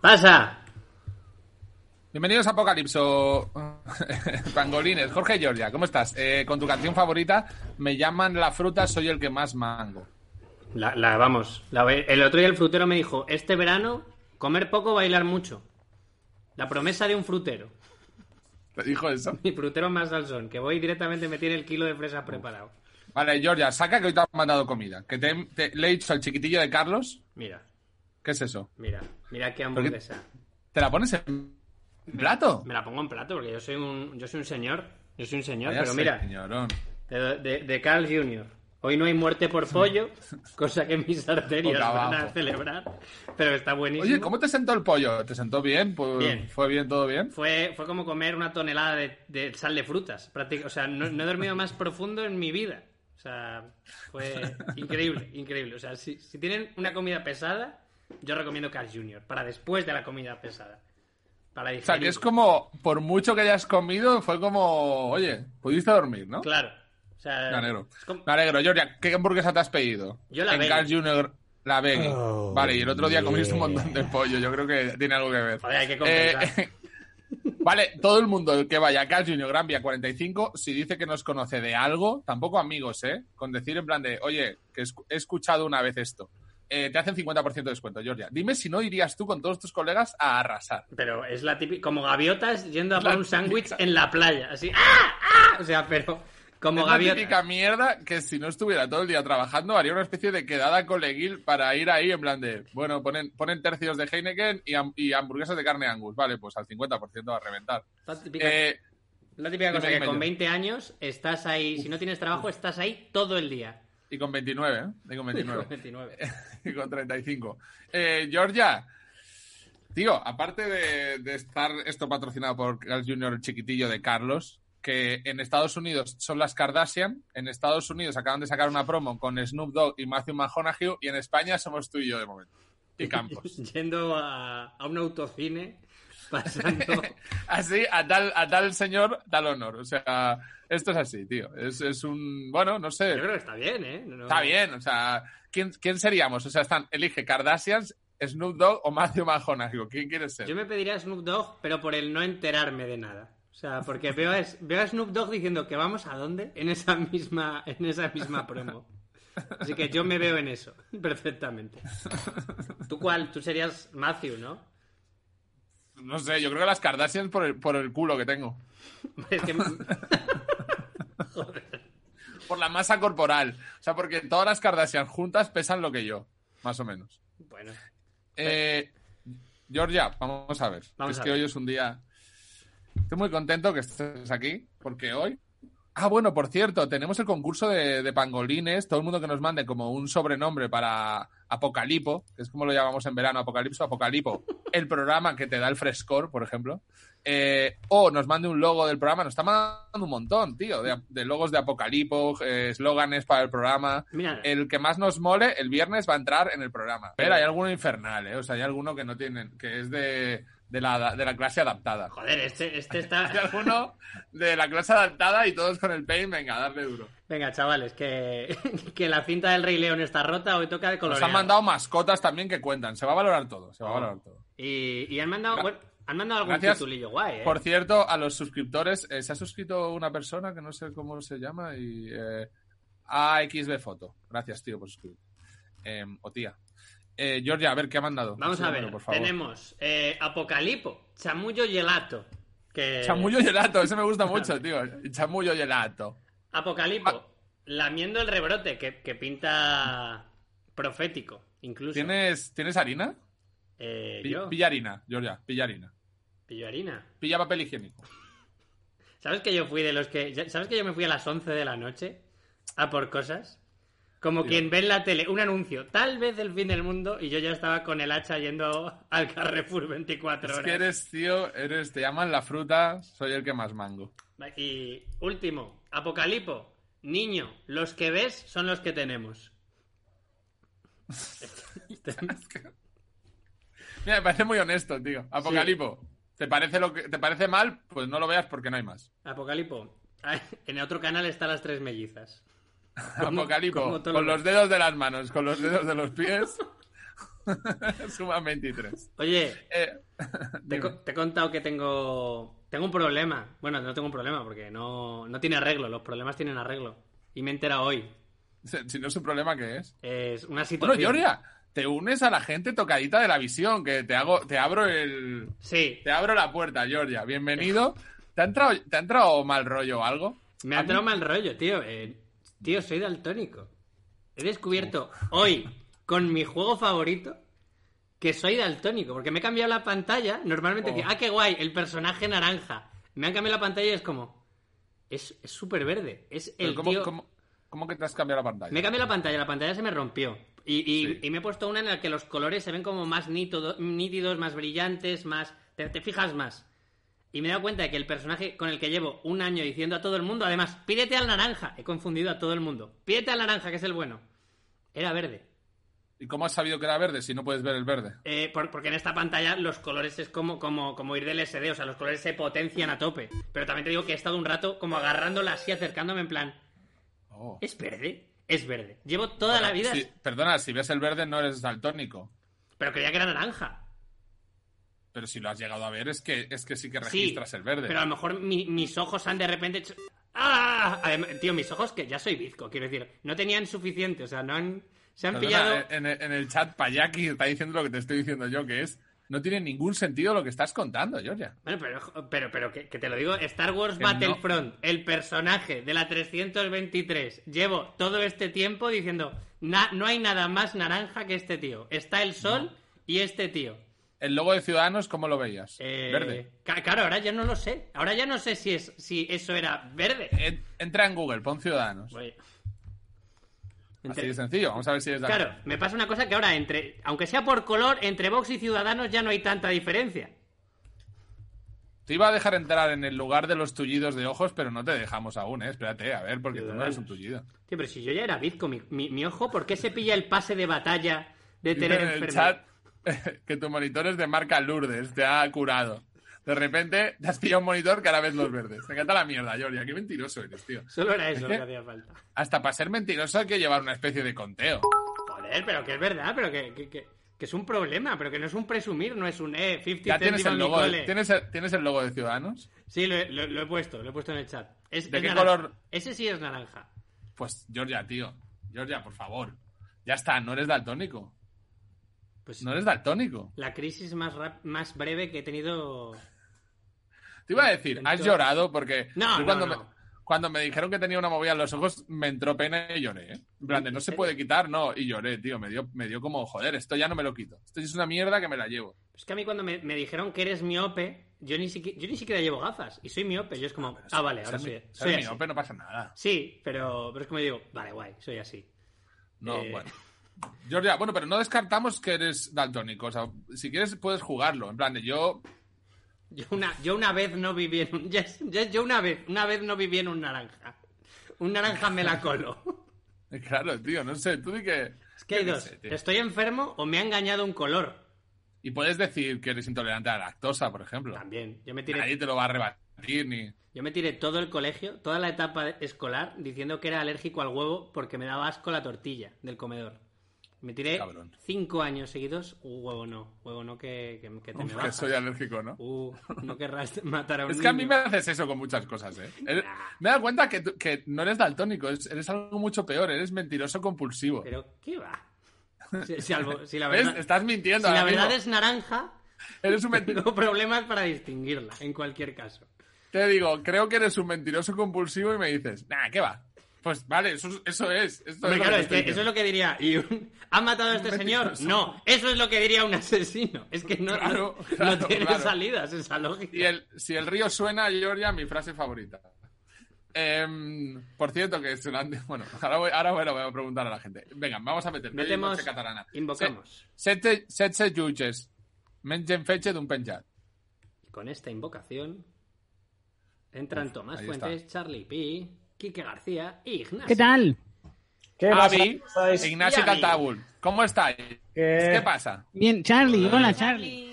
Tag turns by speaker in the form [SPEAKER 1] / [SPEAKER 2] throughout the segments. [SPEAKER 1] ¡Pasa!
[SPEAKER 2] Bienvenidos a Apocalipso, pangolines. Jorge Giorgia, ¿cómo estás? Eh, con tu canción favorita, Me llaman la fruta, soy el que más mango.
[SPEAKER 1] La, la vamos. la- el otro día el frutero me dijo, este verano, comer poco, bailar mucho. La promesa de un frutero.
[SPEAKER 2] ¿Te dijo eso?
[SPEAKER 1] Mi frutero más salsón, que voy y directamente me tiene el kilo de fresa preparado.
[SPEAKER 2] Vale, Giorgia, saca que hoy te han mandado comida. Que te, te- le he dicho al chiquitillo de Carlos,
[SPEAKER 1] Mira,
[SPEAKER 2] ¿qué es eso?
[SPEAKER 1] mira, mira qué hamburguesa.
[SPEAKER 2] ¿Te la pones en plato?
[SPEAKER 1] Me la pongo en plato porque yo soy un, yo soy un señor. Yo soy un señor,
[SPEAKER 2] Vaya
[SPEAKER 1] pero mira,
[SPEAKER 2] señorón.
[SPEAKER 1] de, de, de Carl Jr. Hoy no hay muerte por pollo, cosa que mis arterias
[SPEAKER 2] Boca
[SPEAKER 1] van a
[SPEAKER 2] abajo.
[SPEAKER 1] celebrar, pero está buenísimo.
[SPEAKER 2] Oye, ¿cómo te sentó el pollo? ¿Te sentó bien? Pues,
[SPEAKER 1] Bien.
[SPEAKER 2] ¿Fue bien todo bien?
[SPEAKER 1] Fue, fue como comer una tonelada de, de sal de frutas. prácti- O sea, no, no he dormido más profundo en mi vida. O sea, fue increíble, increíble. O sea, si, si tienen una comida pesada, yo recomiendo Carl Jr. para después de la comida pesada. Para
[SPEAKER 2] O sea,
[SPEAKER 1] digerir.
[SPEAKER 2] que es como, por mucho que hayas comido, fue como, oye, pudiste dormir, ¿no?
[SPEAKER 1] Claro. O sea,
[SPEAKER 2] Me alegro.
[SPEAKER 1] es como-
[SPEAKER 2] Me alegro, Giorgia. ¿Qué hamburguesa te has pedido?
[SPEAKER 1] Yo la
[SPEAKER 2] En
[SPEAKER 1] veggie.
[SPEAKER 2] Carl Jr. La veggie.
[SPEAKER 3] Oh,
[SPEAKER 2] vale, y el otro día comiste un
[SPEAKER 3] yeah.
[SPEAKER 2] montón de pollo. Yo creo que tiene algo que ver. Eh,
[SPEAKER 1] Joder, hay que compensar.
[SPEAKER 2] vale, todo el mundo el que vaya a Carl Jr. Gran Vía 45, si dice que nos conoce de algo, tampoco amigos, ¿eh? Con decir en plan de, oye, que escu- he escuchado una vez esto. Eh, te hacen 50% de descuento, Giorgia. Dime si no irías tú con todos tus colegas a arrasar.
[SPEAKER 1] Pero es la típica. Como gaviotas yendo a
[SPEAKER 2] La
[SPEAKER 1] por un sándwich
[SPEAKER 2] típica.
[SPEAKER 1] en la playa. Así. ¡Ah! ¡Ah! O sea, pero. Como
[SPEAKER 2] Es la
[SPEAKER 1] gaviotas.
[SPEAKER 2] típica mierda que si no estuviera todo el día trabajando haría una especie de quedada coleguil para ir ahí en plan de, bueno, ponen, ponen tercios de Heineken y, ham- y hamburguesas de carne Angus. Vale, pues al 50% a reventar.
[SPEAKER 1] La típica-
[SPEAKER 2] Eh,
[SPEAKER 1] La típica
[SPEAKER 2] Dime,
[SPEAKER 1] cosa que
[SPEAKER 2] dime
[SPEAKER 1] con
[SPEAKER 2] yo.
[SPEAKER 1] 20 años estás ahí, si no tienes trabajo, estás ahí todo el día.
[SPEAKER 2] y con 29, ¿eh? Y con 29.
[SPEAKER 1] 29.
[SPEAKER 2] y con 35. Eh, Georgia, tío, aparte de, de estar esto patrocinado por Carl Jr. el chiquitillo de Carlos, que en Estados Unidos son las Kardashian, en Estados Unidos acaban de sacar una promo con Snoop Dogg y Matthew McConaughey, y en España somos tú y yo de momento. Y Campos.
[SPEAKER 1] Yendo a, a un autocine, pasando.
[SPEAKER 2] Así, a tal, a tal señor, tal honor. O sea, esto es así, tío. Es, es un. Bueno, no sé.
[SPEAKER 1] Yo creo que está bien, ¿eh? No- no-
[SPEAKER 2] Está bien, o sea, ¿quién, quién seríamos? O sea, están, elige Kardashians, Snoop Dogg o Matthew McConaughey. ¿Quién quieres ser?
[SPEAKER 1] Yo me pediría Snoop Dogg, pero por el no enterarme de nada. O sea, porque veo a, es- veo a Snoop Dogg diciendo que vamos a dónde en esa misma, en esa misma promo. Así que yo me veo en eso, perfectamente. ¿Tú cuál? Tú serías Matthew, ¿no?
[SPEAKER 2] No sé, yo creo que las Kardashians por el, por el culo que tengo.
[SPEAKER 1] Es que
[SPEAKER 2] Por la masa corporal. O sea, porque todas las Kardashians juntas pesan lo que yo, más o menos.
[SPEAKER 1] Bueno,
[SPEAKER 2] Eh, Georgia, vamos a ver.
[SPEAKER 1] Vamos
[SPEAKER 2] es
[SPEAKER 1] a
[SPEAKER 2] que
[SPEAKER 1] ver.
[SPEAKER 2] hoy es un día. Estoy muy contento que estés aquí, porque hoy. Ah, bueno, por cierto, tenemos el concurso de, de pangolines. Todo el mundo que nos mande como un sobrenombre para Apocalipo, que es como lo llamamos en verano, Apocalipso, Apocalipo, el programa que te da el frescor, por ejemplo. eh, o nos mande un logo del programa. Nos está mandando un montón, tío, de, de logos de Apocalipo, eh, eslóganes para el programa.
[SPEAKER 1] mira.
[SPEAKER 2] El que más nos mole el viernes va a entrar en el programa. Pero hay alguno infernal, ¿eh? O sea, hay alguno que no tienen, que es de, de, la, de la clase adaptada.
[SPEAKER 1] Joder, este, este
[SPEAKER 2] Hay
[SPEAKER 1] está.
[SPEAKER 2] alguno de la clase adaptada y todos con el pain, venga, darle duro.
[SPEAKER 1] Venga, chavales, que, que la cinta del Rey León está rota, hoy toca de
[SPEAKER 2] Nos
[SPEAKER 1] colorear.
[SPEAKER 2] han mandado mascotas también que cuentan. Se va a valorar todo, se va a valorar todo.
[SPEAKER 1] Y, y han mandado,
[SPEAKER 2] Gra-
[SPEAKER 1] bueno, han mandado algún
[SPEAKER 2] Gracias
[SPEAKER 1] titulillo guay, ¿eh?
[SPEAKER 2] Por cierto, a los suscriptores, eh, se ha suscrito una persona que no sé cómo se llama y... eh, AXB Foto. Gracias, tío, por suscribir. Eh, o tía. Eh, Georgia, a ver, ¿qué ha mandado?
[SPEAKER 1] Vamos a ver,
[SPEAKER 2] Por favor.
[SPEAKER 1] tenemos eh, Apocalipo, Chamullo Gelato. Que...
[SPEAKER 2] Chamullo gelato, ese me gusta mucho, tío. Chamullo gelato.
[SPEAKER 1] Apocalipo,
[SPEAKER 2] Ah.
[SPEAKER 1] lamiendo el rebrote, que, que pinta profético, incluso.
[SPEAKER 2] ¿Tienes, ¿tienes harina?
[SPEAKER 1] Eh,
[SPEAKER 2] Pi-
[SPEAKER 1] yo,
[SPEAKER 2] Pilla harina, Georgia, pilla harina.
[SPEAKER 1] pillo harina.
[SPEAKER 2] Pilla papel higiénico.
[SPEAKER 1] ¿Sabes que yo fui de los que. ya- ¿Sabes que yo me fui a las 11 de la noche a por cosas? Como quien ve en la tele un anuncio, tal vez el fin del mundo, y yo ya estaba con el hacha yendo al Carrefour 24 horas.
[SPEAKER 2] Es que eres, tío, eres, te llaman la fruta, soy el que más mango.
[SPEAKER 1] Y último, Apocalipo, niño, los que ves son los que tenemos.
[SPEAKER 2] Mira, me parece muy honesto, tío. Apocalipo, ¿te, parece lo que, ¿te parece mal? Pues no lo veas porque no hay más.
[SPEAKER 1] Apocalipo, en otro canal están las tres mellizas. ¿Cómo-
[SPEAKER 2] Apocalipo,
[SPEAKER 1] cómo te lo
[SPEAKER 2] con los dedos de las manos, con los dedos de los pies. Suma 23.
[SPEAKER 1] Oye,
[SPEAKER 2] Eh,
[SPEAKER 1] Te, he co- te he contado que tengo tengo un problema. Bueno, no tengo un problema porque no, no tiene arreglo. Los problemas tienen arreglo. Y me he enterado hoy.
[SPEAKER 2] si si no es un problema, ¿qué es?
[SPEAKER 1] Es una
[SPEAKER 2] Bueno,
[SPEAKER 1] situación.
[SPEAKER 2] Giorgia, te unes a la gente tocadita de la visión, que te hago, te abro el.
[SPEAKER 1] Sí,
[SPEAKER 2] Te abro la puerta, Giorgia. Bienvenido. ¿Te ha entrado, te ha entrado mal rollo o algo?
[SPEAKER 1] me ha entrado mal rollo, tío. Eh, tío, soy daltónico. He descubierto hoy, con mi juego favorito, que soy daltónico. Porque me he cambiado la pantalla. Normalmente
[SPEAKER 2] Oh.
[SPEAKER 1] decía, ah, qué guay, el personaje naranja. Me han cambiado la pantalla y es como. Es súper verde. Es
[SPEAKER 2] Pero
[SPEAKER 1] el
[SPEAKER 2] ¿cómo,
[SPEAKER 1] tío.
[SPEAKER 2] cómo- cómo que te has cambiado la pantalla?
[SPEAKER 1] Me cambié la pantalla, la pantalla se me rompió. Y, y-
[SPEAKER 2] Sí.
[SPEAKER 1] y me he puesto una en la que los colores se ven como más nítido- nítidos, más brillantes, más. Te, te fijas más. Y me he dado cuenta de que el personaje con el que llevo un año diciendo a todo el mundo, además, pídete al naranja. He confundido a todo el mundo. Pídete al naranja, que es el bueno. Era verde.
[SPEAKER 2] ¿Y cómo has sabido que era verde si no puedes ver el verde?
[SPEAKER 1] Eh, por- porque en esta pantalla los colores es como, como, como ir del SD, o sea, los colores se potencian a tope. Pero también te digo que he estado un rato como agarrándola así, acercándome en plan,
[SPEAKER 2] Oh.
[SPEAKER 1] ¿es verde? Es verde. Llevo toda la vida.
[SPEAKER 2] Sí, perdona, si ves el verde no eres daltónico.
[SPEAKER 1] Pero creía que era naranja.
[SPEAKER 2] Pero si lo has llegado a ver es que, es que sí que registras el verde.
[SPEAKER 1] Pero a lo mejor mi- mis ojos han de repente hecho- ¡Ah! Además, tío, mis ojos que ya soy bizco, quiero decir, no tenían suficiente, o sea, no han se han
[SPEAKER 2] Perdona, eh,
[SPEAKER 1] pillado
[SPEAKER 2] en, en- en el chat Payaki está diciendo lo que te estoy diciendo yo, que es no tiene ningún sentido lo que estás contando, Georgia.
[SPEAKER 1] Bueno, pero pero pero que, que te lo digo, Star Wars
[SPEAKER 2] Que
[SPEAKER 1] Battlefront, el personaje de la 323. Llevo todo este tiempo diciendo, "Na- no hay nada más naranja que este tío. Está el sol y este tío.
[SPEAKER 2] El logo de Ciudadanos, ¿cómo lo veías?
[SPEAKER 1] Eh,
[SPEAKER 2] Verde.
[SPEAKER 1] ca- Claro, ahora ya no lo sé. Ahora ya no sé si es si eso era verde.
[SPEAKER 2] En- Entra en Google, pon Ciudadanos.
[SPEAKER 1] Oye.
[SPEAKER 2] Así
[SPEAKER 1] Entre-
[SPEAKER 2] de sencillo, vamos a ver si es
[SPEAKER 1] Claro, me pasa una cosa que ahora entre, aunque sea por color, entre Vox y Ciudadanos ya no hay tanta diferencia.
[SPEAKER 2] Te iba a dejar entrar en el lugar de los tullidos de ojos, pero no te dejamos aún, ¿eh? Espérate, a ver, porque tú no eres un tullido.
[SPEAKER 1] Tío, pero si yo ya era bizco, mi, mi- mi ojo, ¿por qué se pilla el pase de batalla de
[SPEAKER 2] Dicen
[SPEAKER 1] tener
[SPEAKER 2] en el
[SPEAKER 1] enfermedad?
[SPEAKER 2] chat que tu monitor es de marca Lourdes, te ha curado. De repente te has pillado un monitor que ahora ves los verdes. Me encanta la mierda, Georgia, qué mentiroso eres, tío.
[SPEAKER 1] Solo era eso
[SPEAKER 2] ¿Qué?
[SPEAKER 1] lo que hacía falta.
[SPEAKER 2] Hasta para ser mentiroso hay que llevar una especie de conteo.
[SPEAKER 1] Joder, pero que es verdad, pero que, que- que- que es un problema, pero que no es un presumir, no es un eh, 50
[SPEAKER 2] Ya tienes
[SPEAKER 1] céntimos
[SPEAKER 2] el
[SPEAKER 1] mi
[SPEAKER 2] logo, de-
[SPEAKER 1] cole.
[SPEAKER 2] ¿tienes el, tienes el logo de Ciudadanos.
[SPEAKER 1] Sí, lo, he- lo- lo he puesto, lo he puesto en el chat. Es,
[SPEAKER 2] ¿De
[SPEAKER 1] es
[SPEAKER 2] qué
[SPEAKER 1] naranja.
[SPEAKER 2] color?
[SPEAKER 1] Ese sí es naranja.
[SPEAKER 2] Pues Georgia, tío, Georgia, por favor. Ya está, no eres daltónico.
[SPEAKER 1] Pues
[SPEAKER 2] No eres daltónico.
[SPEAKER 1] la crisis más, rap- más breve que he tenido
[SPEAKER 2] Te iba a decir, has
[SPEAKER 1] Entonces-
[SPEAKER 2] llorado porque
[SPEAKER 1] No,
[SPEAKER 2] yo
[SPEAKER 1] no,
[SPEAKER 2] cuando,
[SPEAKER 1] no.
[SPEAKER 2] Me, cuando me dijeron que tenía una movida en los ojos me entró pena y lloré. ¿eh? En plan de, no se puede quitar, no. Y lloré, tío. Me dio, me dio como, joder, esto ya no me lo quito. Esto es una mierda que me la llevo.
[SPEAKER 1] Es que a mí cuando me, me dijeron que eres miope, yo ni, siquiera, yo ni siquiera llevo gafas y soy miope. Yo es como, ah, vale, ahora
[SPEAKER 2] Ser
[SPEAKER 1] soy,
[SPEAKER 2] mi- ser
[SPEAKER 1] soy así.
[SPEAKER 2] miope no pasa nada.
[SPEAKER 1] Sí, pero, pero es como digo, vale, guay, soy así.
[SPEAKER 2] No,
[SPEAKER 1] Eh.
[SPEAKER 2] bueno. Georgia, bueno, pero no descartamos que eres daltónico. O sea, si quieres puedes jugarlo. En plan de, yo
[SPEAKER 1] Yo una, yo una vez no viví en un... ya- ya- yo una vez, una vez no viví en un naranja. Un naranja me la colo.
[SPEAKER 2] Claro, tío, no sé, tú di que...
[SPEAKER 1] Es que hay
[SPEAKER 2] yo qué
[SPEAKER 1] dos.
[SPEAKER 2] sé, tío.
[SPEAKER 1] ¿Estoy enfermo o me ha engañado un color?
[SPEAKER 2] y puedes decir que eres intolerante a la lactosa, por ejemplo.
[SPEAKER 1] También. Yo me tiré...
[SPEAKER 2] Nadie te lo va a rebatir ni...
[SPEAKER 1] Yo me tiré todo el colegio, toda la etapa escolar, diciendo que era alérgico al huevo porque me daba asco la tortilla del comedor. Me tiré
[SPEAKER 2] Cabrón.
[SPEAKER 1] cinco años seguidos, uh, huevo no, huevo no que, que, que te me
[SPEAKER 2] que
[SPEAKER 1] baja.
[SPEAKER 2] soy alérgico, ¿no?
[SPEAKER 1] Uh, no querrás matar a un
[SPEAKER 2] Es
[SPEAKER 1] niño.
[SPEAKER 2] que a mí me haces eso con muchas cosas, ¿eh? Eres- Me he dado cuenta que, tú- que no eres daltónico, eres, eres algo mucho peor, eres mentiroso compulsivo.
[SPEAKER 1] Pero, ¿qué va? Si, salvo- si la
[SPEAKER 2] ¿Ves?
[SPEAKER 1] verdad,
[SPEAKER 2] Estás mintiendo.
[SPEAKER 1] si la
[SPEAKER 2] ahora
[SPEAKER 1] verdad
[SPEAKER 2] mismo.
[SPEAKER 1] es naranja,
[SPEAKER 2] Eres un mentiroso.
[SPEAKER 1] tengo problemas para distinguirla, en cualquier caso.
[SPEAKER 2] Te digo, creo que eres un mentiroso compulsivo y me dices, nah, ¿qué va? Pues vale, eso, es- eso es. Esto
[SPEAKER 1] Hombre,
[SPEAKER 2] es lo
[SPEAKER 1] claro,
[SPEAKER 2] que
[SPEAKER 1] es
[SPEAKER 2] estoy
[SPEAKER 1] que eso es lo que diría. ¿Y un- ¿Ha matado a este señor?
[SPEAKER 2] mentiroso.
[SPEAKER 1] No, eso es lo que diría un asesino. Es que no, no-
[SPEAKER 2] Claro,
[SPEAKER 1] no
[SPEAKER 2] claro,
[SPEAKER 1] tiene
[SPEAKER 2] claro.
[SPEAKER 1] salidas esa lógica.
[SPEAKER 2] Y el, si el río suena, Georgia, mi frase favorita. Em, por cierto, que se lo han... Bueno, ahora voy, ahora bueno, voy a preguntar a la gente. Venga, vamos a meter.
[SPEAKER 1] Metemos-
[SPEAKER 2] noche catalana.
[SPEAKER 1] Invocamos.
[SPEAKER 2] Sete, setze jutges. Mengen fetge d'un penjat.
[SPEAKER 1] Y Con esta invocación entran
[SPEAKER 2] Uf,
[SPEAKER 1] Tomás
[SPEAKER 2] ahí
[SPEAKER 1] Fuentes, Charlie P, Quique García y Ignacio.
[SPEAKER 3] ¿Qué tal?
[SPEAKER 4] ¿Qué pasa?
[SPEAKER 2] Avi,
[SPEAKER 4] ¿Estáis?
[SPEAKER 2] Ignacio
[SPEAKER 1] Y Avi.
[SPEAKER 2] Cantabul, ¿cómo estáis?
[SPEAKER 4] ¿Qué?
[SPEAKER 2] ¿Qué pasa?
[SPEAKER 3] Bien, Charlie. Hola, Charlie.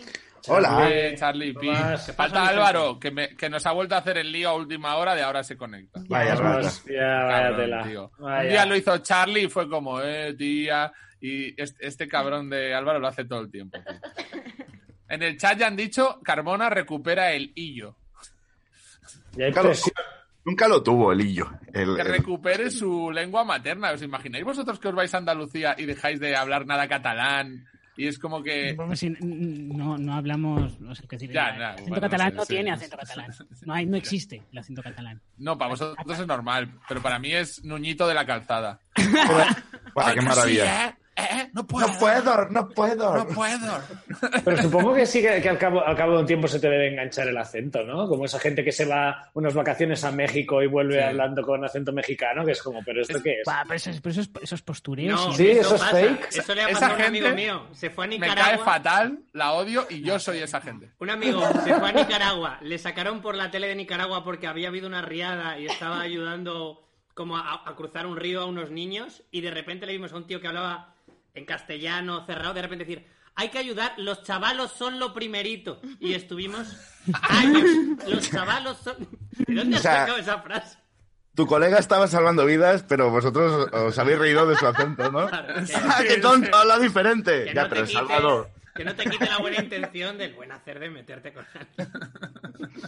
[SPEAKER 4] Hola.
[SPEAKER 2] Eh, Charlie P.
[SPEAKER 4] Tomás,
[SPEAKER 1] ¿qué pasa,
[SPEAKER 2] Falta
[SPEAKER 1] mi
[SPEAKER 2] Álvaro, que, me- que nos ha vuelto a hacer el lío a última hora de ahora se conecta.
[SPEAKER 5] Vaya rata.
[SPEAKER 4] Hostia, Ah, vaya
[SPEAKER 2] Cabrón,
[SPEAKER 4] tela.
[SPEAKER 2] tío.
[SPEAKER 4] Vaya.
[SPEAKER 2] Un día lo hizo Charlie y fue como, eh, tía. Y este, este cabrón de Álvaro lo hace todo el tiempo. tío. En el chat ya han dicho, Carmona recupera el hillo.
[SPEAKER 4] Y hay
[SPEAKER 5] Nunca lo,
[SPEAKER 4] presión.
[SPEAKER 5] nunca lo tuvo el Illo. El,
[SPEAKER 2] Que
[SPEAKER 5] el-
[SPEAKER 2] recupere su lengua materna. ¿Os imagináis vosotros que os vais a Andalucía y dejáis de hablar nada catalán? Y es como que...
[SPEAKER 3] Bueno, si No, no hablamos. No sé qué decir.
[SPEAKER 2] Ya,
[SPEAKER 3] el
[SPEAKER 2] ya,
[SPEAKER 3] acento
[SPEAKER 2] bueno,
[SPEAKER 3] catalán
[SPEAKER 2] sí,
[SPEAKER 3] no
[SPEAKER 2] sí.
[SPEAKER 3] tiene acento catalán. No, hay, no existe el acento catalán.
[SPEAKER 2] No, para vosotros es normal, pero para mí es Nuñito de la calzada.
[SPEAKER 5] Guau, ¡Qué maravilla!
[SPEAKER 2] Sí, ¿eh? ¿Eh? No puedo.
[SPEAKER 5] No puedo, no
[SPEAKER 2] No
[SPEAKER 5] puedo.
[SPEAKER 2] puedo.
[SPEAKER 4] Pero supongo que sí que, que al, cabo, al cabo de un tiempo se te debe enganchar el acento, ¿no? Como esa gente que se va unas vacaciones a México y vuelve
[SPEAKER 2] Sí.
[SPEAKER 4] hablando con acento mexicano, que es como, ¿pero esto
[SPEAKER 2] Es-
[SPEAKER 4] qué es?
[SPEAKER 3] Buah, pero esos, pero esos, esos postureos.
[SPEAKER 1] No,
[SPEAKER 3] sí.
[SPEAKER 4] Sí, eso es
[SPEAKER 1] pasa.
[SPEAKER 4] fake.
[SPEAKER 1] Eso le ha
[SPEAKER 2] Esa
[SPEAKER 1] pasado a un amigo
[SPEAKER 2] gente
[SPEAKER 1] mío. Se fue a
[SPEAKER 2] Me
[SPEAKER 1] Nicaragua.
[SPEAKER 2] cae fatal, la odio y yo soy esa gente.
[SPEAKER 1] Un amigo se fue a Nicaragua, le sacaron por la tele de Nicaragua porque había habido una riada y estaba ayudando como a, a cruzar un río a unos niños y de repente le vimos a un tío que hablaba en castellano cerrado, de repente decir, hay que ayudar, los chavalos son lo primerito. Y estuvimos años, los chavalos son... ¿De dónde has
[SPEAKER 5] O sea,
[SPEAKER 1] sacado esa frase?
[SPEAKER 5] Tu colega estaba salvando vidas, pero vosotros os habéis reído de su acento, ¿no?
[SPEAKER 1] Claro, que-
[SPEAKER 5] ¡Ah, qué tonto! Habla diferente.
[SPEAKER 1] Que
[SPEAKER 5] ya,
[SPEAKER 1] no te
[SPEAKER 5] pero
[SPEAKER 1] quites-
[SPEAKER 5] Salvador.
[SPEAKER 1] Que no te quite la buena intención del buen hacer de meterte con alguien.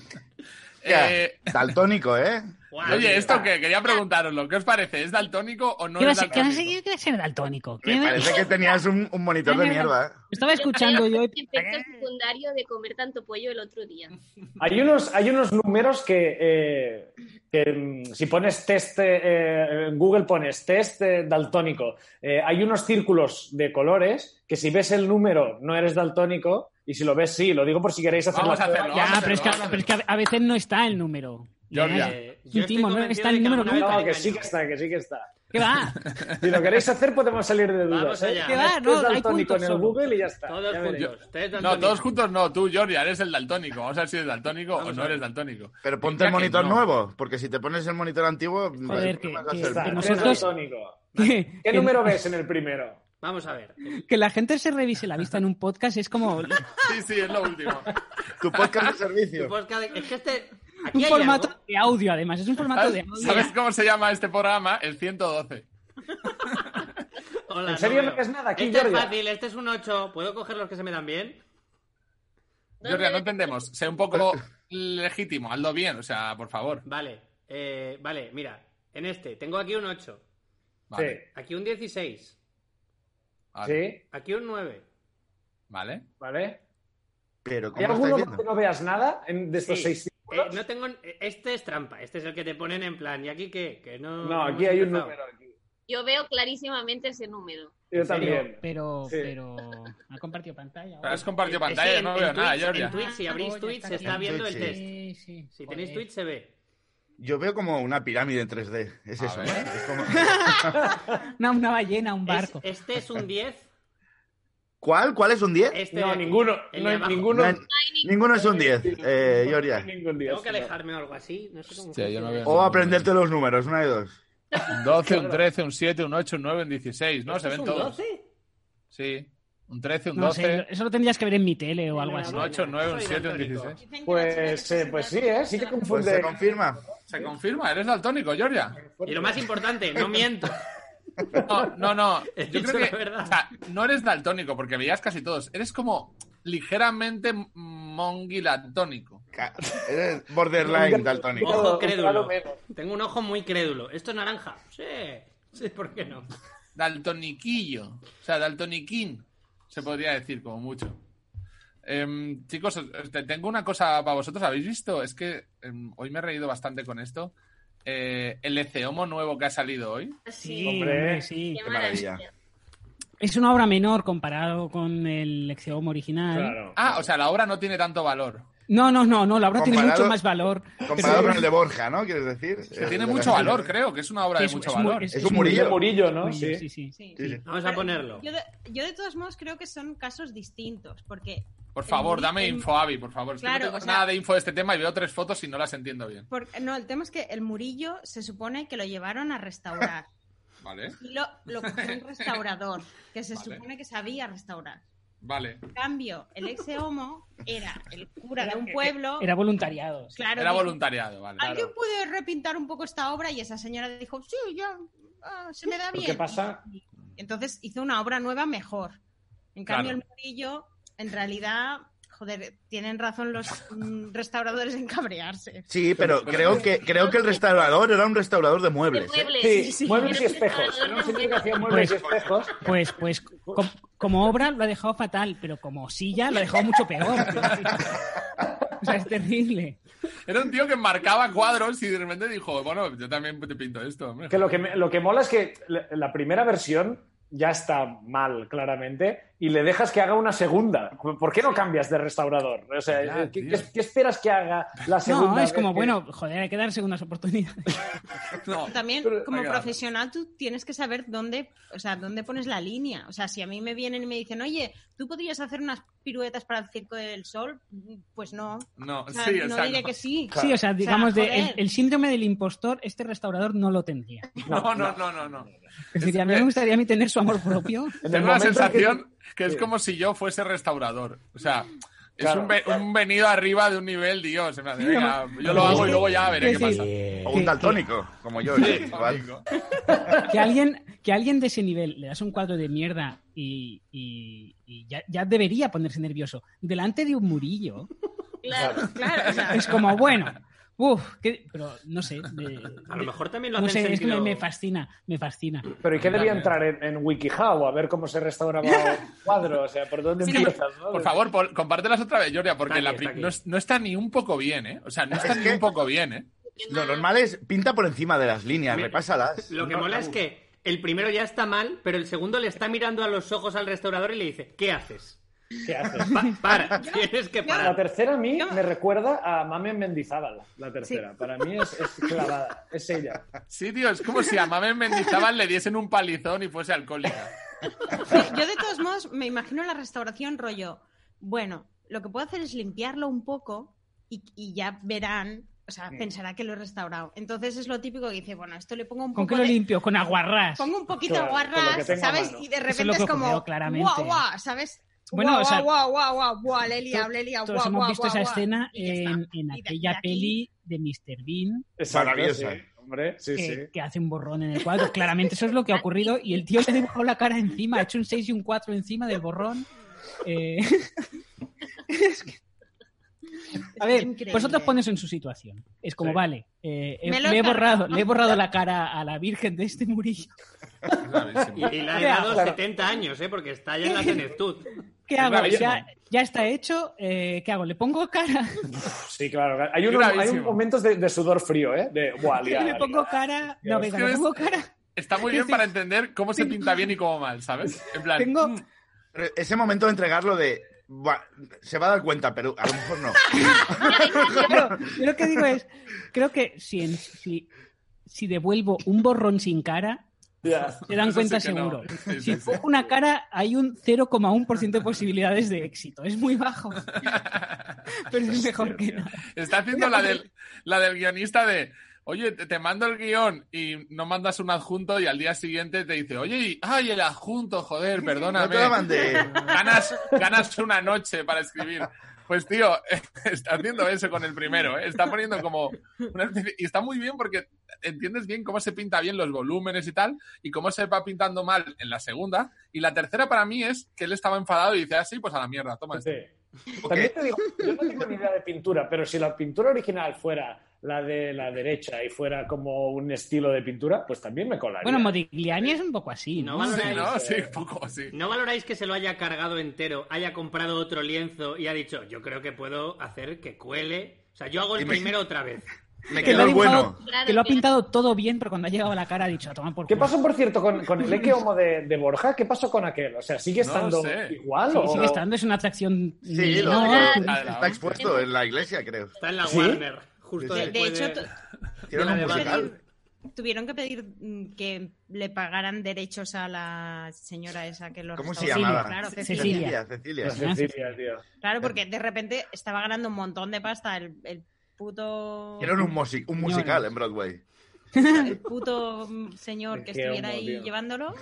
[SPEAKER 5] ya,
[SPEAKER 2] Eh,
[SPEAKER 5] Daltónico, ¿eh?
[SPEAKER 1] Guau,
[SPEAKER 2] Oye,
[SPEAKER 1] tío.
[SPEAKER 2] esto que quería preguntaroslo, ¿qué os parece? ¿Es daltónico o no
[SPEAKER 3] ¿Qué va a
[SPEAKER 2] es
[SPEAKER 3] ser, qué va a ser,
[SPEAKER 2] daltónico?
[SPEAKER 3] qué va a ser daltónico? ¿Qué
[SPEAKER 5] Me
[SPEAKER 3] va-
[SPEAKER 5] parece que tenías un, un monitor de mierda. ¿eh?
[SPEAKER 3] Estaba escuchando yo. y-
[SPEAKER 6] Efecto secundario de comer tanto pollo el otro día.
[SPEAKER 4] Hay unos, hay unos números que, eh, que, mm, si pones test, eh, en Google pones test eh, daltónico. Eh, hay unos círculos de colores que si ves el número no eres daltónico y si lo ves sí. Lo digo por si queréis hacer
[SPEAKER 2] Vamos
[SPEAKER 4] la
[SPEAKER 2] a
[SPEAKER 4] prueba.
[SPEAKER 2] hacerlo. Ah,
[SPEAKER 3] Ya,
[SPEAKER 2] vamos,
[SPEAKER 3] pero es, que,
[SPEAKER 2] vamos.
[SPEAKER 3] pero es que a- a veces no está el número.
[SPEAKER 2] Jordi.
[SPEAKER 3] Ya,
[SPEAKER 1] Eh,
[SPEAKER 3] es un
[SPEAKER 1] estoy
[SPEAKER 3] timo, no
[SPEAKER 1] convencido de
[SPEAKER 3] está el
[SPEAKER 1] que
[SPEAKER 3] número
[SPEAKER 1] alguna vez
[SPEAKER 3] nunca.
[SPEAKER 4] No, que sí que está, que sí que está.
[SPEAKER 3] ¿Qué va?
[SPEAKER 4] Si lo queréis hacer podemos salir de dudas.
[SPEAKER 1] Vamos
[SPEAKER 4] ¿eh?
[SPEAKER 1] allá.
[SPEAKER 4] Pones
[SPEAKER 3] Que va, no,
[SPEAKER 4] test
[SPEAKER 3] hay
[SPEAKER 4] daltónico
[SPEAKER 3] puntos
[SPEAKER 4] en el
[SPEAKER 3] solo.
[SPEAKER 4] Google y ya está.
[SPEAKER 1] Todos
[SPEAKER 4] Ya veréis.
[SPEAKER 1] juntos. ustedes
[SPEAKER 2] No,
[SPEAKER 1] daltónicos.
[SPEAKER 2] todos juntos no, tú, Jordi, eres el daltónico. Vamos a ver si eres daltónico o
[SPEAKER 1] Vamos
[SPEAKER 2] no
[SPEAKER 1] a ver.
[SPEAKER 2] eres daltónico.
[SPEAKER 5] Pero ponte
[SPEAKER 2] Diría
[SPEAKER 5] el
[SPEAKER 2] que
[SPEAKER 5] monitor
[SPEAKER 2] no.
[SPEAKER 5] nuevo, porque si te pones el monitor antiguo,
[SPEAKER 3] Joder, que-
[SPEAKER 5] vas a
[SPEAKER 3] que-
[SPEAKER 5] ser-
[SPEAKER 4] Está,
[SPEAKER 3] que
[SPEAKER 4] eres
[SPEAKER 3] nosotros-
[SPEAKER 4] daltónico.
[SPEAKER 3] Que-
[SPEAKER 4] ¿Qué número ves en el primero?
[SPEAKER 1] Vamos a ver.
[SPEAKER 3] Que la gente se revise la vista en un podcast es como un
[SPEAKER 2] Sí, sí, es lo último.
[SPEAKER 5] tu podcast de servicio.
[SPEAKER 1] Tu podcast- Es que este. Aquí hay
[SPEAKER 3] formato
[SPEAKER 1] algo.
[SPEAKER 3] de audio, además. Es un formato de audio.
[SPEAKER 2] ¿Sabes cómo se llama este programa? El 112.
[SPEAKER 1] Hola,
[SPEAKER 4] ¿En serio no
[SPEAKER 1] veo.
[SPEAKER 4] ves nada aquí,
[SPEAKER 1] Este es
[SPEAKER 4] Jordi?
[SPEAKER 1] fácil, este es un 8. ¿Puedo coger los que se me dan bien?
[SPEAKER 2] Jordi, no entendemos. Sé un poco legítimo, hazlo bien, o sea, por favor.
[SPEAKER 1] Vale. eh, vale, mira. En este, tengo aquí un 8.
[SPEAKER 2] Vale.
[SPEAKER 1] Aquí un 16.
[SPEAKER 4] Sí,
[SPEAKER 2] Vale.
[SPEAKER 4] sí,
[SPEAKER 1] Aquí un Eh, 9.
[SPEAKER 2] Vale.
[SPEAKER 4] ¿vale?
[SPEAKER 5] Pero,
[SPEAKER 4] ¿Hay
[SPEAKER 5] ¿cómo
[SPEAKER 4] alguno
[SPEAKER 5] estáis
[SPEAKER 4] más que
[SPEAKER 5] viendo?
[SPEAKER 4] no veas nada en- de estos
[SPEAKER 1] Sí.
[SPEAKER 4] seis
[SPEAKER 1] Eh,
[SPEAKER 4] círculos?
[SPEAKER 1] no tengo. Este es trampa. Este es el que te ponen en plan. ¿Y aquí qué? Que no.
[SPEAKER 4] no,
[SPEAKER 1] no
[SPEAKER 4] aquí
[SPEAKER 1] hemos
[SPEAKER 4] hay un
[SPEAKER 1] empezado.
[SPEAKER 4] número. aquí.
[SPEAKER 6] Yo veo clarísimamente ese número.
[SPEAKER 4] Yo
[SPEAKER 1] serio?
[SPEAKER 4] también.
[SPEAKER 3] Pero,
[SPEAKER 4] Sí.
[SPEAKER 3] pero. ¿Ha compartido pantalla?
[SPEAKER 2] Pero has
[SPEAKER 1] Eh,
[SPEAKER 2] compartido
[SPEAKER 1] eh, sí,
[SPEAKER 2] pantalla,
[SPEAKER 1] en-
[SPEAKER 2] no
[SPEAKER 1] en
[SPEAKER 2] veo nada,
[SPEAKER 1] Twitch-
[SPEAKER 2] Jordi.
[SPEAKER 1] En Twitch, si abrís
[SPEAKER 3] Ah,
[SPEAKER 1] Twitch,
[SPEAKER 3] ya
[SPEAKER 1] se está
[SPEAKER 3] está
[SPEAKER 1] viendo el
[SPEAKER 5] Twitch, sí.
[SPEAKER 1] test.
[SPEAKER 3] Sí, sí.
[SPEAKER 1] Si tenéis
[SPEAKER 3] joder.
[SPEAKER 1] Twitch, se ve.
[SPEAKER 5] Yo veo como una pirámide en 3D. Es
[SPEAKER 2] A
[SPEAKER 5] eso,
[SPEAKER 2] ver.
[SPEAKER 5] ¿eh? Es como-
[SPEAKER 3] No, una ballena, un barco.
[SPEAKER 1] Es- este es un 10.
[SPEAKER 5] ¿Cuál? ¿Cuál es un 10?
[SPEAKER 1] Este
[SPEAKER 4] No,
[SPEAKER 1] de-
[SPEAKER 4] ninguno.
[SPEAKER 1] el
[SPEAKER 4] No hay
[SPEAKER 1] de abajo.
[SPEAKER 4] ninguno.
[SPEAKER 5] No hay- eh, ninguno es un 10, eh, Yoria.
[SPEAKER 4] Ningún dios,
[SPEAKER 1] Tengo que
[SPEAKER 4] no.
[SPEAKER 1] alejarme o algo así. No sé cómo
[SPEAKER 2] Hostia, yo no
[SPEAKER 1] funciona.
[SPEAKER 2] veo.
[SPEAKER 5] O aprenderte los números, una de dos.
[SPEAKER 2] Un 12, un 13, un 7, un 8, un 9, un 16, ¿no?
[SPEAKER 1] ¿Esto
[SPEAKER 2] Se ven
[SPEAKER 1] es un
[SPEAKER 2] todos.
[SPEAKER 1] 12?
[SPEAKER 2] Sí. Un 13, un
[SPEAKER 3] No sé,
[SPEAKER 2] 12,
[SPEAKER 3] eso lo tendrías que ver en mi tele o algo así.
[SPEAKER 2] un 8, un 9, un
[SPEAKER 1] Soy
[SPEAKER 2] 7, un
[SPEAKER 1] daltónico.
[SPEAKER 2] 16.
[SPEAKER 4] Pues, eh, pues sí, ¿eh? Sí que
[SPEAKER 5] Pues
[SPEAKER 4] confunde.
[SPEAKER 5] se confirma.
[SPEAKER 2] Se confirma, eres daltónico, Georgia.
[SPEAKER 1] Y lo más importante, no miento.
[SPEAKER 2] No, no, no.
[SPEAKER 1] He
[SPEAKER 2] Yo
[SPEAKER 1] dicho
[SPEAKER 2] creo
[SPEAKER 1] la
[SPEAKER 2] que
[SPEAKER 1] verdad.
[SPEAKER 2] o sea, no eres daltónico, porque veías casi todos. Eres como ligeramente monguilatónico.
[SPEAKER 5] Ca- Eres borderline, daltónico.
[SPEAKER 4] claro,
[SPEAKER 1] Ojo crédulo.
[SPEAKER 4] menos.
[SPEAKER 1] Tengo un ojo muy crédulo. ¿Esto es naranja? Sí. Sí, ¿por qué no?
[SPEAKER 2] Daltoniquillo. O sea, daltoniquín, se podría decir, como mucho. Em, chicos, os- os- te- tengo una cosa para vosotros. ¿Habéis visto? Es que em, hoy me he reído bastante con esto. Eh, el eceomo nuevo que ha salido hoy.
[SPEAKER 3] Sí,
[SPEAKER 4] Hombre.
[SPEAKER 3] hombre, sí.
[SPEAKER 6] Qué
[SPEAKER 5] Qué maravilla.
[SPEAKER 3] Es una obra menor comparado con el Exeomo original.
[SPEAKER 4] Claro.
[SPEAKER 3] ¿eh?
[SPEAKER 2] Ah, o sea, la obra no tiene tanto valor.
[SPEAKER 3] No, no, no, no, la obra tiene
[SPEAKER 5] Comparado-
[SPEAKER 3] mucho más valor.
[SPEAKER 5] Comparado con el de Borja, ¿no? ¿Quieres decir?
[SPEAKER 2] Que
[SPEAKER 5] El
[SPEAKER 2] tiene
[SPEAKER 5] de
[SPEAKER 2] mucho
[SPEAKER 5] la-
[SPEAKER 2] valor, creo, que es una obra de mucho
[SPEAKER 3] muy-
[SPEAKER 2] valor.
[SPEAKER 5] Es un
[SPEAKER 3] muy-
[SPEAKER 5] Murillo.
[SPEAKER 4] De Murillo, ¿no?
[SPEAKER 3] Murillo,
[SPEAKER 4] Sí.
[SPEAKER 3] sí, sí.
[SPEAKER 7] Sí.
[SPEAKER 5] Sí, sí.
[SPEAKER 1] Vamos a ponerlo.
[SPEAKER 7] Yo de, yo de todos modos creo que son casos distintos, porque
[SPEAKER 2] Por favor,
[SPEAKER 7] el-
[SPEAKER 2] dame
[SPEAKER 7] el-
[SPEAKER 2] info, Avi, por favor. Es que no
[SPEAKER 7] Claro,
[SPEAKER 2] tengo
[SPEAKER 7] o sea-
[SPEAKER 2] nada de info de este tema y veo tres fotos y no las entiendo bien.
[SPEAKER 7] por- no, el tema es que el Murillo se supone que lo llevaron a restaurar.
[SPEAKER 2] Vale,
[SPEAKER 7] Y lo, lo cogió un restaurador, que se
[SPEAKER 2] Vale.
[SPEAKER 7] supone que sabía restaurar.
[SPEAKER 2] vale.
[SPEAKER 7] En cambio, el ex homo era el cura de un pueblo.
[SPEAKER 3] Era voluntariado. sí.
[SPEAKER 7] claro,
[SPEAKER 2] Era
[SPEAKER 7] dijo,
[SPEAKER 2] voluntariado, vale.
[SPEAKER 7] Alguien puede repintar un poco esta obra y esa señora dijo, sí, ya, ah, se me da
[SPEAKER 4] ¿Pero
[SPEAKER 7] bien.
[SPEAKER 4] qué pasa?
[SPEAKER 7] Y- y Entonces hizo una obra nueva mejor. En cambio,
[SPEAKER 2] Claro.
[SPEAKER 7] el Murillo, en realidad, joder, tienen razón los mm, restauradores en cabrearse.
[SPEAKER 5] Sí, pero creo que, creo que el restaurador era un restaurador de
[SPEAKER 6] De
[SPEAKER 5] muebles. ¿eh?
[SPEAKER 6] muebles.
[SPEAKER 4] Sí, muebles y
[SPEAKER 6] Era un
[SPEAKER 4] espejos.
[SPEAKER 3] Ah,
[SPEAKER 6] restaurador
[SPEAKER 4] Era
[SPEAKER 6] de
[SPEAKER 4] un señor que
[SPEAKER 6] muebles.
[SPEAKER 4] hacía muebles y espejos.
[SPEAKER 3] Pues, pues, com- como obra lo ha dejado fatal, pero como silla lo ha dejado mucho peor. O sea, es terrible.
[SPEAKER 2] Era un tío que marcaba cuadros y de repente dijo, bueno, yo también te pinto esto. hombre.
[SPEAKER 4] Que lo que, me- lo que mola es que la, la primera versión ya está mal, claramente, y le dejas que haga una segunda. ¿Por qué no cambias de restaurador? O sea,
[SPEAKER 2] Ya,
[SPEAKER 4] ¿qué,
[SPEAKER 2] tío.
[SPEAKER 4] qué- qué esperas que haga la segunda?
[SPEAKER 3] No, es
[SPEAKER 4] vez
[SPEAKER 3] como,
[SPEAKER 4] que-
[SPEAKER 3] bueno, joder, hay que dar segundas oportunidades.
[SPEAKER 2] No,
[SPEAKER 7] También,
[SPEAKER 4] Pero-
[SPEAKER 7] como
[SPEAKER 2] Hay que darle.
[SPEAKER 7] profesional, tú tienes que saber dónde, o sea, dónde pones la línea. O sea, si a mí me vienen y me dicen, oye, ¿tú podrías hacer unas piruetas para el Circo del Sol? Pues no.
[SPEAKER 2] no,
[SPEAKER 7] O sea,
[SPEAKER 2] sí,
[SPEAKER 7] no
[SPEAKER 2] exacto.
[SPEAKER 7] diré que sí.
[SPEAKER 3] Sí, o sea, digamos, de el,
[SPEAKER 7] joder.
[SPEAKER 3] el síndrome del impostor, este restaurador no lo tendría.
[SPEAKER 2] No, no, no, no, no.
[SPEAKER 3] Es decir, a mí me gustaría a mí tener su amor propio.
[SPEAKER 4] En el
[SPEAKER 2] Tengo la
[SPEAKER 4] momento en que-
[SPEAKER 2] sensación que, es
[SPEAKER 4] Sí.
[SPEAKER 2] como si yo fuese restaurador. O sea, es
[SPEAKER 4] Claro.
[SPEAKER 2] un, ve- un venido arriba de un nivel, Dios. se me hace, venga, yo lo
[SPEAKER 3] Es
[SPEAKER 2] hago y
[SPEAKER 3] que-
[SPEAKER 2] luego ya veré
[SPEAKER 3] es
[SPEAKER 2] qué pasa.
[SPEAKER 5] eh, O un daltónico, como yo.
[SPEAKER 2] Sí,
[SPEAKER 5] igual.
[SPEAKER 2] amigo.
[SPEAKER 3] Que alguien, que alguien de ese nivel le das un cuadro de mierda y, y- y ya, ya debería ponerse nervioso. Delante de un murillo.
[SPEAKER 6] Claro,
[SPEAKER 7] Claro, o sea,
[SPEAKER 3] Es como, bueno, uff, pero no sé. de-
[SPEAKER 1] A lo mejor también lo
[SPEAKER 3] no
[SPEAKER 1] hacen
[SPEAKER 3] sé, es que me,
[SPEAKER 1] sentido-
[SPEAKER 3] me fascina, me fascina.
[SPEAKER 4] Pero ¿y qué debía entrar en, en WikiHow? A ver cómo se restauraba un cuadro. O sea, ¿por dónde
[SPEAKER 3] Sí,
[SPEAKER 4] empiezas? no?
[SPEAKER 2] Por favor, Pol, compártelas otra vez, Jordi, porque
[SPEAKER 1] Está aquí,
[SPEAKER 2] la pri-
[SPEAKER 1] está aquí.
[SPEAKER 2] no, es- no está ni un poco bien, ¿eh? O sea, no está
[SPEAKER 5] Es
[SPEAKER 2] ni
[SPEAKER 5] que-
[SPEAKER 2] un poco bien, ¿eh?
[SPEAKER 5] Lo normal es pinta por encima de las líneas,
[SPEAKER 1] Mira,
[SPEAKER 5] repásalas.
[SPEAKER 1] Lo que
[SPEAKER 5] No,
[SPEAKER 1] mola
[SPEAKER 5] no.
[SPEAKER 1] es que el primero ya está mal, pero el segundo le está mirando a los ojos al restaurador y le dice, ¿qué haces?
[SPEAKER 4] ¿Qué haces?
[SPEAKER 1] Pa- para, tienes que
[SPEAKER 4] La
[SPEAKER 1] parar.
[SPEAKER 4] tercera a mí me recuerda a Mame Mendizábal, la tercera. Para mí es, es clavada, es ella.
[SPEAKER 2] Sí, tío, es como si a Mamen Mendizábal le diesen un palizón y fuese alcohólica.
[SPEAKER 7] yo- yo de todos modos me imagino la restauración rollo. Bueno, lo que puedo hacer es limpiarlo un poco y, y ya verán, o sea, pensará que lo he restaurado. Entonces es lo típico que dice, bueno, esto le pongo un
[SPEAKER 3] ¿Con qué
[SPEAKER 7] poco
[SPEAKER 3] lo
[SPEAKER 7] de-
[SPEAKER 3] limpio? Con aguarrás.
[SPEAKER 7] pongo un poquito
[SPEAKER 4] Claro, con lo que
[SPEAKER 7] aguarrás,
[SPEAKER 4] tengo a
[SPEAKER 7] ¿sabes?
[SPEAKER 4] mano.
[SPEAKER 7] Y de
[SPEAKER 3] Eso es
[SPEAKER 7] repente
[SPEAKER 3] lo
[SPEAKER 7] es,
[SPEAKER 3] que ocurrió,
[SPEAKER 7] como
[SPEAKER 3] claramente.
[SPEAKER 7] guau, guau, ¿sabes?
[SPEAKER 3] Bueno,
[SPEAKER 7] guau,
[SPEAKER 3] o sea,
[SPEAKER 7] guau, guau, guau, guau, le he liado, le he liado,
[SPEAKER 3] Todos
[SPEAKER 7] guau,
[SPEAKER 3] hemos
[SPEAKER 7] guau,
[SPEAKER 3] visto
[SPEAKER 7] guau,
[SPEAKER 3] esa
[SPEAKER 7] guau.
[SPEAKER 3] escena
[SPEAKER 7] Y ya está. Y
[SPEAKER 3] en, en
[SPEAKER 7] de- y de
[SPEAKER 3] aquella
[SPEAKER 7] aquí-
[SPEAKER 3] peli de Mr. Bean
[SPEAKER 4] Exacto,
[SPEAKER 5] Maravillosa.
[SPEAKER 4] sí, hombre, sí,
[SPEAKER 3] que,
[SPEAKER 4] sí.
[SPEAKER 3] que hace un borrón en el cuadro. Claramente eso es lo que ha ocurrido y el tío le ha dibujado la cara encima, ha hecho un 6 y un 4 encima del borrón. Eh, es que- A ver,
[SPEAKER 7] increíble.
[SPEAKER 3] vosotros pones en su situación. Es como,
[SPEAKER 4] Sí.
[SPEAKER 3] vale, eh, he-
[SPEAKER 7] Me lo he
[SPEAKER 3] le, he
[SPEAKER 7] cargado.
[SPEAKER 3] borrado, le he borrado la cara a la Virgen de este Murillo.
[SPEAKER 2] Es
[SPEAKER 1] Y,
[SPEAKER 2] gravísimo.
[SPEAKER 1] y le ha
[SPEAKER 3] Claro.
[SPEAKER 1] dado 70 años, ¿eh? Porque está ya en la senectud.
[SPEAKER 4] Pues
[SPEAKER 3] ¿Qué hago?
[SPEAKER 2] maravilloso.
[SPEAKER 3] Ya, ya está hecho, eh, ¿qué hago? ¿Le pongo cara?
[SPEAKER 4] Sí, claro. Hay, unos, hay
[SPEAKER 2] Gravísimo.
[SPEAKER 4] momentos de, de sudor frío, ¿eh? De, buah, liada,
[SPEAKER 3] ¿Le pongo cara? No,
[SPEAKER 4] Dios.
[SPEAKER 3] venga, le pongo cara.
[SPEAKER 2] Está muy bien para entender cómo se pinta bien y cómo mal, ¿sabes? En plan,
[SPEAKER 3] Tengo-
[SPEAKER 2] mm,
[SPEAKER 5] Pero ese momento de entregarlo de. "Buah, se va a dar cuenta, pero a lo mejor no.
[SPEAKER 3] Claro, yo lo que digo es, creo que si, en- si, si devuelvo un borrón sin cara,
[SPEAKER 4] liada.
[SPEAKER 3] Se dan
[SPEAKER 2] Eso
[SPEAKER 3] cuenta
[SPEAKER 2] sí que no.
[SPEAKER 3] seguro.
[SPEAKER 2] Sí,
[SPEAKER 3] si
[SPEAKER 2] sí, sí.
[SPEAKER 3] cojo una cara, hay un 0,1% de posibilidades de éxito. Es muy bajo. Pero es mejor que nada.
[SPEAKER 2] está haciendo la del, la del guionista de, oye, te, te mando el guión y no mandas un adjunto y al día siguiente te dice, oye, y- ay, el adjunto, joder,
[SPEAKER 5] No
[SPEAKER 2] perdóname.
[SPEAKER 5] te lo mandé.
[SPEAKER 2] ganas, ganas una noche para escribir. Pues tío, está haciendo eso con el primero, ¿eh? está poniendo como una especie- y está muy bien porque entiendes bien cómo se pinta bien los volúmenes y tal y cómo se va pintando mal en la segunda y la tercera para mí es que él estaba enfadado y dice así pues a la mierda, toma esto.
[SPEAKER 4] Sí. También te digo, yo no tengo ni idea de pintura, pero si la pintura original fuera la de la derecha y fuera como un estilo de pintura, pues también me colaría.
[SPEAKER 3] Bueno, Modigliani es un poco así,
[SPEAKER 1] No
[SPEAKER 3] ¿no?
[SPEAKER 1] vale.
[SPEAKER 2] Sí, ¿no? Sí, un poco así.
[SPEAKER 1] ¿No valoráis que se lo haya cargado entero, haya comprado otro lienzo y ha dicho, yo creo que puedo hacer que cuele? O sea, yo hago el
[SPEAKER 5] Y me-
[SPEAKER 1] primero otra vez.
[SPEAKER 5] Me
[SPEAKER 3] Que
[SPEAKER 5] quedó
[SPEAKER 3] lo
[SPEAKER 5] el
[SPEAKER 3] ha dibujado-
[SPEAKER 5] bueno.
[SPEAKER 6] Claro,
[SPEAKER 3] Que lo ha
[SPEAKER 6] pero-
[SPEAKER 3] pintado todo bien, pero cuando ha llegado a la cara ha dicho, a tomar por
[SPEAKER 4] ¿Qué
[SPEAKER 3] culo".
[SPEAKER 4] pasó, por cierto, con, con el Eke Homo de, de Borja? ¿Qué pasó con aquel? O sea, ¿sigue
[SPEAKER 2] No
[SPEAKER 4] estando
[SPEAKER 2] sé.
[SPEAKER 4] igual?
[SPEAKER 3] Sí,
[SPEAKER 4] o...
[SPEAKER 3] sigue estando, es una atracción.
[SPEAKER 5] Sí, lo-
[SPEAKER 3] no,
[SPEAKER 5] lo-
[SPEAKER 2] no.
[SPEAKER 5] está expuesto en la iglesia, creo.
[SPEAKER 1] Está en la
[SPEAKER 4] ¿Sí?
[SPEAKER 1] Warner. Justo
[SPEAKER 5] Sí, sí.
[SPEAKER 7] De,
[SPEAKER 1] después
[SPEAKER 7] hecho,
[SPEAKER 1] de-
[SPEAKER 7] tu-
[SPEAKER 5] Hicieron
[SPEAKER 1] Yo
[SPEAKER 5] un
[SPEAKER 1] la de
[SPEAKER 5] musical.
[SPEAKER 7] tuvieron que pedir mm, que le pagaran derechos a la señora esa que lo
[SPEAKER 5] ¿Cómo se
[SPEAKER 7] restauró.
[SPEAKER 5] llamaba?
[SPEAKER 7] Claro,
[SPEAKER 3] Cecilia.
[SPEAKER 7] Cecilia.
[SPEAKER 5] Cecilia.
[SPEAKER 4] No sé, Cecilia, tío.
[SPEAKER 5] Eh,
[SPEAKER 7] Claro, porque de repente estaba ganando un montón de pasta el, el puto.
[SPEAKER 5] Hicieron un, musi- un musical en Broadway.
[SPEAKER 7] El puto mm, señor que
[SPEAKER 4] Qué
[SPEAKER 7] estuviera
[SPEAKER 4] homo,
[SPEAKER 7] ahí
[SPEAKER 4] tío.
[SPEAKER 7] llevándolo.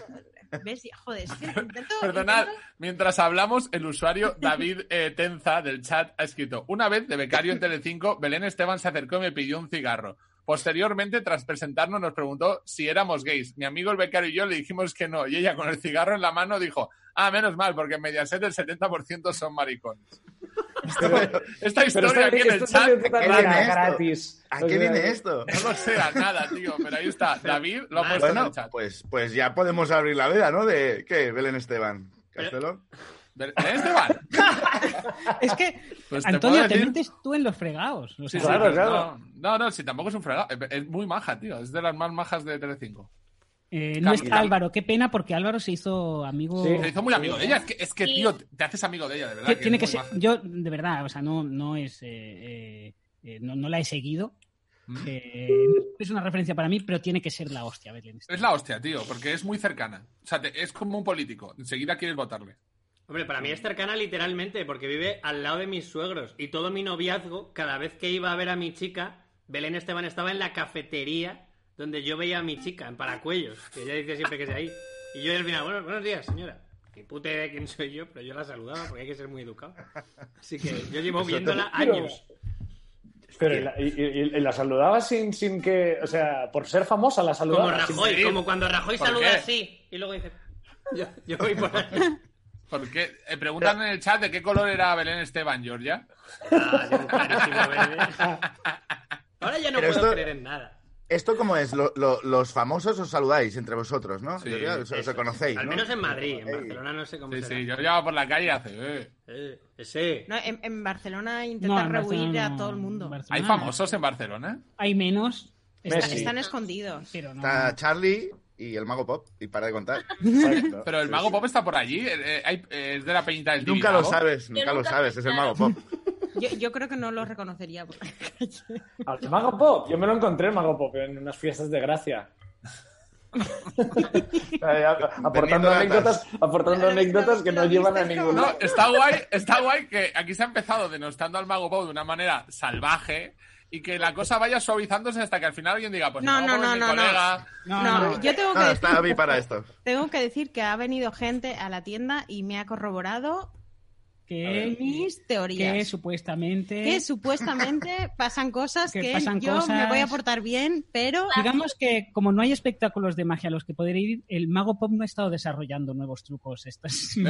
[SPEAKER 7] ¿Ves? Y- Joder, es que intento-
[SPEAKER 2] Perdonad,
[SPEAKER 7] intento-
[SPEAKER 2] mientras hablamos, el usuario David eh, Tenza del chat ha escrito: Una vez de becario en Telecinco, Belén Esteban se acercó y me pidió un cigarro. Posteriormente, tras presentarnos, nos preguntó si éramos gays. Mi amigo el becario y yo le dijimos que no, y ella con el cigarro en la mano dijo: Ah, menos mal, porque en Mediaset el 70% son maricones. Esto- esta
[SPEAKER 4] Pero
[SPEAKER 2] historia
[SPEAKER 4] esta,
[SPEAKER 2] aquí en el
[SPEAKER 4] esta
[SPEAKER 2] chat
[SPEAKER 4] anécdota
[SPEAKER 5] ¿a qué
[SPEAKER 4] rara,
[SPEAKER 5] viene esto?
[SPEAKER 4] gratis.
[SPEAKER 5] ¿A
[SPEAKER 4] O
[SPEAKER 5] qué
[SPEAKER 4] sea,
[SPEAKER 5] viene esto?
[SPEAKER 2] no lo sé a nada, tío, pero ahí está. David lo ha puesto en
[SPEAKER 5] Bueno,
[SPEAKER 2] el chat.
[SPEAKER 5] pues, pues ya podemos abrir la veda, ¿no? De qué, Belén Esteban. ¿Castelo?
[SPEAKER 2] Belén Esteban.
[SPEAKER 3] Es que,
[SPEAKER 2] Pues te
[SPEAKER 3] Antonio,
[SPEAKER 2] puedo
[SPEAKER 3] te,
[SPEAKER 2] decir-
[SPEAKER 3] metes tú en los fregados. O sea,
[SPEAKER 2] Sí, sí,
[SPEAKER 4] Claro,
[SPEAKER 2] pero
[SPEAKER 4] claro.
[SPEAKER 2] No, no, no, si tampoco es un fregado. Es- Es muy maja, tío. Es de las más majas de Telecinco.
[SPEAKER 3] eh, no está
[SPEAKER 2] Capital.
[SPEAKER 3] Álvaro, qué pena, porque Álvaro se hizo amigo.
[SPEAKER 4] Sí.
[SPEAKER 2] Se hizo muy amigo de ella. Es que, es que, tío, te haces amigo de ella, de verdad.
[SPEAKER 3] Que
[SPEAKER 2] que
[SPEAKER 3] tiene
[SPEAKER 2] es
[SPEAKER 3] que
[SPEAKER 2] muy
[SPEAKER 3] ser,
[SPEAKER 2] maja.
[SPEAKER 3] yo de verdad, o sea, no, no es, eh, eh, eh, no, no la he seguido.
[SPEAKER 2] Mm.
[SPEAKER 3] Eh, es una referencia para mí, pero tiene que ser la hostia, Belén.
[SPEAKER 2] Es la hostia, tío, porque es muy cercana. O sea, te- es como un político. Enseguida quieres votarle.
[SPEAKER 1] Hombre, para mí es cercana literalmente, porque vive al lado de mis suegros. Y todo mi noviazgo, cada vez que iba a ver a mi chica, Belén Esteban estaba en la cafetería donde yo veía a mi chica, en Paracuellos, que ella dice siempre que es de ahí. Y yo al final, bueno, buenos días, señora. Que pute de quién soy yo, pero yo la saludaba porque hay que ser muy educado. Así que yo llevo viéndola años.
[SPEAKER 4] Pero y la, y- y- y la saludaba sin, sin que. O sea, por ser famosa la
[SPEAKER 1] Como
[SPEAKER 4] saludaba. sin-
[SPEAKER 1] Rajoy, como cuando Rajoy
[SPEAKER 2] ¿Por
[SPEAKER 1] saluda
[SPEAKER 2] qué?
[SPEAKER 1] así. Y luego dice, yo, yo voy por ahí.
[SPEAKER 2] Porque eh, preguntan en el chat de qué color era Belén Esteban, Georgia.
[SPEAKER 1] Ah, de un clarísimo verde. Ahora ya no
[SPEAKER 5] Pero
[SPEAKER 1] puedo
[SPEAKER 5] esto-
[SPEAKER 1] creer en nada.
[SPEAKER 5] ¿Esto cómo es? Lo- lo- los famosos os saludáis entre vosotros, ¿no?
[SPEAKER 2] Sí.
[SPEAKER 5] Yo creo que os, os conocéis,
[SPEAKER 1] Al
[SPEAKER 5] ¿no?
[SPEAKER 1] menos en Madrid, en Barcelona no sé cómo
[SPEAKER 2] Sí,
[SPEAKER 1] será.
[SPEAKER 2] sí, yo llevaba por la calle y hace. eh.
[SPEAKER 1] Eh, ese.
[SPEAKER 7] No, en, en Barcelona
[SPEAKER 3] No,
[SPEAKER 7] intentan
[SPEAKER 3] en
[SPEAKER 7] rehuir
[SPEAKER 3] Barcelona
[SPEAKER 7] a
[SPEAKER 3] no.
[SPEAKER 7] todo el mundo.
[SPEAKER 3] En
[SPEAKER 2] ¿Hay
[SPEAKER 3] Barcelona
[SPEAKER 2] famosos en Barcelona?
[SPEAKER 3] no. Hay menos.
[SPEAKER 4] Messi.
[SPEAKER 3] Están-
[SPEAKER 7] Están
[SPEAKER 3] están-
[SPEAKER 7] escondidos.
[SPEAKER 3] pero no.
[SPEAKER 5] Está Charlie y el Mago Pop, y para de contar.
[SPEAKER 4] Exacto.
[SPEAKER 2] Pero el
[SPEAKER 5] Sí,
[SPEAKER 2] Mago
[SPEAKER 5] sí.
[SPEAKER 2] Pop está por allí. eh, eh, hay- eh, es de la peñita del
[SPEAKER 5] Nunca lo
[SPEAKER 2] Tibidabo.
[SPEAKER 5] sabes,
[SPEAKER 6] Yo
[SPEAKER 5] nunca lo
[SPEAKER 6] nunca-
[SPEAKER 5] sabes, es el Mago Pop.
[SPEAKER 7] Yo, yo creo que no los reconocería. por la calle.
[SPEAKER 4] Al Mago Pop. Yo me lo encontré el Mago Pop en unas fiestas de gracia. Eh, a- aportando
[SPEAKER 5] Vendiendo
[SPEAKER 4] anécdotas, aportando
[SPEAKER 7] Lo he visto-
[SPEAKER 4] anécdotas que
[SPEAKER 7] lo
[SPEAKER 4] no
[SPEAKER 7] he visto
[SPEAKER 4] llevan a
[SPEAKER 7] en
[SPEAKER 4] ningún
[SPEAKER 7] todo.
[SPEAKER 4] lado.
[SPEAKER 2] No, está guay, está guay que aquí se ha empezado denostando al mago Pop de una manera salvaje y que la cosa vaya suavizándose hasta que al final alguien diga, pues
[SPEAKER 7] No,
[SPEAKER 2] el
[SPEAKER 7] no,
[SPEAKER 2] Mago Pop es
[SPEAKER 7] no,
[SPEAKER 2] mi
[SPEAKER 7] no,
[SPEAKER 2] colega.
[SPEAKER 3] No,
[SPEAKER 7] No,
[SPEAKER 3] no.
[SPEAKER 7] yo tengo que
[SPEAKER 5] No,
[SPEAKER 7] decir-
[SPEAKER 5] Ah, está Abby para esto.
[SPEAKER 7] Tengo que decir que ha venido gente a la tienda y me ha corroborado
[SPEAKER 3] Eh, que,
[SPEAKER 7] mis
[SPEAKER 3] que
[SPEAKER 7] teorías.
[SPEAKER 3] supuestamente.
[SPEAKER 7] Que supuestamente pasan cosas
[SPEAKER 3] Que
[SPEAKER 7] que,
[SPEAKER 3] pasan
[SPEAKER 7] yo me
[SPEAKER 3] cosas.
[SPEAKER 7] voy a portar bien, pero
[SPEAKER 3] Digamos que como no hay espectáculos de magia a los que poder ir, el mago pop no ha estado desarrollando nuevos trucos. Estas...
[SPEAKER 2] ¡Eh,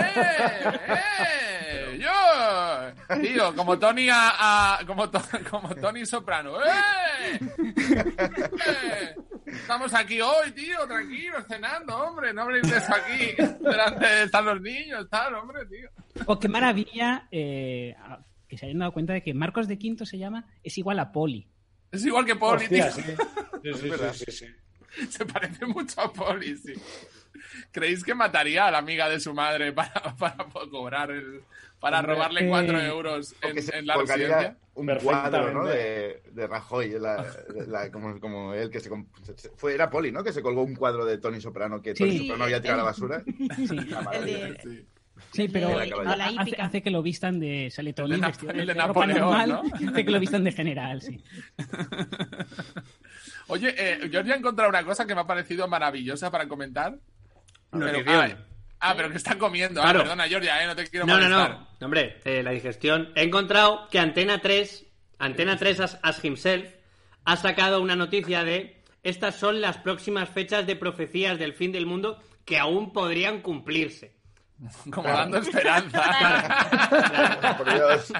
[SPEAKER 2] eh, eh! ¡Yo! Tío, como Tony a, a- como, To- como Tony Soprano. ¡Eh! ¡Eh! Estamos aquí hoy, tío, tranquilos, cenando, hombre. No habléis de eso aquí. Delante están los niños, tal, hombre, tío.
[SPEAKER 3] O qué maravilla eh, a- que se hayan dado cuenta de que Marcos de Quinto se llama, es igual a Poli.
[SPEAKER 2] Es igual que Paul,
[SPEAKER 4] Hostia,
[SPEAKER 2] tío.
[SPEAKER 4] sí. Sí, sí, sí, sí, sí.
[SPEAKER 2] Se parece mucho a Poli, sí. ¿Creéis que mataría a la amiga de su madre para, para po- cobrar el, para robarle
[SPEAKER 3] eh,
[SPEAKER 2] cuatro euros
[SPEAKER 5] O
[SPEAKER 2] en,
[SPEAKER 5] que se
[SPEAKER 2] en la
[SPEAKER 5] colgaría
[SPEAKER 2] residencia?
[SPEAKER 5] un
[SPEAKER 4] Perfectamente.
[SPEAKER 5] cuadro ¿no? de, de Rajoy, en la- de la- como, como él que se, com- se- fue, era Poli, ¿no? Que se colgó un cuadro de Tony Soprano que Tony
[SPEAKER 3] Sí.
[SPEAKER 5] Soprano había tirado a la basura. Ah,
[SPEAKER 3] Sí,
[SPEAKER 5] Una maravilla.
[SPEAKER 7] de-
[SPEAKER 2] Sí.
[SPEAKER 3] sí pero
[SPEAKER 7] De
[SPEAKER 5] la
[SPEAKER 3] ha- hace,
[SPEAKER 7] hípica.
[SPEAKER 3] hace que lo vistan de saletón
[SPEAKER 2] El de
[SPEAKER 3] vestido
[SPEAKER 2] Nap- el de
[SPEAKER 3] ropa
[SPEAKER 2] Napoleón,
[SPEAKER 3] normal,
[SPEAKER 2] ¿no?
[SPEAKER 3] hace que lo vistan de general, sí.
[SPEAKER 2] Oye, eh, Georgia ha encontrado una cosa que me ha parecido maravillosa para comentar.
[SPEAKER 1] Lo
[SPEAKER 2] Pero-
[SPEAKER 1] que vio.
[SPEAKER 2] ah, ah, pero que está comiendo. Ah,
[SPEAKER 1] Claro.
[SPEAKER 2] perdona, Georgia, eh, no te quiero
[SPEAKER 1] No, no,
[SPEAKER 2] molestar.
[SPEAKER 1] no. Hombre, eh, la digestión. He encontrado que Antena 3, Antena 3 as, as himself, ha sacado una noticia de estas son las próximas fechas de profecías del fin del mundo que aún podrían cumplirse.
[SPEAKER 2] Como dando esperanza.
[SPEAKER 5] Por Dios.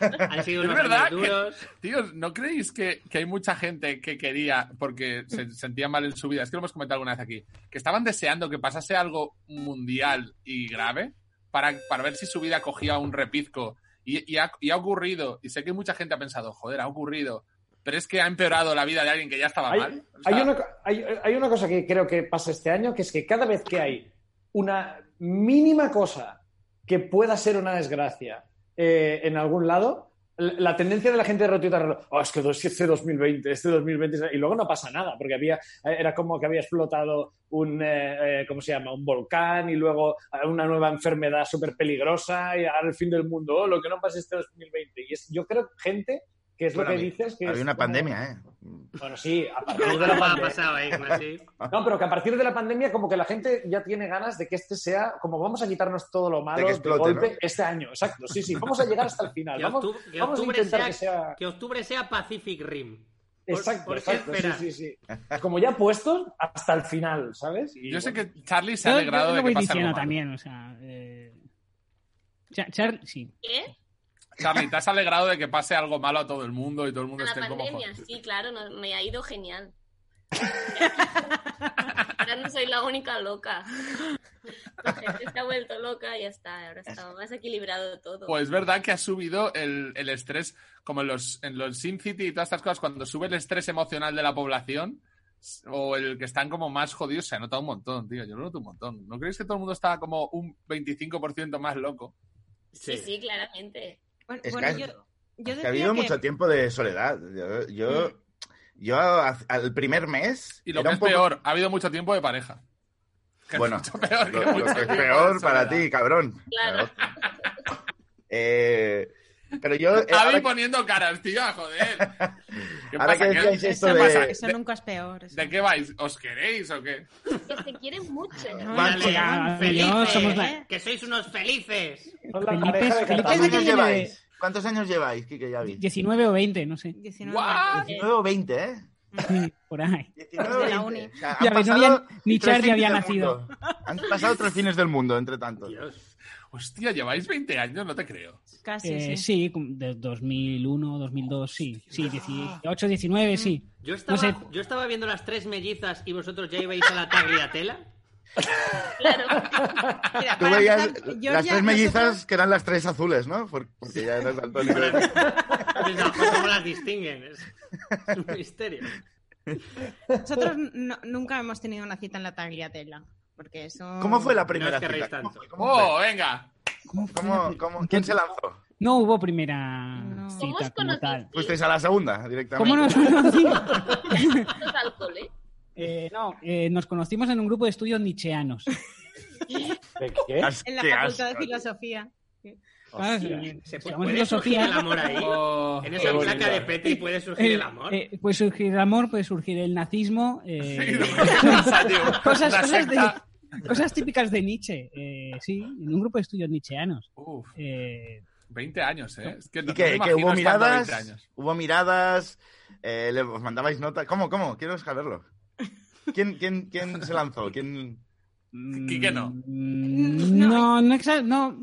[SPEAKER 1] Han sido
[SPEAKER 2] Es
[SPEAKER 1] unos
[SPEAKER 2] verdad
[SPEAKER 1] años
[SPEAKER 2] que-
[SPEAKER 1] duros.
[SPEAKER 2] Tíos, ¿no creéis que, que hay mucha gente que quería, porque se sentía mal en su vida? Es que lo hemos comentado alguna vez aquí. Que estaban deseando que pasase algo mundial y grave para, para ver si su vida cogía un repizco. Y, y ha, y ha ocurrido, y sé que mucha gente ha pensado, joder, ha ocurrido. pero es que ha empeorado la vida de alguien que ya estaba
[SPEAKER 4] Hay,
[SPEAKER 2] mal. O
[SPEAKER 4] hay
[SPEAKER 2] sea,
[SPEAKER 4] una, co- hay- hay una cosa que creo que pasa este año, que es que cada vez que hay una mínima cosa que pueda ser una desgracia eh, en algún lado, la, la tendencia de la gente de retuitar, oh, es que dos- este 2020, este 2020, y luego no pasa nada, porque había, eh, era como que había explotado un, eh, eh, ¿cómo se llama?, un volcán y luego una nueva enfermedad súper peligrosa y ahora el fin del mundo, oh, lo que no pasa este 2020. Y es, yo creo, gente, que es
[SPEAKER 5] Bueno,
[SPEAKER 4] lo que
[SPEAKER 5] había-
[SPEAKER 4] dices, que
[SPEAKER 5] Había
[SPEAKER 4] es
[SPEAKER 5] una
[SPEAKER 4] como-
[SPEAKER 5] pandemia, ¿eh?
[SPEAKER 4] Bueno, sí, a partir de la
[SPEAKER 1] Algo ha
[SPEAKER 4] pandemia.
[SPEAKER 1] pasado ahí, así.
[SPEAKER 4] No, pero que a partir de la pandemia, como que la gente ya tiene ganas de que este sea, como vamos a quitarnos todo lo malo
[SPEAKER 5] De
[SPEAKER 4] de,
[SPEAKER 5] que explote,
[SPEAKER 4] golpe
[SPEAKER 5] ¿no?
[SPEAKER 4] este año. Exacto, sí, sí, vamos a llegar hasta el final.
[SPEAKER 1] Que
[SPEAKER 4] Vamos,
[SPEAKER 1] octubre, que
[SPEAKER 4] vamos a
[SPEAKER 1] octubre
[SPEAKER 4] intentar
[SPEAKER 1] sea,
[SPEAKER 4] que sea.
[SPEAKER 1] que octubre sea Pacific Rim. Por-
[SPEAKER 4] Exacto,
[SPEAKER 1] ¿por qué
[SPEAKER 4] exacto, sí,
[SPEAKER 1] esperar?
[SPEAKER 4] sí, sí. Como ya puestos, hasta el final, ¿sabes? Y
[SPEAKER 2] Yo sé
[SPEAKER 4] bueno,
[SPEAKER 2] que Charlie se ha
[SPEAKER 3] Yo- yo
[SPEAKER 2] alegrado
[SPEAKER 3] lo
[SPEAKER 2] de
[SPEAKER 3] voy
[SPEAKER 2] que pase algo
[SPEAKER 3] diciendo
[SPEAKER 2] malo.
[SPEAKER 3] también, o sea... eh, Char- Char- sí.
[SPEAKER 6] ¿Qué?
[SPEAKER 2] Charlie, te has alegrado de que pase algo malo a todo el mundo y todo el
[SPEAKER 6] A
[SPEAKER 2] mundo
[SPEAKER 6] la
[SPEAKER 2] esté como...
[SPEAKER 6] pandemia,
[SPEAKER 2] jodido.
[SPEAKER 6] sí, claro, no- me ha ido genial. Ahora no soy la única loca. La gente se ha vuelto loca y ya está. Ahora está más equilibrado todo.
[SPEAKER 2] Pues es verdad que ha subido el, el estrés, como en los, en los Sin City y todas estas cosas, cuando sube el estrés emocional de la población s- o el que están como más jodidos, se ha notado un montón, tío. Yo lo noto un montón. ¿No creéis que todo el mundo está como un 25% más loco?
[SPEAKER 6] sí, sí, claramente.
[SPEAKER 7] Bueno,
[SPEAKER 5] Es
[SPEAKER 7] bueno,
[SPEAKER 5] que-
[SPEAKER 7] yo, yo
[SPEAKER 5] Es que
[SPEAKER 7] decía
[SPEAKER 5] ha habido
[SPEAKER 7] que-
[SPEAKER 5] mucho tiempo de soledad. Yo, yo, yo a- al primer mes.
[SPEAKER 2] Y lo
[SPEAKER 5] era
[SPEAKER 2] que
[SPEAKER 5] un
[SPEAKER 2] es
[SPEAKER 5] poco-
[SPEAKER 2] peor, ha habido mucho tiempo de pareja. Que es
[SPEAKER 5] Bueno,
[SPEAKER 2] mucho peor que
[SPEAKER 5] Lo, lo
[SPEAKER 2] mucho
[SPEAKER 5] que es
[SPEAKER 2] tiempo de
[SPEAKER 5] peor para
[SPEAKER 2] soledad.
[SPEAKER 5] ti, cabrón.
[SPEAKER 6] Claro.
[SPEAKER 5] Eh, pero yo. eh,
[SPEAKER 2] Javi
[SPEAKER 5] ahora-
[SPEAKER 2] poniendo caras, tío, joder. ¿Qué
[SPEAKER 5] Ahora
[SPEAKER 2] pasa?
[SPEAKER 5] que
[SPEAKER 2] ¿Qué-
[SPEAKER 5] decíais
[SPEAKER 2] ¿De,
[SPEAKER 5] esto
[SPEAKER 7] eso,
[SPEAKER 5] de-
[SPEAKER 7] pasa- eso nunca es peor. eso.
[SPEAKER 2] qué vais? ¿Os queréis o qué?
[SPEAKER 6] Que se quieren mucho.
[SPEAKER 7] No,
[SPEAKER 1] Vale,
[SPEAKER 7] no, no, no,
[SPEAKER 1] felices,
[SPEAKER 7] no, somos la-
[SPEAKER 1] que sois unos felices.
[SPEAKER 4] son la
[SPEAKER 3] Felipe-
[SPEAKER 4] pareja de
[SPEAKER 3] Felipe-
[SPEAKER 4] Cataluña.
[SPEAKER 5] ¿Cuántos años
[SPEAKER 3] viene de-
[SPEAKER 5] lleváis? ¿Cuántos años lleváis, Kike Yavi?
[SPEAKER 3] 19 o 20, no sé.
[SPEAKER 7] 19
[SPEAKER 2] Guau.
[SPEAKER 7] años.
[SPEAKER 5] 19 o 20, ¿eh?
[SPEAKER 3] Sí, Por ahí.
[SPEAKER 5] 19 o
[SPEAKER 7] De la
[SPEAKER 5] 20.
[SPEAKER 7] uni.
[SPEAKER 5] O sea,
[SPEAKER 3] Ya
[SPEAKER 5] han
[SPEAKER 3] ves, no
[SPEAKER 5] pasado
[SPEAKER 3] había- ni
[SPEAKER 5] tres
[SPEAKER 3] Charlie
[SPEAKER 5] fines
[SPEAKER 3] había
[SPEAKER 5] del
[SPEAKER 3] nacido.
[SPEAKER 5] mundo. Han pasado tres fines del mundo, entre tanto.
[SPEAKER 1] Dios.
[SPEAKER 2] Hostia, lleváis 20 años, no te creo.
[SPEAKER 7] Casi, sí.
[SPEAKER 3] Eh, sí, como de 2001, 2002, sí. Sí, 18, 19, sí.
[SPEAKER 1] Yo estaba,
[SPEAKER 3] No sé.
[SPEAKER 1] yo estaba viendo las tres mellizas y vosotros ya ibais a la tagliatela.
[SPEAKER 7] Mira,
[SPEAKER 5] Tú
[SPEAKER 7] para
[SPEAKER 5] veías
[SPEAKER 7] empezar, Georgia,
[SPEAKER 5] las tres mellizas
[SPEAKER 7] nosotros-
[SPEAKER 5] que eran las tres azules, ¿no? Por- Porque ya eras Antonio.
[SPEAKER 1] Pensaba, "Joder, pues, ¿Cómo las distinguen? Es un misterio.
[SPEAKER 7] Nosotros no- nunca hemos tenido una cita en la tagliatella. Porque eso...
[SPEAKER 5] ¿Cómo fue la primera
[SPEAKER 1] No os querréis
[SPEAKER 5] cita? ¿Cómo
[SPEAKER 1] tanto.
[SPEAKER 5] fue? ¿Cómo fue?
[SPEAKER 2] ¡Oh, venga!
[SPEAKER 3] ¿Cómo fue la
[SPEAKER 5] ¿Cómo-
[SPEAKER 3] pri-
[SPEAKER 5] cómo- ¿Quién se lanzó?
[SPEAKER 3] No hubo primera
[SPEAKER 7] No.
[SPEAKER 6] ¿Cómo os
[SPEAKER 3] cita como tal.
[SPEAKER 6] conocisteis?
[SPEAKER 5] Fuisteis a la segunda directamente.
[SPEAKER 3] ¿Cómo nos conocimos?
[SPEAKER 6] Los alcohol, ¿eh?
[SPEAKER 3] Eh, no, eh, nos conocimos en un grupo de estudios nietzscheanos.
[SPEAKER 4] ¿De qué?
[SPEAKER 5] As-
[SPEAKER 7] En la
[SPEAKER 5] qué
[SPEAKER 7] facultad
[SPEAKER 5] asco,
[SPEAKER 7] de filosofía.
[SPEAKER 3] ¿sabes? Eh,
[SPEAKER 1] ¿Se puede,
[SPEAKER 3] estudiamos
[SPEAKER 1] surgir el amor ahí?
[SPEAKER 2] Oh,
[SPEAKER 1] En
[SPEAKER 2] qué
[SPEAKER 1] esa placa
[SPEAKER 2] bonito.
[SPEAKER 1] de Petri puede surgir el
[SPEAKER 3] Eh,
[SPEAKER 1] amor.
[SPEAKER 3] eh, puede surgir el amor, puede surgir el nazismo. eh,
[SPEAKER 2] Sí, no, ¿qué pasa, tío?
[SPEAKER 3] cosas,
[SPEAKER 2] La
[SPEAKER 3] cosas de-
[SPEAKER 2] secta-
[SPEAKER 3] cosas típicas de Nietzsche. eh, sí, en un grupo de estudios nietzscheanos.
[SPEAKER 2] Uf,
[SPEAKER 3] Eh,
[SPEAKER 2] 20 años, ¿eh? Es que
[SPEAKER 5] tío.
[SPEAKER 2] no-
[SPEAKER 5] ¿Y qué?
[SPEAKER 2] no me
[SPEAKER 5] ¿Qué hubo
[SPEAKER 2] imagino estando 20
[SPEAKER 5] miradas?
[SPEAKER 2] años.
[SPEAKER 5] ¿Hubo miradas? Eh, ¿Le os mandabais notas? ¿Cómo, cómo? Quiero saberlo. ¿Quién, quién, quién se lanzó? ¿Quién...
[SPEAKER 2] Quique no.
[SPEAKER 3] mm, No, no, exa- no,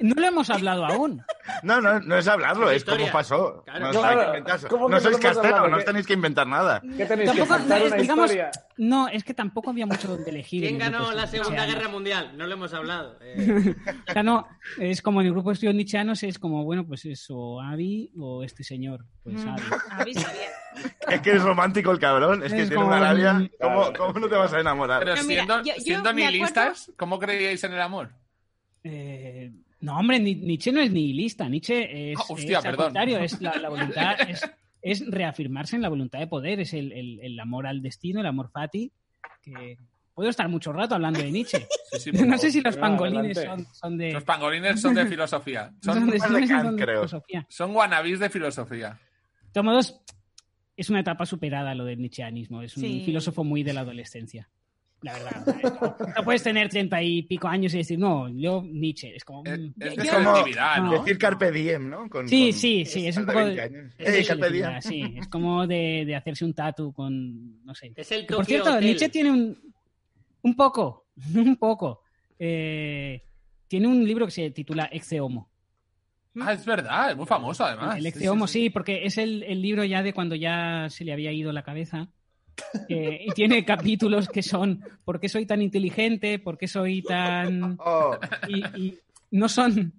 [SPEAKER 3] no lo hemos hablado aún.
[SPEAKER 5] No, no, no es hablarlo,
[SPEAKER 1] Es
[SPEAKER 5] es cómo
[SPEAKER 1] historia.
[SPEAKER 5] pasó.
[SPEAKER 1] Claro.
[SPEAKER 5] No, os
[SPEAKER 4] Claro,
[SPEAKER 5] hay que inventarse.
[SPEAKER 4] ¿cómo que
[SPEAKER 5] No
[SPEAKER 4] no
[SPEAKER 5] sois
[SPEAKER 4] lo hemos
[SPEAKER 5] castellanos,
[SPEAKER 4] hablado?
[SPEAKER 5] no os
[SPEAKER 4] ¿Qué?
[SPEAKER 5] tenéis que inventar nada.
[SPEAKER 4] ¿Qué tenéis que
[SPEAKER 3] Tampoco,
[SPEAKER 4] contar una
[SPEAKER 3] digamos,
[SPEAKER 4] historia?
[SPEAKER 3] no, es que tampoco había mucho donde elegir.
[SPEAKER 1] ¿Quién
[SPEAKER 3] en el
[SPEAKER 1] ganó
[SPEAKER 3] grupo de
[SPEAKER 1] la
[SPEAKER 3] estudios
[SPEAKER 1] Segunda
[SPEAKER 3] nietzscheanos.
[SPEAKER 1] Guerra Mundial? No lo hemos hablado. Eh,
[SPEAKER 3] O sea, no, es como en el grupo de estudios nietzscheanos, es como, bueno, pues eso, Avi o este señor. Pues
[SPEAKER 7] Mm.
[SPEAKER 3] Avi.
[SPEAKER 7] Habéis sabido.
[SPEAKER 5] Es que es romántico el cabrón, es que
[SPEAKER 3] Es
[SPEAKER 5] tiene
[SPEAKER 3] como-
[SPEAKER 5] una labia.
[SPEAKER 4] Claro,
[SPEAKER 5] ¿Cómo, cómo no te vas a enamorar?
[SPEAKER 2] Pero
[SPEAKER 7] No, mira,
[SPEAKER 2] siendo,
[SPEAKER 7] yo- yo
[SPEAKER 2] siendo
[SPEAKER 7] me acuerdo-
[SPEAKER 2] nihilistas, ¿cómo creíais en el amor?
[SPEAKER 3] Eh, no, hombre, Ni- Nietzsche no es nihilista. Nietzsche es,
[SPEAKER 2] Ah, hostia,
[SPEAKER 3] es al
[SPEAKER 2] perdón.
[SPEAKER 3] contrario, es la, la voluntad, es, es reafirmarse en la voluntad de poder, es el, el- el amor al destino, el amor fati. Que puedo estar mucho rato hablando de Nietzsche.
[SPEAKER 2] Sí, sí, por
[SPEAKER 3] No
[SPEAKER 2] favor.
[SPEAKER 3] sé si los
[SPEAKER 4] Ah,
[SPEAKER 3] pangolines son,
[SPEAKER 4] adelante.
[SPEAKER 3] son de.
[SPEAKER 2] Los pangolines son de filosofía.
[SPEAKER 3] son
[SPEAKER 2] Son,
[SPEAKER 3] de-
[SPEAKER 5] más de
[SPEAKER 3] son
[SPEAKER 5] Kant,
[SPEAKER 3] de
[SPEAKER 5] creo.
[SPEAKER 3] filosofía.
[SPEAKER 2] son wannabis de filosofía.
[SPEAKER 3] De todos modos, es una etapa superada lo del nietzscheanismo. Es un
[SPEAKER 7] Sí.
[SPEAKER 3] filósofo muy de la adolescencia. La verdad. o sea, No puedes tener treinta y pico años y decir, no, yo Nietzsche. Es como.
[SPEAKER 2] Es,
[SPEAKER 3] mm,
[SPEAKER 2] es
[SPEAKER 3] yo-
[SPEAKER 2] de
[SPEAKER 5] yo-
[SPEAKER 2] selectividad,
[SPEAKER 3] No.
[SPEAKER 2] ¿no?
[SPEAKER 5] Decir Carpe Diem, ¿no? Con-
[SPEAKER 3] Sí,
[SPEAKER 5] con-
[SPEAKER 3] sí, sí, es un
[SPEAKER 5] de
[SPEAKER 3] poco.
[SPEAKER 5] 20
[SPEAKER 3] de-
[SPEAKER 5] años.
[SPEAKER 3] es
[SPEAKER 5] ¡Ey,
[SPEAKER 3] de
[SPEAKER 5] Carpe Diem!
[SPEAKER 3] selectividad, sí, es como de, de hacerse un tatu con. No sé.
[SPEAKER 1] es el
[SPEAKER 3] Que,
[SPEAKER 1] Tokyo
[SPEAKER 3] por cierto,
[SPEAKER 1] Hotel.
[SPEAKER 3] Nietzsche tiene un. Un poco, un poco. eh, tiene un libro que se titula Ecce Homo.
[SPEAKER 2] Ah, es verdad, es muy famoso además.
[SPEAKER 3] El
[SPEAKER 2] Ah, Sí,
[SPEAKER 3] Ecce
[SPEAKER 2] sí,
[SPEAKER 3] Homo,
[SPEAKER 2] sí.
[SPEAKER 3] sí, porque es el, el libro ya de cuando ya se le había ido la cabeza. Eh, y tiene capítulos que son ¿Por qué soy tan inteligente? ¿Por qué soy tan...?
[SPEAKER 5] Oh,
[SPEAKER 3] Y, y no son...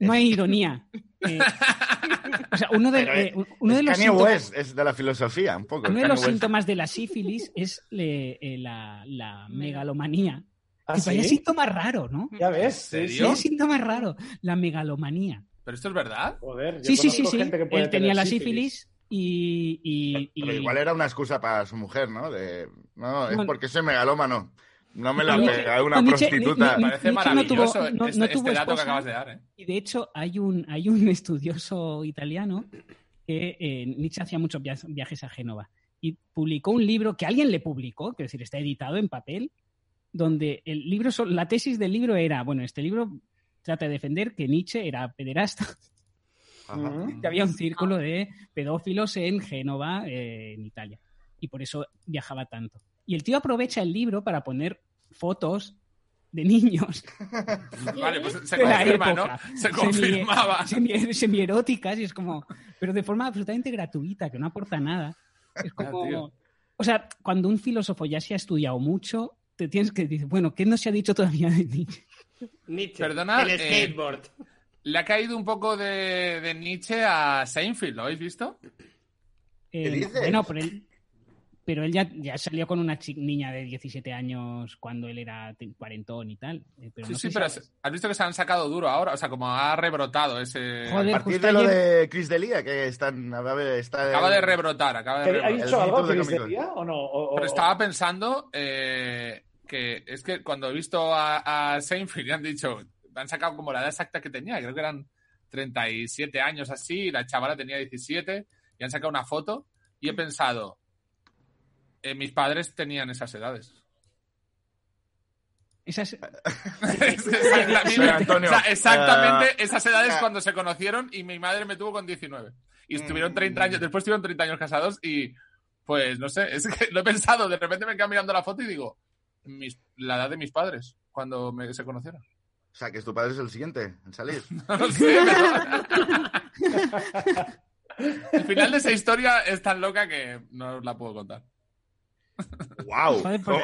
[SPEAKER 3] No hay ironía. Eh, o sea, uno de,
[SPEAKER 5] Pero es-
[SPEAKER 3] eh, uno de
[SPEAKER 5] es
[SPEAKER 3] los
[SPEAKER 5] Kanye
[SPEAKER 3] síntomas-
[SPEAKER 5] West, es de la filosofía, un poco.
[SPEAKER 3] uno de
[SPEAKER 5] Kanye
[SPEAKER 3] los
[SPEAKER 5] West.
[SPEAKER 3] síntomas de la sífilis es eh, eh, la, la megalomanía.
[SPEAKER 4] ¿Ah,
[SPEAKER 3] Que vaya
[SPEAKER 4] sí?
[SPEAKER 3] síntoma raro, ¿no?
[SPEAKER 4] ¿Ya ves?
[SPEAKER 2] ¿En
[SPEAKER 4] Sí, sí.
[SPEAKER 2] serio?
[SPEAKER 3] Vaya síntoma raro. La megalomanía.
[SPEAKER 2] ¿Pero esto es verdad?
[SPEAKER 4] Joder, yo
[SPEAKER 3] Sí, sí, sí,
[SPEAKER 4] conozco
[SPEAKER 3] sí.
[SPEAKER 4] gente que puede
[SPEAKER 3] Él tenía
[SPEAKER 4] tener
[SPEAKER 3] la sífilis, y, y- y-
[SPEAKER 5] Pero igual era una excusa para su mujer, ¿no? De, no, es
[SPEAKER 3] Bueno.
[SPEAKER 5] porque soy megalómano. No me la
[SPEAKER 3] A Nietzsche-
[SPEAKER 5] pega una
[SPEAKER 3] a Nietzsche-
[SPEAKER 5] prostituta.
[SPEAKER 2] Parece
[SPEAKER 3] Ni- Nietzsche no
[SPEAKER 2] maravilloso
[SPEAKER 3] tuvo- no-
[SPEAKER 2] este,
[SPEAKER 3] no
[SPEAKER 2] este
[SPEAKER 3] tuvo
[SPEAKER 2] dato que
[SPEAKER 3] esposa.
[SPEAKER 2] acabas de dar, ¿eh?
[SPEAKER 3] y de hecho hay un, hay un estudioso italiano que eh, Nietzsche hacía muchos via- viajes a Génova y publicó un libro que alguien le publicó, que es decir, está editado en papel, donde el libro, sol- la tesis del libro era, bueno, este libro trata de defender que Nietzsche era pederasta,
[SPEAKER 5] Ajá.
[SPEAKER 3] que había un
[SPEAKER 2] Ah.
[SPEAKER 3] círculo de pedófilos en Génova, eh, en Italia, y por eso viajaba tanto. Y el tío aprovecha el libro para poner fotos de niños
[SPEAKER 2] Vale, pues se
[SPEAKER 3] de la
[SPEAKER 2] confirma,
[SPEAKER 3] época.
[SPEAKER 2] ¿no? Se
[SPEAKER 3] Semi-
[SPEAKER 2] confirmaba.
[SPEAKER 3] semi- semieróticas y es como, pero de forma absolutamente gratuita, que no aporta nada. Es como,
[SPEAKER 2] Ah, tío.
[SPEAKER 3] o sea, cuando un filósofo ya se ha estudiado mucho, te tienes que decir, bueno, ¿qué no se ha dicho todavía de ti?
[SPEAKER 1] Nietzsche.
[SPEAKER 2] Perdona, eh,
[SPEAKER 1] El skateboard.
[SPEAKER 2] Le ha caído un poco de, de Nietzsche a Seinfeld, ¿lo habéis visto?
[SPEAKER 3] Eh,
[SPEAKER 5] ¿Qué dices?
[SPEAKER 3] Bueno, pero él, pero él ya, ya salió con una chi- niña de 17 años cuando él era te- cuarentón y tal. eh, pero
[SPEAKER 2] Sí,
[SPEAKER 3] no
[SPEAKER 2] sí,
[SPEAKER 3] sé si-
[SPEAKER 2] pero has has visto que se han sacado duro ahora, o sea, como ha rebrotado ese...
[SPEAKER 5] A
[SPEAKER 3] Joder.
[SPEAKER 5] partir
[SPEAKER 3] justo
[SPEAKER 5] de lo
[SPEAKER 3] ayer-
[SPEAKER 5] de Chris Delia, que están, a ver, está
[SPEAKER 2] Acaba de
[SPEAKER 5] el-
[SPEAKER 2] rebrotar, acaba de
[SPEAKER 4] ¿Ha
[SPEAKER 2] rebrotar.
[SPEAKER 4] dicho
[SPEAKER 5] El
[SPEAKER 4] algo
[SPEAKER 5] Beatles
[SPEAKER 4] que
[SPEAKER 5] de
[SPEAKER 4] les
[SPEAKER 5] Camilo.
[SPEAKER 4] decía o no? O- o-
[SPEAKER 2] Pero estaba pensando eh, que es que cuando he visto a, a Seinfeld, le han dicho, han sacado como la edad exacta que tenía, creo que eran 37 años así, y la chavala tenía 17, y han sacado una foto, y he pensado, eh, mis padres tenían esas edades.
[SPEAKER 3] Esas-
[SPEAKER 2] Ah, exactamente,
[SPEAKER 5] Pero, Antonio,
[SPEAKER 2] o sea, exactamente
[SPEAKER 5] eh,
[SPEAKER 2] esas edades
[SPEAKER 5] eh.
[SPEAKER 2] cuando se conocieron y mi madre me tuvo con 19. Y estuvieron
[SPEAKER 5] Mm.
[SPEAKER 2] 30 años, después estuvieron 30 años casados y pues no sé, es que lo he pensado, de repente me quedo mirando la foto y digo, mis- la edad de mis padres cuando me- se conocieron.
[SPEAKER 5] O sea, que tu padre es el siguiente en salir.
[SPEAKER 2] No lo sé, pero- El final de esa historia es tan loca que no os la puedo contar.
[SPEAKER 5] ¡Wow!
[SPEAKER 3] Joder, pues-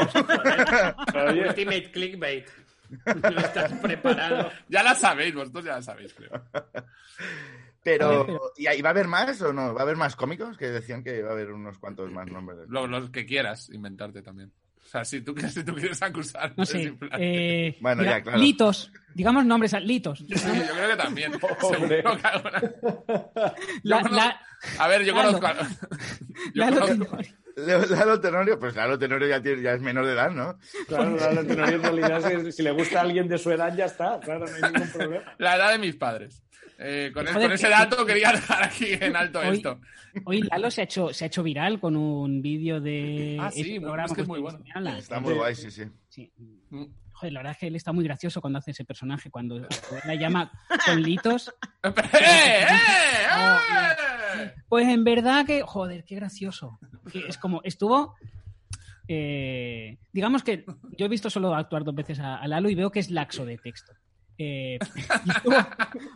[SPEAKER 4] Pero, oye,
[SPEAKER 1] Ultimate clickbait. No estás preparado.
[SPEAKER 2] Ya la sabéis, vosotros ya la sabéis, creo.
[SPEAKER 5] Pero, ¿y ahí va a haber más o no? ¿Va a haber más cómicos? Que decían que iba a haber unos cuantos más nombres.
[SPEAKER 2] Lo, lo que quieras inventarte también. O sea, si tú, si tú quieres acusar...
[SPEAKER 3] no
[SPEAKER 2] puedes
[SPEAKER 3] sé.
[SPEAKER 2] inflar.
[SPEAKER 3] eh,
[SPEAKER 5] Bueno, ya, claro.
[SPEAKER 3] Litos. Digamos nombres, al- litos.
[SPEAKER 2] Sí, yo creo que también.
[SPEAKER 4] Pobre.
[SPEAKER 2] Seguro que alguna- Yo
[SPEAKER 3] La-
[SPEAKER 2] conozco-
[SPEAKER 3] la-
[SPEAKER 2] A ver, yo
[SPEAKER 3] Lalo.
[SPEAKER 2] conozco. a- yo
[SPEAKER 3] Lalo
[SPEAKER 2] conozco-
[SPEAKER 3] Tenori.
[SPEAKER 5] Leo- Lalo Tenorio, pues Lalo Tenorio ya, tiene- ya es menor de edad, ¿no?
[SPEAKER 4] claro, la latinoamérica en realidad, si, si le gusta a alguien de su edad, ya está. Claro, no hay ningún problema.
[SPEAKER 2] La edad de mis padres. Eh, con, el-
[SPEAKER 3] Joder,
[SPEAKER 2] con ese
[SPEAKER 3] que-
[SPEAKER 2] dato quería dejar aquí en alto
[SPEAKER 3] Hoy-
[SPEAKER 2] esto.
[SPEAKER 3] Hoy Lalo se ha hecho, se ha hecho viral con un vídeo de este
[SPEAKER 2] Ah, sí, muy- es que es muy bueno.
[SPEAKER 3] se habla.
[SPEAKER 5] Está muy guay, sí, sí.
[SPEAKER 3] Sí. Joder, la verdad es que él está muy gracioso cuando hace ese personaje, cuando a la llama con litos.
[SPEAKER 2] ¡Eh, eh,
[SPEAKER 3] Oh,
[SPEAKER 2] eh!
[SPEAKER 3] Pues en verdad que, joder, qué gracioso. Que es como, estuvo... eh, digamos que yo he visto solo actuar dos veces a, a Lalo y veo que es laxo de texto. Eh, y estuvo,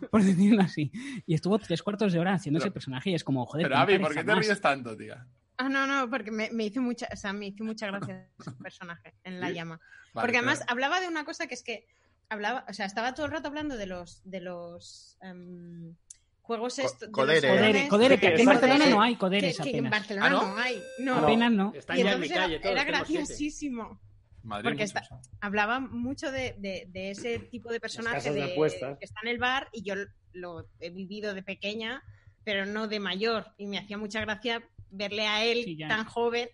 [SPEAKER 3] por decirlo así. Y estuvo tres cuartos de hora haciendo
[SPEAKER 2] Pero-
[SPEAKER 3] ese personaje y es como, joder,
[SPEAKER 2] Pero
[SPEAKER 3] que no
[SPEAKER 2] Avi, ¿por
[SPEAKER 3] parezca
[SPEAKER 2] qué te
[SPEAKER 3] más.
[SPEAKER 2] ríes tanto, tía?
[SPEAKER 7] Ah, no, no, porque me, me hizo mucha, o sea, me hizo mucha gracia ese personaje en la
[SPEAKER 2] Sí.
[SPEAKER 7] llama.
[SPEAKER 2] Vale,
[SPEAKER 7] porque además
[SPEAKER 2] pero-
[SPEAKER 7] hablaba de una cosa que es que hablaba, o sea, estaba todo el rato hablando de los de los em, juegos
[SPEAKER 5] Co-
[SPEAKER 7] estos. de los
[SPEAKER 5] codere.
[SPEAKER 3] Codere,
[SPEAKER 7] salones,
[SPEAKER 3] codere,
[SPEAKER 4] Sí,
[SPEAKER 3] que aquí en
[SPEAKER 4] exacto,
[SPEAKER 3] Barcelona
[SPEAKER 4] sí.
[SPEAKER 3] no hay
[SPEAKER 7] que-
[SPEAKER 3] coderes
[SPEAKER 7] que, en
[SPEAKER 3] apenas.
[SPEAKER 7] Barcelona
[SPEAKER 2] Ah, ¿no?
[SPEAKER 7] no? hay. No.
[SPEAKER 4] Ah,
[SPEAKER 3] Apenas no.
[SPEAKER 1] Están
[SPEAKER 7] Y
[SPEAKER 1] ya en mi
[SPEAKER 7] entonces era,
[SPEAKER 1] calle. todos,
[SPEAKER 7] era
[SPEAKER 1] tengo siete.
[SPEAKER 7] graciasísimo.
[SPEAKER 2] Madrid,
[SPEAKER 7] porque
[SPEAKER 2] mucho,
[SPEAKER 7] está-
[SPEAKER 2] sí.
[SPEAKER 7] Hablaba mucho de, de- de ese tipo de personaje
[SPEAKER 4] casas de
[SPEAKER 7] de-
[SPEAKER 4] apuestas.
[SPEAKER 7] que está en el bar y yo lo he vivido de pequeña, pero no de mayor. Y me hacía mucha gracia verle a él
[SPEAKER 3] Sí, ya.
[SPEAKER 7] tan joven.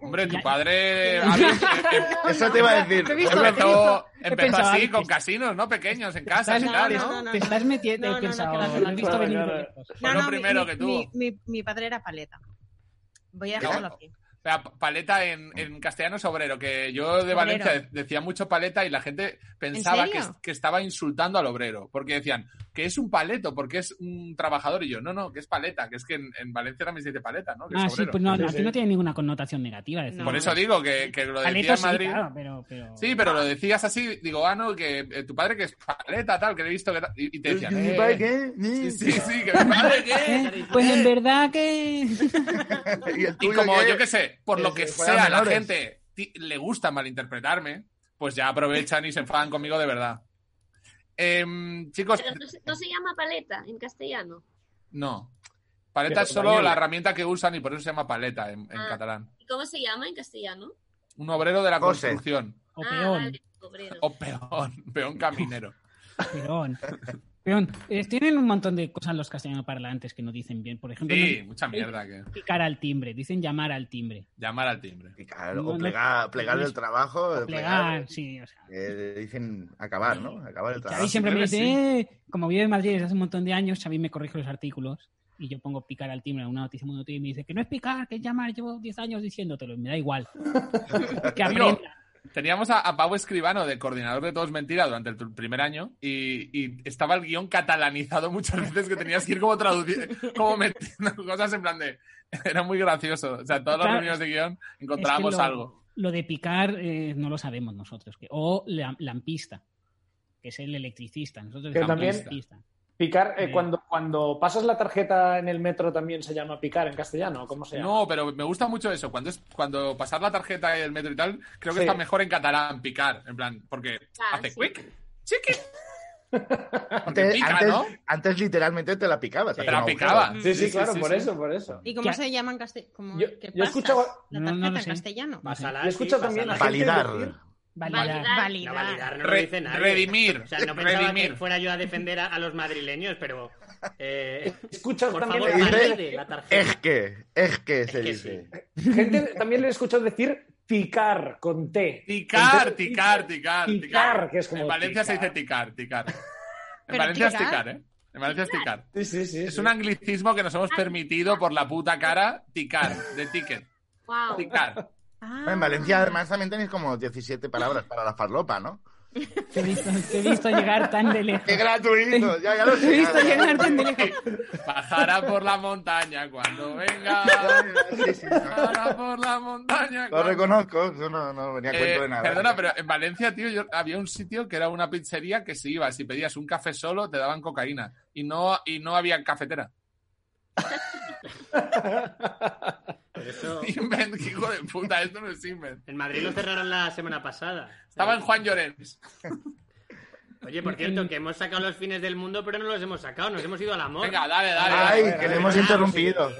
[SPEAKER 2] Hombre, tu
[SPEAKER 3] Ya-
[SPEAKER 2] padre.
[SPEAKER 7] No,
[SPEAKER 2] Avi,
[SPEAKER 7] no,
[SPEAKER 2] em-
[SPEAKER 5] Eso te iba a decir.
[SPEAKER 7] Lo he visto, lo he visto.
[SPEAKER 2] empezó,
[SPEAKER 3] he
[SPEAKER 2] empezó
[SPEAKER 3] pensado
[SPEAKER 2] así,
[SPEAKER 3] antes.
[SPEAKER 2] con casinos, ¿no? Pequeños, en casa y
[SPEAKER 3] No,
[SPEAKER 2] tal,
[SPEAKER 7] no,
[SPEAKER 2] ¿no?
[SPEAKER 7] no, no.
[SPEAKER 3] Te estás metiendo,
[SPEAKER 7] No,
[SPEAKER 3] he
[SPEAKER 7] no,
[SPEAKER 3] pensado,
[SPEAKER 7] no, claro,
[SPEAKER 3] lo has visto
[SPEAKER 4] claro,
[SPEAKER 3] venir
[SPEAKER 4] claro.
[SPEAKER 3] de lejos.
[SPEAKER 2] Fue lo
[SPEAKER 7] mi-
[SPEAKER 2] primero
[SPEAKER 7] mi,
[SPEAKER 2] que tuvo.
[SPEAKER 7] Mi, mi- mi padre era paleta. Voy a
[SPEAKER 5] Claro.
[SPEAKER 7] dejarlo aquí.
[SPEAKER 2] O sea, pa- paleta en, en castellano es obrero, que yo de
[SPEAKER 7] Obrero.
[SPEAKER 2] Valencia de- decía mucho paleta y la gente pensaba
[SPEAKER 7] ¿En
[SPEAKER 2] que,
[SPEAKER 7] serio?
[SPEAKER 2] es- que estaba insultando al obrero, porque decían que es un paleto, porque es un trabajador y yo, no, no, que es paleta, que es que en, en Valencia también se dice paleta, ¿no? Que
[SPEAKER 3] Ah,
[SPEAKER 2] es
[SPEAKER 3] sí,
[SPEAKER 2] obrero.
[SPEAKER 3] pues no,
[SPEAKER 4] Sí,
[SPEAKER 3] aquí
[SPEAKER 4] sí.
[SPEAKER 3] no tiene ninguna connotación negativa. decir,
[SPEAKER 7] No.
[SPEAKER 2] Por eso digo que, que lo decía
[SPEAKER 3] Paleta
[SPEAKER 2] en
[SPEAKER 3] sí,
[SPEAKER 2] Madrid.
[SPEAKER 3] claro, pero, pero...
[SPEAKER 2] Sí, pero lo decías así, digo, ah, no, que eh, tu padre que es paleta, tal, que le he visto que tal, y, y te decían,
[SPEAKER 5] ¿Mi
[SPEAKER 2] eh,
[SPEAKER 5] padre qué?
[SPEAKER 2] sí, sí, sí, que mi padre que...
[SPEAKER 3] Eh, Pues en verdad que...
[SPEAKER 5] ¿Y el
[SPEAKER 2] Y
[SPEAKER 5] tuyo
[SPEAKER 2] como
[SPEAKER 5] qué?
[SPEAKER 2] yo que sé, por
[SPEAKER 5] que
[SPEAKER 2] lo
[SPEAKER 5] se
[SPEAKER 2] que
[SPEAKER 5] juegan
[SPEAKER 2] sea la
[SPEAKER 5] menores.
[SPEAKER 2] gente ti- le gusta malinterpretarme, pues ya aprovechan y se enfadan conmigo de verdad. Em, chicos,
[SPEAKER 6] Pero no, se- no se llama paleta en castellano.
[SPEAKER 2] no. Paleta es solo la herramienta que usan y por eso se llama paleta en, en
[SPEAKER 6] Ah.
[SPEAKER 2] catalán.
[SPEAKER 6] ¿Y cómo se llama en castellano?
[SPEAKER 2] Un obrero de la
[SPEAKER 5] Cose.
[SPEAKER 2] construcción.
[SPEAKER 3] O
[SPEAKER 6] ah,
[SPEAKER 3] peón.
[SPEAKER 6] vale, obrero.
[SPEAKER 2] O peón, peón caminero.
[SPEAKER 3] Peón. Peón. Eh, tienen un montón de cosas los castellanoparlantes que no dicen bien. Por ejemplo, no
[SPEAKER 2] Sí,
[SPEAKER 3] dicen
[SPEAKER 2] mucha mierda que.
[SPEAKER 3] picar al timbre, dicen llamar al timbre.
[SPEAKER 2] Llamar al timbre.
[SPEAKER 5] Y claro,
[SPEAKER 3] No,
[SPEAKER 5] o
[SPEAKER 3] no-
[SPEAKER 5] plegar, plegar el trabajo. eh,
[SPEAKER 3] Plegar, sí. O sea.
[SPEAKER 5] eh, dicen acabar, ¿no? Acabar el
[SPEAKER 3] Xavi
[SPEAKER 5] trabajo.
[SPEAKER 3] siempre me
[SPEAKER 2] creo
[SPEAKER 3] dice,
[SPEAKER 2] que
[SPEAKER 3] "Eh, como vive en Madrid desde hace un montón de años, Xavi me corrige los artículos y yo pongo picar al timbre en una noticia muy noticia y me dice que no es picar, que es llamar, llevo 10 años diciéndotelo y me da igual. que aprenda.
[SPEAKER 2] Teníamos a, a Pau Escribano de coordinador de Todos Mentira durante el tu- primer año y, y estaba el guión catalanizado muchas veces que tenías que ir como traduciendo, como metiendo cosas en plan de... Era muy gracioso. O sea, todas las
[SPEAKER 3] Claro.
[SPEAKER 2] reuniones de guión encontrábamos
[SPEAKER 3] Es que lo-
[SPEAKER 2] algo.
[SPEAKER 3] Lo de picar eh, no lo sabemos nosotros. Que, o la- lampista, que es el electricista. Nosotros
[SPEAKER 4] Que
[SPEAKER 3] decimos
[SPEAKER 4] también-
[SPEAKER 3] lampista.
[SPEAKER 4] Picar, eh,
[SPEAKER 3] Sí.
[SPEAKER 4] cuando, cuando pasas la tarjeta en el metro también se llama picar en castellano, ¿cómo se llama?
[SPEAKER 2] No, pero me gusta mucho eso. Cuando es cuando pasar la tarjeta y el metro y tal, creo que
[SPEAKER 4] Sí.
[SPEAKER 2] está mejor en catalán picar. En plan, porque
[SPEAKER 6] Ah,
[SPEAKER 2] hace
[SPEAKER 6] sí.
[SPEAKER 2] quick, chiqui. Porque
[SPEAKER 5] Antes,
[SPEAKER 2] pica,
[SPEAKER 5] antes-
[SPEAKER 2] ¿no?
[SPEAKER 5] antes literalmente te la picaba.
[SPEAKER 2] Te la picaba.
[SPEAKER 5] picabas.
[SPEAKER 4] Sí, sí,
[SPEAKER 2] Sí,
[SPEAKER 4] claro,
[SPEAKER 2] sí,
[SPEAKER 4] por
[SPEAKER 2] sí.
[SPEAKER 4] eso, por eso.
[SPEAKER 7] ¿Y cómo
[SPEAKER 3] Ya.
[SPEAKER 7] se llama en castellano?
[SPEAKER 4] Yo- yo escuchaba-
[SPEAKER 7] La
[SPEAKER 3] No, no
[SPEAKER 7] tarjeta
[SPEAKER 3] lo
[SPEAKER 7] en
[SPEAKER 3] sé.
[SPEAKER 7] castellano.
[SPEAKER 1] Pasalar,
[SPEAKER 4] Yo he
[SPEAKER 1] sí,
[SPEAKER 4] escuchado también
[SPEAKER 1] pasalar.
[SPEAKER 4] a gente
[SPEAKER 5] Validar.
[SPEAKER 4] decir-
[SPEAKER 3] Validar.
[SPEAKER 6] Validar.
[SPEAKER 7] Validar.
[SPEAKER 1] La validar no lo
[SPEAKER 2] Re-
[SPEAKER 1] dice nadie.
[SPEAKER 2] redimir,
[SPEAKER 1] O sea, no pensaba
[SPEAKER 2] redimir.
[SPEAKER 1] que fuera yo a defender a, a los madrileños, pero. eh,
[SPEAKER 4] Escuchas
[SPEAKER 1] por
[SPEAKER 4] también
[SPEAKER 1] favor,
[SPEAKER 4] a gente-
[SPEAKER 1] valide la
[SPEAKER 5] Es
[SPEAKER 1] tarjeta.
[SPEAKER 5] que, es que se
[SPEAKER 1] que
[SPEAKER 5] dice.
[SPEAKER 4] Gente, también le escucho decir picar con T.
[SPEAKER 2] Ticar,
[SPEAKER 4] Entonces,
[SPEAKER 2] ticar, ticar,
[SPEAKER 4] Ticar, que es como
[SPEAKER 2] En Valencia se dice
[SPEAKER 4] ticar.
[SPEAKER 2] ticar, ticar. En
[SPEAKER 7] Pero
[SPEAKER 2] Valencia es
[SPEAKER 7] ticar.
[SPEAKER 2] ticar, ¿eh? En Valencia es ticar.
[SPEAKER 4] Sí, sí, sí.
[SPEAKER 2] Es
[SPEAKER 4] sí.
[SPEAKER 2] un anglicismo que nos hemos permitido por la puta cara ticar, de ticket.
[SPEAKER 6] Wow.
[SPEAKER 2] Ticar.
[SPEAKER 7] Ah.
[SPEAKER 5] En Valencia además también tenéis como 17 palabras para la farlopa, ¿no?
[SPEAKER 3] Te he, visto, te he visto llegar tan de lejos.
[SPEAKER 5] ¡Qué gratuito! Ya, ya lo
[SPEAKER 3] Te he
[SPEAKER 5] sé.
[SPEAKER 3] visto
[SPEAKER 5] ya, ya.
[SPEAKER 3] llegar tan de lejos.
[SPEAKER 2] Bajará por la montaña cuando venga.
[SPEAKER 5] Sí, sí, no.
[SPEAKER 2] Bajará por la montaña.
[SPEAKER 5] Lo
[SPEAKER 2] cuando-
[SPEAKER 5] reconozco, yo no, no venía a
[SPEAKER 2] Eh,
[SPEAKER 5] cuento de nada.
[SPEAKER 2] perdona, pero en Valencia, tío, yo- había un sitio que era una pizzería que si ibas y pedías un café solo, te daban cocaína. Y no, y no había cafetera.
[SPEAKER 1] Pero esto-
[SPEAKER 2] Invent, qué hijo de puta, esto no es invent.
[SPEAKER 1] En Madrid lo cerraron la semana pasada.
[SPEAKER 2] Estaba en Juan Llorens.
[SPEAKER 1] Oye, por cierto, que hemos sacado los fines del mundo, pero no los hemos sacado. Nos hemos ido al amor.
[SPEAKER 2] Venga, dale, dale.
[SPEAKER 5] Ay,
[SPEAKER 2] dale.
[SPEAKER 5] que le hemos interrumpido.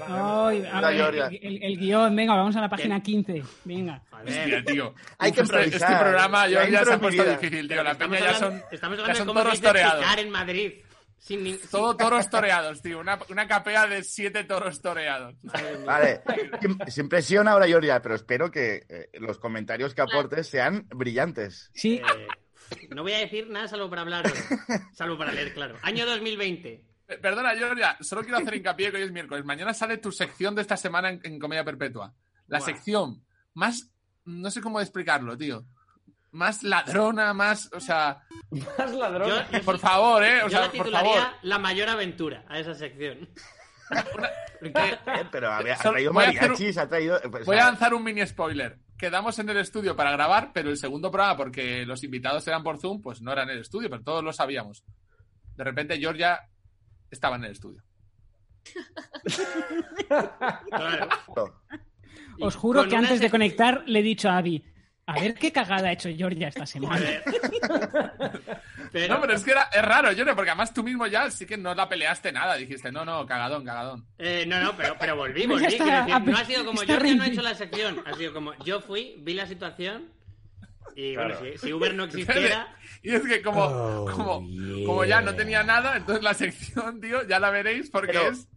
[SPEAKER 3] Ay, a
[SPEAKER 5] La
[SPEAKER 3] ver,
[SPEAKER 5] Gloria.
[SPEAKER 3] el, el- el guión, venga, vamos a la página 15. Venga.
[SPEAKER 1] Joder.
[SPEAKER 2] Hostia, tío.
[SPEAKER 5] Hay que
[SPEAKER 2] este- Este,
[SPEAKER 5] improvisar.
[SPEAKER 2] programa yo,
[SPEAKER 5] La
[SPEAKER 2] ya se ha puesto
[SPEAKER 5] improvisada.
[SPEAKER 2] difícil, tío. La peña ya son,
[SPEAKER 1] estamos
[SPEAKER 2] ya
[SPEAKER 1] hablando de
[SPEAKER 2] son
[SPEAKER 1] cómo
[SPEAKER 2] toros
[SPEAKER 1] se dice
[SPEAKER 2] toreados.
[SPEAKER 1] picar en Madrid. Sin ni- sin-
[SPEAKER 2] Todo toros toreados, tío. Una, una capea de siete toros toreados.
[SPEAKER 1] Madre mía.
[SPEAKER 5] Vale, Sim- se impresiona ahora Yoria, pero espero que eh, los comentarios que aportes sean brillantes.
[SPEAKER 3] Sí,
[SPEAKER 1] Eh, no voy a decir nada salvo para hablar. Salvo para leer, claro. Año 2020.
[SPEAKER 2] Eh, Perdona, Georgia, solo quiero hacer hincapié que hoy es miércoles. Mañana sale tu sección de esta semana en, en Comedia Perpetua. La
[SPEAKER 1] Buah.
[SPEAKER 2] sección más. No sé cómo explicarlo, tío. Más ladrona, más. O sea,
[SPEAKER 4] Más ladrón.
[SPEAKER 1] Yo- yo-
[SPEAKER 2] por favor, ¿eh? O
[SPEAKER 1] Yo
[SPEAKER 2] sea,
[SPEAKER 1] la
[SPEAKER 2] por
[SPEAKER 1] titularía
[SPEAKER 2] favor.
[SPEAKER 1] La mayor aventura a esa sección.
[SPEAKER 2] Porque
[SPEAKER 5] Eh, Pero a ver, ha
[SPEAKER 2] Solo-
[SPEAKER 5] traído
[SPEAKER 2] voy a hacer un-
[SPEAKER 5] mariachis, ha traído... pues,
[SPEAKER 2] voy a
[SPEAKER 5] a-
[SPEAKER 2] lanzar un mini spoiler. Quedamos en el estudio para grabar, pero el segundo programa, porque los invitados eran por Zoom, pues no era en el estudio, pero todos lo sabíamos. De repente, Georgia estaba en el estudio.
[SPEAKER 1] Claro. Y
[SPEAKER 3] os juro
[SPEAKER 1] con
[SPEAKER 3] que
[SPEAKER 1] una
[SPEAKER 3] antes de
[SPEAKER 1] sec-
[SPEAKER 3] conectar le he dicho a Avi, a ver qué cagada ha hecho Georgia esta semana.
[SPEAKER 1] Joder. Pero-
[SPEAKER 2] No, pero es que era, es raro, Georgia, porque además tú mismo ya sí que no la peleaste nada. Dijiste, no, no, cagadón, cagadón.
[SPEAKER 1] Eh, no, no, pero, pero volví, volví.
[SPEAKER 3] Ya está,
[SPEAKER 1] quiero decir,
[SPEAKER 3] ah,
[SPEAKER 1] no ha sido como
[SPEAKER 3] está
[SPEAKER 1] yo que no he
[SPEAKER 3] rendido.
[SPEAKER 1] hecho la sección. Ha sido como yo fui, vi la situación y bueno,
[SPEAKER 5] Claro.
[SPEAKER 1] si, si Uber no existiera,
[SPEAKER 2] Y es que como, como, como ya
[SPEAKER 4] Oh,
[SPEAKER 2] no tenía nada, entonces la sección, tío, ya la veréis porque
[SPEAKER 5] Pero-
[SPEAKER 2] es...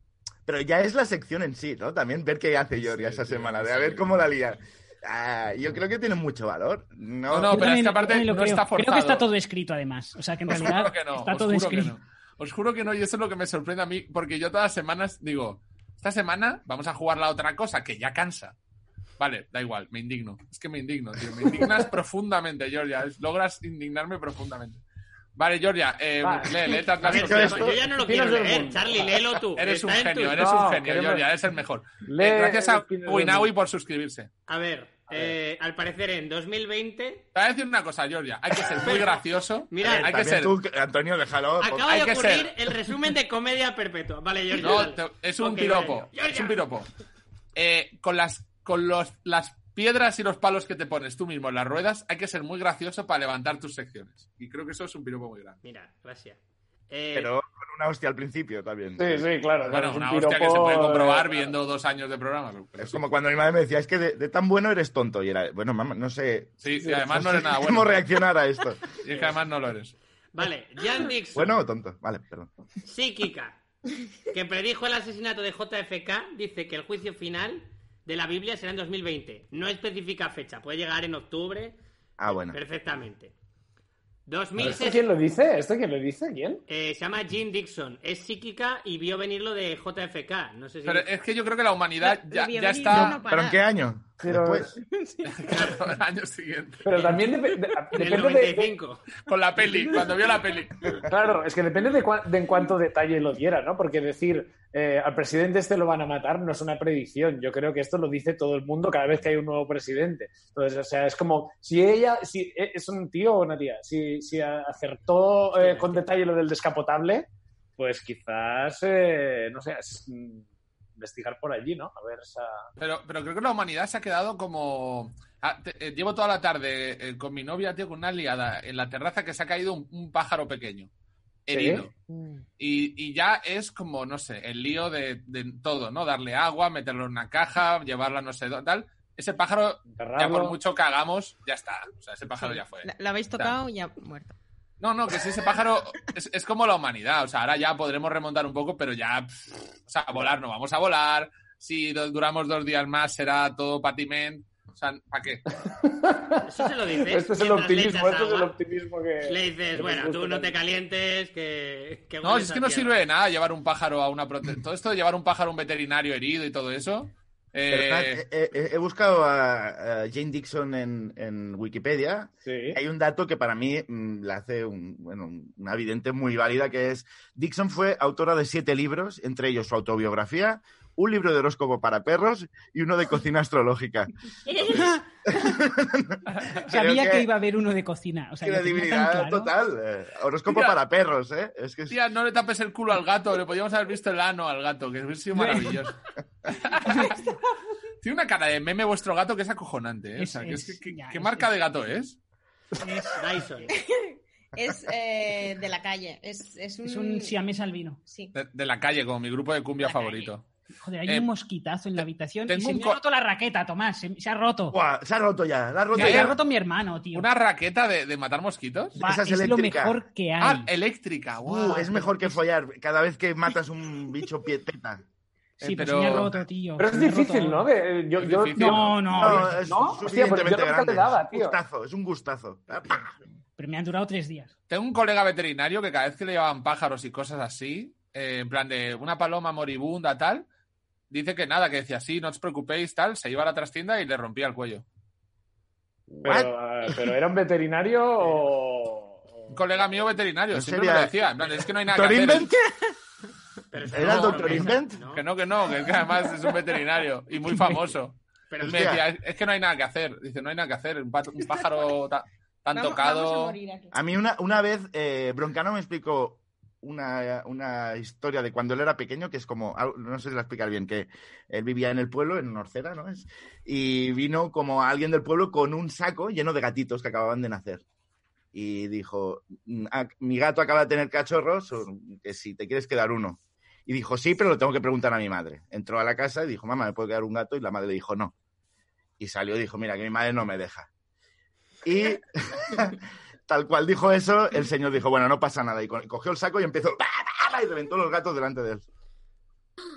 [SPEAKER 5] Pero ya es la sección en sí, ¿no? También ver qué hace Yoria esa semana, de a ver cómo la lía. Ah, yo creo que tiene mucho valor. No,
[SPEAKER 2] No, no,
[SPEAKER 3] Yo
[SPEAKER 2] pero es que aparte
[SPEAKER 3] lo
[SPEAKER 2] no está
[SPEAKER 3] Creo
[SPEAKER 2] forzado.
[SPEAKER 3] que está todo escrito además. O sea que en
[SPEAKER 2] Os juro
[SPEAKER 3] realidad
[SPEAKER 2] que no,
[SPEAKER 3] está
[SPEAKER 2] os
[SPEAKER 3] todo
[SPEAKER 2] juro que
[SPEAKER 3] escrito.
[SPEAKER 2] no. Os juro que no, y eso es lo que me sorprende a mí, porque yo todas las semanas digo, esta semana vamos a jugar la otra cosa que ya cansa. Vale, da igual, me indigno. Es que me indigno, tío. Me indignas profundamente, Georgia. Es- Logras indignarme profundamente. Vale, Georgia, eh,
[SPEAKER 4] Va.
[SPEAKER 2] lee, lee las
[SPEAKER 1] A ver,
[SPEAKER 5] dicho
[SPEAKER 1] yo-
[SPEAKER 5] esto?
[SPEAKER 1] yo ya no lo
[SPEAKER 4] Opinas
[SPEAKER 1] quiero
[SPEAKER 4] del
[SPEAKER 1] leer.
[SPEAKER 4] mundo.
[SPEAKER 1] Charlie, léelo tú.
[SPEAKER 2] Eres un
[SPEAKER 1] Está en
[SPEAKER 2] genio,
[SPEAKER 1] tu-
[SPEAKER 2] eres
[SPEAKER 4] No,
[SPEAKER 2] un genio,
[SPEAKER 4] queremos-
[SPEAKER 2] Georgia, eres el mejor.
[SPEAKER 4] Lee
[SPEAKER 2] Eh, gracias a
[SPEAKER 4] el-
[SPEAKER 2] Winawi por suscribirse.
[SPEAKER 1] A ver, eh, al parecer en 2020
[SPEAKER 2] Te voy a decir una cosa, Georgia. Hay que ser muy gracioso.
[SPEAKER 1] Mira,
[SPEAKER 2] hay que
[SPEAKER 5] También
[SPEAKER 2] ser.
[SPEAKER 5] tú, Antonio, déjalo. por-
[SPEAKER 1] acaba
[SPEAKER 2] hay
[SPEAKER 1] de
[SPEAKER 2] que
[SPEAKER 1] ocurrir
[SPEAKER 2] ser.
[SPEAKER 1] el resumen de comedia perpetua. Vale, Georgia.
[SPEAKER 2] No,
[SPEAKER 1] dale.
[SPEAKER 2] te- es un
[SPEAKER 1] Ok,
[SPEAKER 2] piropo.
[SPEAKER 1] vale, Georgia.
[SPEAKER 2] Es un piropo. Eh, con las, con los, las piedras y los palos que te pones tú mismo en las ruedas, hay que ser muy gracioso para levantar tus secciones. Y creo que eso es un piropo muy grande.
[SPEAKER 1] Mira, gracias. Eh,
[SPEAKER 5] Pero con una hostia al principio también.
[SPEAKER 4] Sí, sí, claro.
[SPEAKER 2] Bueno,
[SPEAKER 4] es un
[SPEAKER 2] una hostia que
[SPEAKER 4] piropo,
[SPEAKER 2] se puede comprobar
[SPEAKER 4] eh,
[SPEAKER 2] viendo dos años de programa. pero
[SPEAKER 5] Es
[SPEAKER 2] sí.
[SPEAKER 5] como cuando mi madre me decía, es que de, de tan bueno eres tonto. Y era, bueno, mamá, no sé.
[SPEAKER 2] Sí, sí, además no eres nada
[SPEAKER 5] ¿Cómo
[SPEAKER 2] bueno.
[SPEAKER 5] reaccionar a esto?
[SPEAKER 2] Y es que además no lo eres.
[SPEAKER 1] Vale, Jan Nixon,
[SPEAKER 5] ¿Bueno o tonto? Vale, perdón.
[SPEAKER 1] psíquica, que predijo el asesinato de JFK, dice que el juicio final de la Biblia será en 2020. No especifica fecha, puede llegar en octubre
[SPEAKER 5] Ah, bueno.
[SPEAKER 1] perfectamente.
[SPEAKER 4] ¿Esto
[SPEAKER 1] 2006,
[SPEAKER 4] quién lo dice? ¿Esto quién lo dice? ¿Quién?
[SPEAKER 1] eh, se llama Jean Dixon, es psíquica y vio venir lo de JFK. No sé si.
[SPEAKER 2] Pero
[SPEAKER 4] eh,
[SPEAKER 2] es que yo creo que la humanidad
[SPEAKER 7] Lo-
[SPEAKER 2] ya,
[SPEAKER 7] lo vi
[SPEAKER 2] ya
[SPEAKER 7] venir,
[SPEAKER 2] está
[SPEAKER 7] no, no, para-
[SPEAKER 5] ¿Pero en qué año?
[SPEAKER 4] Pero-
[SPEAKER 2] Eh,
[SPEAKER 5] Después.
[SPEAKER 2] Claro, el año siguiente.
[SPEAKER 4] Pero también depe- de-
[SPEAKER 1] en el
[SPEAKER 4] depende de- de,
[SPEAKER 1] 95.
[SPEAKER 2] Con la peli, cuando vio la peli.
[SPEAKER 4] Claro, es que depende de, cua- de en cuánto detalle lo diera, ¿no? Porque decir eh, al presidente este lo van a matar no es una predicción. Yo creo que esto lo dice todo el mundo cada vez que hay un nuevo presidente. Entonces, o sea, es como si ella, si eh, es un tío o una tía, si, si a- acertó eh, con detalle lo del descapotable, pues quizás, eh, no sé, es- mm, investigar por allí, ¿no? A ver, esa...
[SPEAKER 2] Pero, pero creo que la humanidad se ha quedado como. Ah, te- eh, llevo toda la tarde eh, con mi novia, tío, con una liada en la terraza que se ha caído un, un pájaro pequeño, herido. Y, y ya es como, no sé, el lío de, de todo, ¿no? Darle agua, meterlo en una caja, llevarlo a no sé dónde, tal. Ese pájaro, ya por
[SPEAKER 4] enterrarlo.
[SPEAKER 2] mucho que hagamos, ya está. O sea, ese pájaro ya fue.
[SPEAKER 7] La, la habéis tocado y ya muerto.
[SPEAKER 2] No, no, que si ese pájaro es, es como la humanidad. O sea, ahora ya podremos remontar un poco, pero ya. pff, o sea, a volar no vamos a volar. Si do- duramos dos días más será todo patiment. O sea, ¿para qué?
[SPEAKER 1] Eso se lo dices.
[SPEAKER 4] Este es el
[SPEAKER 1] mientras le
[SPEAKER 4] optimismo,
[SPEAKER 1] echas
[SPEAKER 4] este es el
[SPEAKER 1] agua.
[SPEAKER 4] optimismo que...
[SPEAKER 1] Le dices,
[SPEAKER 4] que
[SPEAKER 1] bueno,
[SPEAKER 4] nos
[SPEAKER 1] tú
[SPEAKER 4] gusta
[SPEAKER 1] no te
[SPEAKER 4] tanto.
[SPEAKER 1] calientes, que... que
[SPEAKER 2] No, si
[SPEAKER 1] hueles
[SPEAKER 2] es
[SPEAKER 1] a
[SPEAKER 2] que no
[SPEAKER 1] tierra.
[SPEAKER 2] sirve de nada llevar un pájaro a una protección. Todo esto de llevar un pájaro a un veterinario herido y todo eso.
[SPEAKER 5] Perdonad,
[SPEAKER 2] eh,
[SPEAKER 5] eh, eh, eh, he buscado a, a Jane Dixon en, en Wikipedia.
[SPEAKER 4] Sí.
[SPEAKER 5] Hay un dato que para mí mm, la hace un- bueno, un- una evidente muy válida, que es Dixon fue autora de siete libros, entre ellos su autobiografía, un libro de horóscopo para perros y uno de cocina astrológica.
[SPEAKER 3] Sabía
[SPEAKER 5] Creo
[SPEAKER 3] que...
[SPEAKER 5] que-
[SPEAKER 3] iba a haber uno de cocina. O sea, lo tenía tan
[SPEAKER 5] Credibilidad
[SPEAKER 3] claro.
[SPEAKER 5] total. eh, horóscopo
[SPEAKER 2] Mira.
[SPEAKER 5] para perros, ¿eh? Es que es-
[SPEAKER 2] Tía, no le tapes el culo al gato. Le podíamos haber visto el ano al gato, que hubiese sido maravilloso. Tiene una cara de meme vuestro gato que es acojonante. ¿eh? O sea,
[SPEAKER 3] Es-
[SPEAKER 2] que es
[SPEAKER 3] es-
[SPEAKER 2] que- que-
[SPEAKER 3] ya,
[SPEAKER 2] ¿Qué
[SPEAKER 3] es-
[SPEAKER 2] marca
[SPEAKER 3] es-
[SPEAKER 2] de gato es?
[SPEAKER 1] Dyson.
[SPEAKER 7] Es eh, de la calle. Es, es un.
[SPEAKER 3] Es un siamés albino.
[SPEAKER 7] Sí.
[SPEAKER 2] De, de la calle, como mi grupo de cumbia
[SPEAKER 3] La calle.
[SPEAKER 2] favorito.
[SPEAKER 3] Joder, hay
[SPEAKER 2] Eh,
[SPEAKER 3] un mosquitazo en la habitación y
[SPEAKER 2] tengo
[SPEAKER 3] se
[SPEAKER 2] un
[SPEAKER 3] me
[SPEAKER 2] co-
[SPEAKER 3] ha roto la raqueta, Tomás. Se, se ha roto.
[SPEAKER 5] Buah, se ha roto ya, la ha roto
[SPEAKER 3] Se
[SPEAKER 5] ya.
[SPEAKER 3] ha roto mi hermano, tío.
[SPEAKER 2] ¿Una raqueta de, de matar mosquitos?
[SPEAKER 3] Va,
[SPEAKER 5] Esa
[SPEAKER 3] es
[SPEAKER 5] es
[SPEAKER 3] lo
[SPEAKER 5] eléctrica.
[SPEAKER 3] mejor que hay.
[SPEAKER 2] Ah, eléctrica, guau.
[SPEAKER 5] Uh, es mejor que follar cada vez que matas un bicho pieteta.
[SPEAKER 3] sí,
[SPEAKER 2] eh,
[SPEAKER 3] pero,
[SPEAKER 2] pero-
[SPEAKER 3] se me ha roto, tío.
[SPEAKER 4] Pero
[SPEAKER 3] se
[SPEAKER 4] es
[SPEAKER 3] me ha roto.
[SPEAKER 4] difícil, ¿no? De- yo,
[SPEAKER 2] Es
[SPEAKER 4] yo-
[SPEAKER 2] difícil.
[SPEAKER 3] No, no,
[SPEAKER 5] es
[SPEAKER 4] ¿no? Hostia, pero yo
[SPEAKER 5] suficientemente
[SPEAKER 4] nunca le
[SPEAKER 5] grande.
[SPEAKER 4] daba,
[SPEAKER 5] Es un
[SPEAKER 4] tío.
[SPEAKER 5] gustazo, es un gustazo. Ah, pa.
[SPEAKER 3] Pero me han durado tres días.
[SPEAKER 2] Tengo un colega veterinario que cada vez que le llevaban pájaros y cosas así, eh, en plan de una paloma moribunda, tal, dice que nada, que decía, sí, no os preocupéis, tal, se iba a la trastienda y le rompía el cuello.
[SPEAKER 4] Pero, ah, pero era un veterinario o.
[SPEAKER 2] Un colega mío veterinario,
[SPEAKER 5] ¿En
[SPEAKER 2] siempre
[SPEAKER 5] serio?
[SPEAKER 2] me lo decía, en plan, es que no hay nada
[SPEAKER 5] ¿Doctor
[SPEAKER 2] que hacer.
[SPEAKER 5] Invent?
[SPEAKER 1] Pero eso
[SPEAKER 5] ¿Era
[SPEAKER 1] no,
[SPEAKER 5] Doctor
[SPEAKER 1] no,
[SPEAKER 5] Invent?
[SPEAKER 1] no.
[SPEAKER 2] Que no, que no, que es que además es un veterinario y muy famoso.
[SPEAKER 1] Pero
[SPEAKER 2] Me
[SPEAKER 5] Hostia.
[SPEAKER 2] decía, es es que no hay nada que hacer. Dice, no hay nada que hacer. Un, pa- un pájaro ta- tan
[SPEAKER 7] Vamos-
[SPEAKER 2] tocado.
[SPEAKER 7] vamos a morir aquí.
[SPEAKER 5] A mí una, una vez eh, Broncano me explicó una, una historia de cuando él era pequeño, que es como, al- no sé si la explicar bien, que él vivía en el pueblo, en Norcera, ¿no? es? Y vino como alguien del pueblo con un saco lleno de gatitos que acababan de nacer. Y dijo, "Mm, ah, mi gato acaba de tener cachorros, o- que si te quieres quedar uno. Y dijo, sí, pero lo tengo que preguntar a mi madre. Entró a la casa y dijo, mamá, ¿me puedo quedar un gato? Y la madre le dijo, no. Y salió y dijo, mira, que mi madre no me deja. Y Tal cual dijo eso, el señor dijo, bueno, no pasa nada. Y co- cogió el saco y empezó "Bah, bah, bah", y reventó los gatos delante de él.